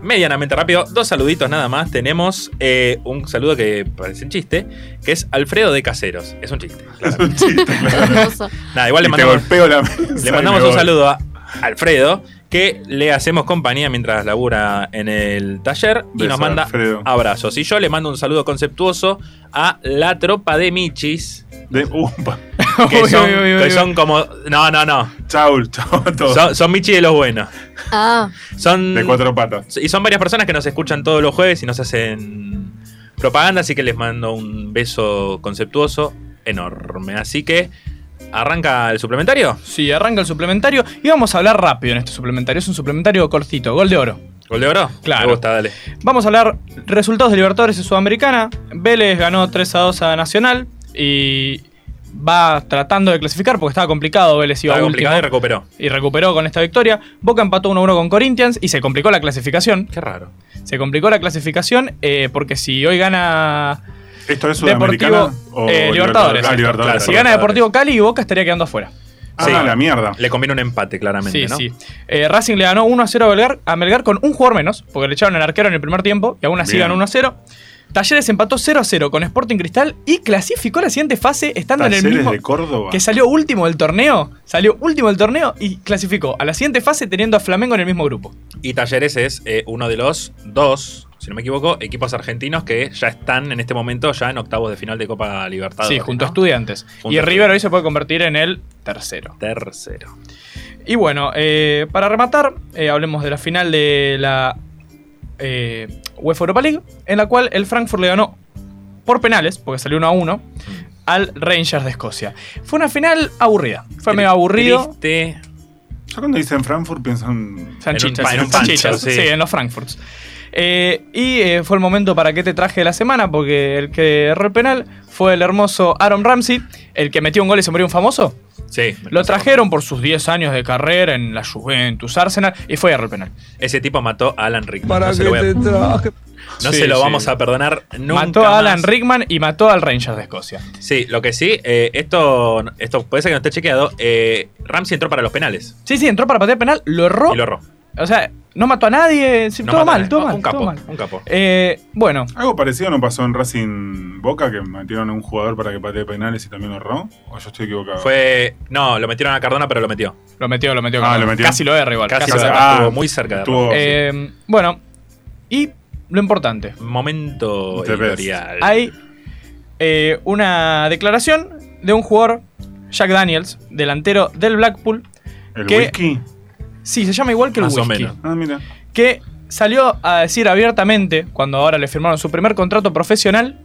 medianamente rápido. Dos saluditos nada más. Tenemos eh, un saludo que parece un chiste, que es Alfredo de Caseros. Es un chiste. claramente. [laughs] [laughs] Hermoso. nada, igual le Y te mandamos, golpeo la mesa y le me mandamos un voy. saludo a Alfredo, que le hacemos compañía mientras labura en el taller y Beso, nos manda Alfredo. abrazos. Y yo le mando un saludo conceptuoso a la tropa de Michis De, [laughs] upa. que, Uy, son, uy, uy, que uy. son como. No, no, no. Chau, chau a todos. Son, son Michi de los buenos. Ah. Son. De cuatro patas. Y son varias personas que nos escuchan todos los jueves y nos hacen propaganda, así que les mando un beso conceptuoso enorme. Así que. ¿Arranca el suplementario? Sí, arranca el suplementario y vamos a hablar rápido en este suplementario. Es un suplementario cortito, gol de oro. ¿Gol de oro? Claro. Me gusta, dale. Vamos a hablar resultados de Libertadores y Sudamericana. Vélez ganó 3 a 2 a Nacional y va tratando de clasificar porque estaba complicado. Vélez iba Estaba último complicado y recuperó. y recuperó con esta victoria. Boca empató 1 a 1 con Corinthians y se complicó la clasificación. Qué raro. Se complicó la clasificación eh, porque si hoy gana ¿Esto es Sudamericana? Deportivo eh, Libertadores, Ah, esto, claro. Libertadores. si gana Libertadores. Deportivo Cali y Boca estaría quedando afuera. Ah, Sí. la mierda. Le conviene un empate, claramente, Sí, ¿no? sí. Eh, Racing le ganó 1 a 0 a Melgar, a Melgar con un jugador menos, porque le echaron el arquero en el primer tiempo y aún así Bien. ganó 1 a 0. Talleres empató 0 a 0 con Sporting Cristal y clasificó a la siguiente fase estando en el Talleres mismo de Córdoba. que salió último del torneo, salió último del torneo y clasificó a la siguiente fase teniendo a Flamengo en el mismo grupo. Y Talleres es eh, uno de los dos, si no me equivoco, equipos argentinos que ya están en este momento ya en octavos de final de Copa Libertadores. sí, junto a ¿no? Estudiantes. Junto y a el River hoy se puede convertir en el tercero. Tercero. Y bueno, eh, para rematar, eh, hablemos de la final de la eh, UEFA Europa League, en la cual el Frankfurt le ganó por penales, porque salió 1 a Mm. 1, al Rangers de Escocia. Fue una final aburrida. Fue medio aburrido. Triste. Yo cuando dicen Frankfurt pienso en. En Sanchichas. un pan- en un Sanchichas, pancho, sí. sí, en los Frankfurts. Eh, y eh, fue el momento para que te traje de la semana, porque el que erró el penal fue el hermoso Aaron Ramsey, el que metió un gol y se murió un famoso. Sí. me Lo pasó. trajeron por sus 10 años de carrera en la Juventus, Arsenal, y fue a error penal. Ese tipo mató a Alan Rickman. no se lo, voy a- no Sí, se lo sí. vamos a perdonar nunca. mató a Alan más. Rickman y mató al Rangers de Escocia. Sí, lo que sí, eh, esto, esto puede ser que no esté chequeado. eh, Ramsey entró para los penales Sí, sí, entró para patear penal, lo erró. y lo erró. O sea, no mató a nadie, sí, No todo mató a mal, nadie. todo No, mal. Un capo, todo mal. un capo. Eh, bueno, ¿Algo parecido no pasó en Racing Boca que metieron a un jugador para que patee penales y también lo erró? ¿O yo estoy equivocado? Fue. No, lo metieron a Cardona, pero lo metió. lo metió, lo metió. Ah, Cardona. lo metió. Casi lo erra igual. Casi Casi, lo Ah, lo erra. erra. estuvo muy cerca de ah, estuvo- Eh, bueno, y lo importante. Momento The best. editorial. Hay eh, una declaración de un jugador, Jack Daniels, delantero del Blackpool. ¿El que- whisky? Sí, se llama igual que el Más o whisky. menos. Ah, mira. que salió a decir abiertamente, cuando ahora le firmaron su primer contrato profesional,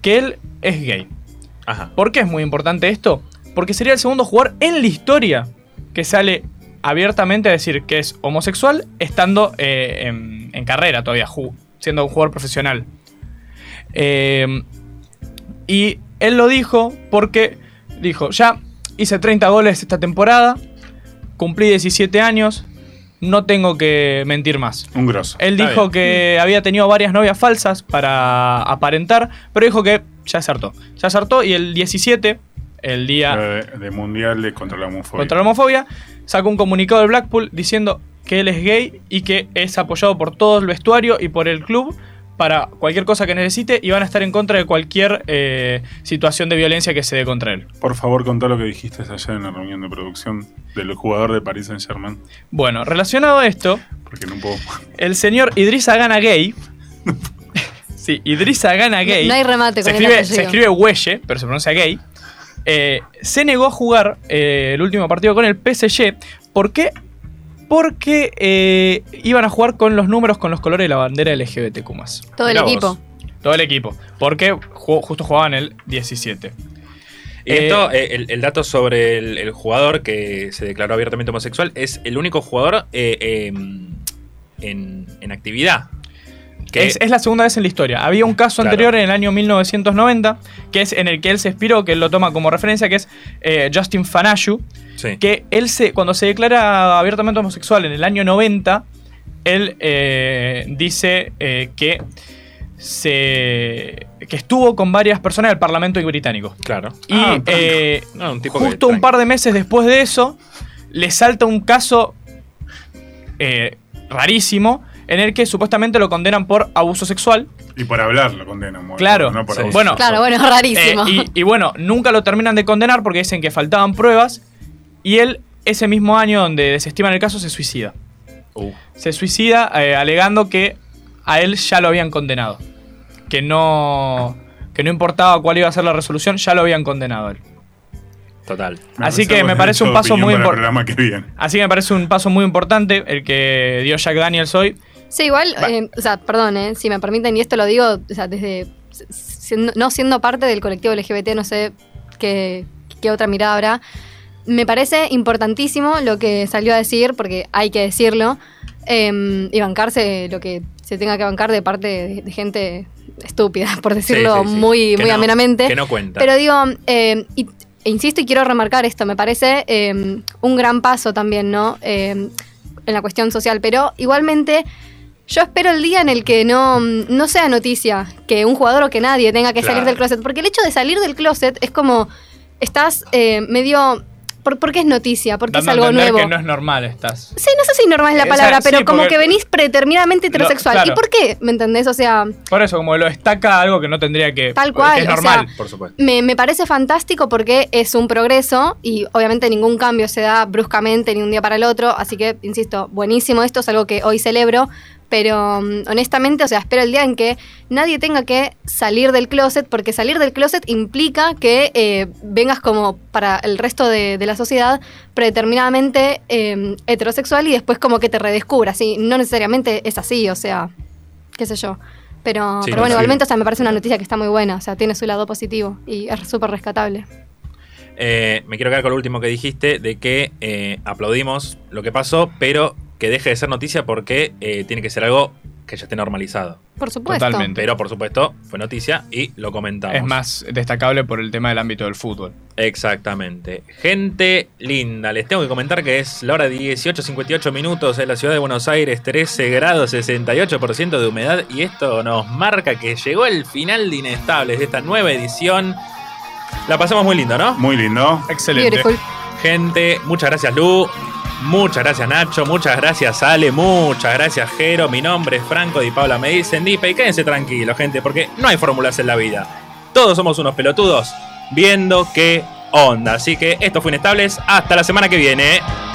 que él es gay. Ajá. ¿Por qué es muy importante esto? Porque sería el segundo jugador en la historia que sale abiertamente a decir que es homosexual estando eh, en, en carrera todavía, ju- siendo un jugador profesional. Eh, y él lo dijo porque dijo, ya hice 30 goles esta temporada, cumplí 17 años, no tengo que mentir más. Un grosso. Él Está dijo bien. que había tenido varias novias falsas para aparentar, pero dijo que ya se hartó. Ya se hartó y el 17, el día Eh, De, de mundiales contra la homofobia. contra la homofobia, sacó un comunicado del Blackpool diciendo que él es gay y que es apoyado por todo el vestuario y por el club para cualquier cosa que necesite y van a estar en contra de cualquier eh, situación de violencia que se dé contra él. Por favor, contá lo que dijiste ayer en la reunión de producción del jugador de Paris Saint Germain. Bueno, relacionado a esto, Porque no puedo. [laughs] el señor Idrissa Gana [laughs] Gay. [laughs] sí, Idrissa Gana Gay. No hay remate se con el escribe, apellido. se escribe Huelle, pero se pronuncia gay. Eh, se negó a jugar eh, el último partido con el PSG. ¿Por qué? Porque eh, iban a jugar con los números, con los colores de la bandera LGBTQ. Todo el Mirá vos. equipo. Todo el equipo. Porque ju- justo jugaban el 17. Y Eh, esto, eh, el, el dato sobre el, el jugador que se declaró abiertamente homosexual es el único jugador eh, eh, en, en actividad. Que Es, es la segunda vez en la historia. Había un caso Claro. anterior en el año 1990, que es en el que él se inspiró, que él lo toma como referencia, que es eh, Justin Fanashu, sí. que él se, cuando se declara abiertamente homosexual en el año 90, él eh, dice eh, que se que estuvo con varias personas del Parlamento británico. Claro. Y eh, No, un Ah, tipo que- justo un par de meses después de eso, le salta un caso eh, rarísimo en el que supuestamente lo condenan por abuso sexual. Y por hablar lo condenan. bueno, Claro. No por Sí. abuso. Bueno, Claro, bueno, [laughs] eh, rarísimo. y, y bueno, nunca lo terminan de condenar porque dicen que faltaban pruebas. Y él, ese mismo año donde desestiman el caso, se suicida. Uh, Se suicida eh, alegando que a él ya lo habían condenado. Que no, que no importaba cuál iba a ser la resolución, ya lo habían condenado a él. total. así que reservo me el parece un derecho de paso opinión muy para el impor- programa que viene. Así que me parece un paso muy importante el que dio Jack Daniels hoy. Sí, igual, eh, o sea, perdón, eh, si me permiten, y esto lo digo, o sea, desde s- siendo- no siendo parte del colectivo LGBT, no sé qué, qué otra mirada habrá. Me parece importantísimo lo que salió a decir, porque hay que decirlo, eh, y bancarse lo que se tenga que bancar de parte de, de gente estúpida, [laughs] por decirlo Sí, sí, sí. muy, Que muy no- amenamente. Que no cuenta. Pero digo, eh, y- e insisto y quiero remarcar esto, me parece eh, un gran paso también, ¿no? Eh, en la cuestión social, pero igualmente yo espero el día en el que no, mm, no sea noticia que un jugador o que nadie tenga que Claro. salir del closet, porque el hecho de salir del closet es como, estás eh, medio... ¿Por, por qué es noticia? Porque es Dando a algo entender nuevo. que no es normal estás. Sí, no sé si normal es la Esa- palabra, sí, pero como porque- que venís predeterminadamente Lo- heterosexual. claro. ¿Y por qué? ¿Me entendés? O sea, Por eso, como lo destaca algo que no tendría que... Tal que cual, es o normal. sea, Por supuesto. Me, me parece fantástico porque es un progreso y obviamente ningún cambio se da bruscamente ni un día para el otro, así que, insisto, buenísimo esto, es algo que hoy celebro, pero mm, honestamente, o sea, espero el día en que nadie tenga que salir del closet, porque salir del closet implica que eh, vengas como para el resto de, de la sociedad predeterminadamente eh, heterosexual y después como que te redescubras, y no necesariamente es así, o sea, qué sé yo. Pero, Sí, pero bueno, sí. igualmente, o sea, me parece una noticia que está muy buena, o sea, tiene su lado positivo y es súper rescatable. Eh, me quiero quedar con lo último que dijiste de que eh, aplaudimos lo que pasó, pero que deje de ser noticia porque eh, tiene que ser algo que ya esté normalizado. Por supuesto. Totalmente. Pero por supuesto, fue noticia y lo comentamos. Es más destacable por el tema del ámbito del fútbol. Exactamente. Gente linda, les tengo que comentar que es la hora 18.58 minutos en la ciudad de Buenos Aires, 13 grados, 68% de humedad y esto nos marca que llegó el final de Inestables de esta nueva edición. La pasamos muy lindo, ¿no? Muy lindo. Excelente. Beautiful. Gente, muchas gracias Lu, muchas gracias Nacho, muchas gracias Ale, muchas gracias Jero. Mi nombre es Franco Di Paula, me dicen Dipe y quédense tranquilos, gente, porque no hay fórmulas en la vida. Todos somos unos pelotudos viendo qué onda. Así que esto fue Inestables, hasta la semana que viene.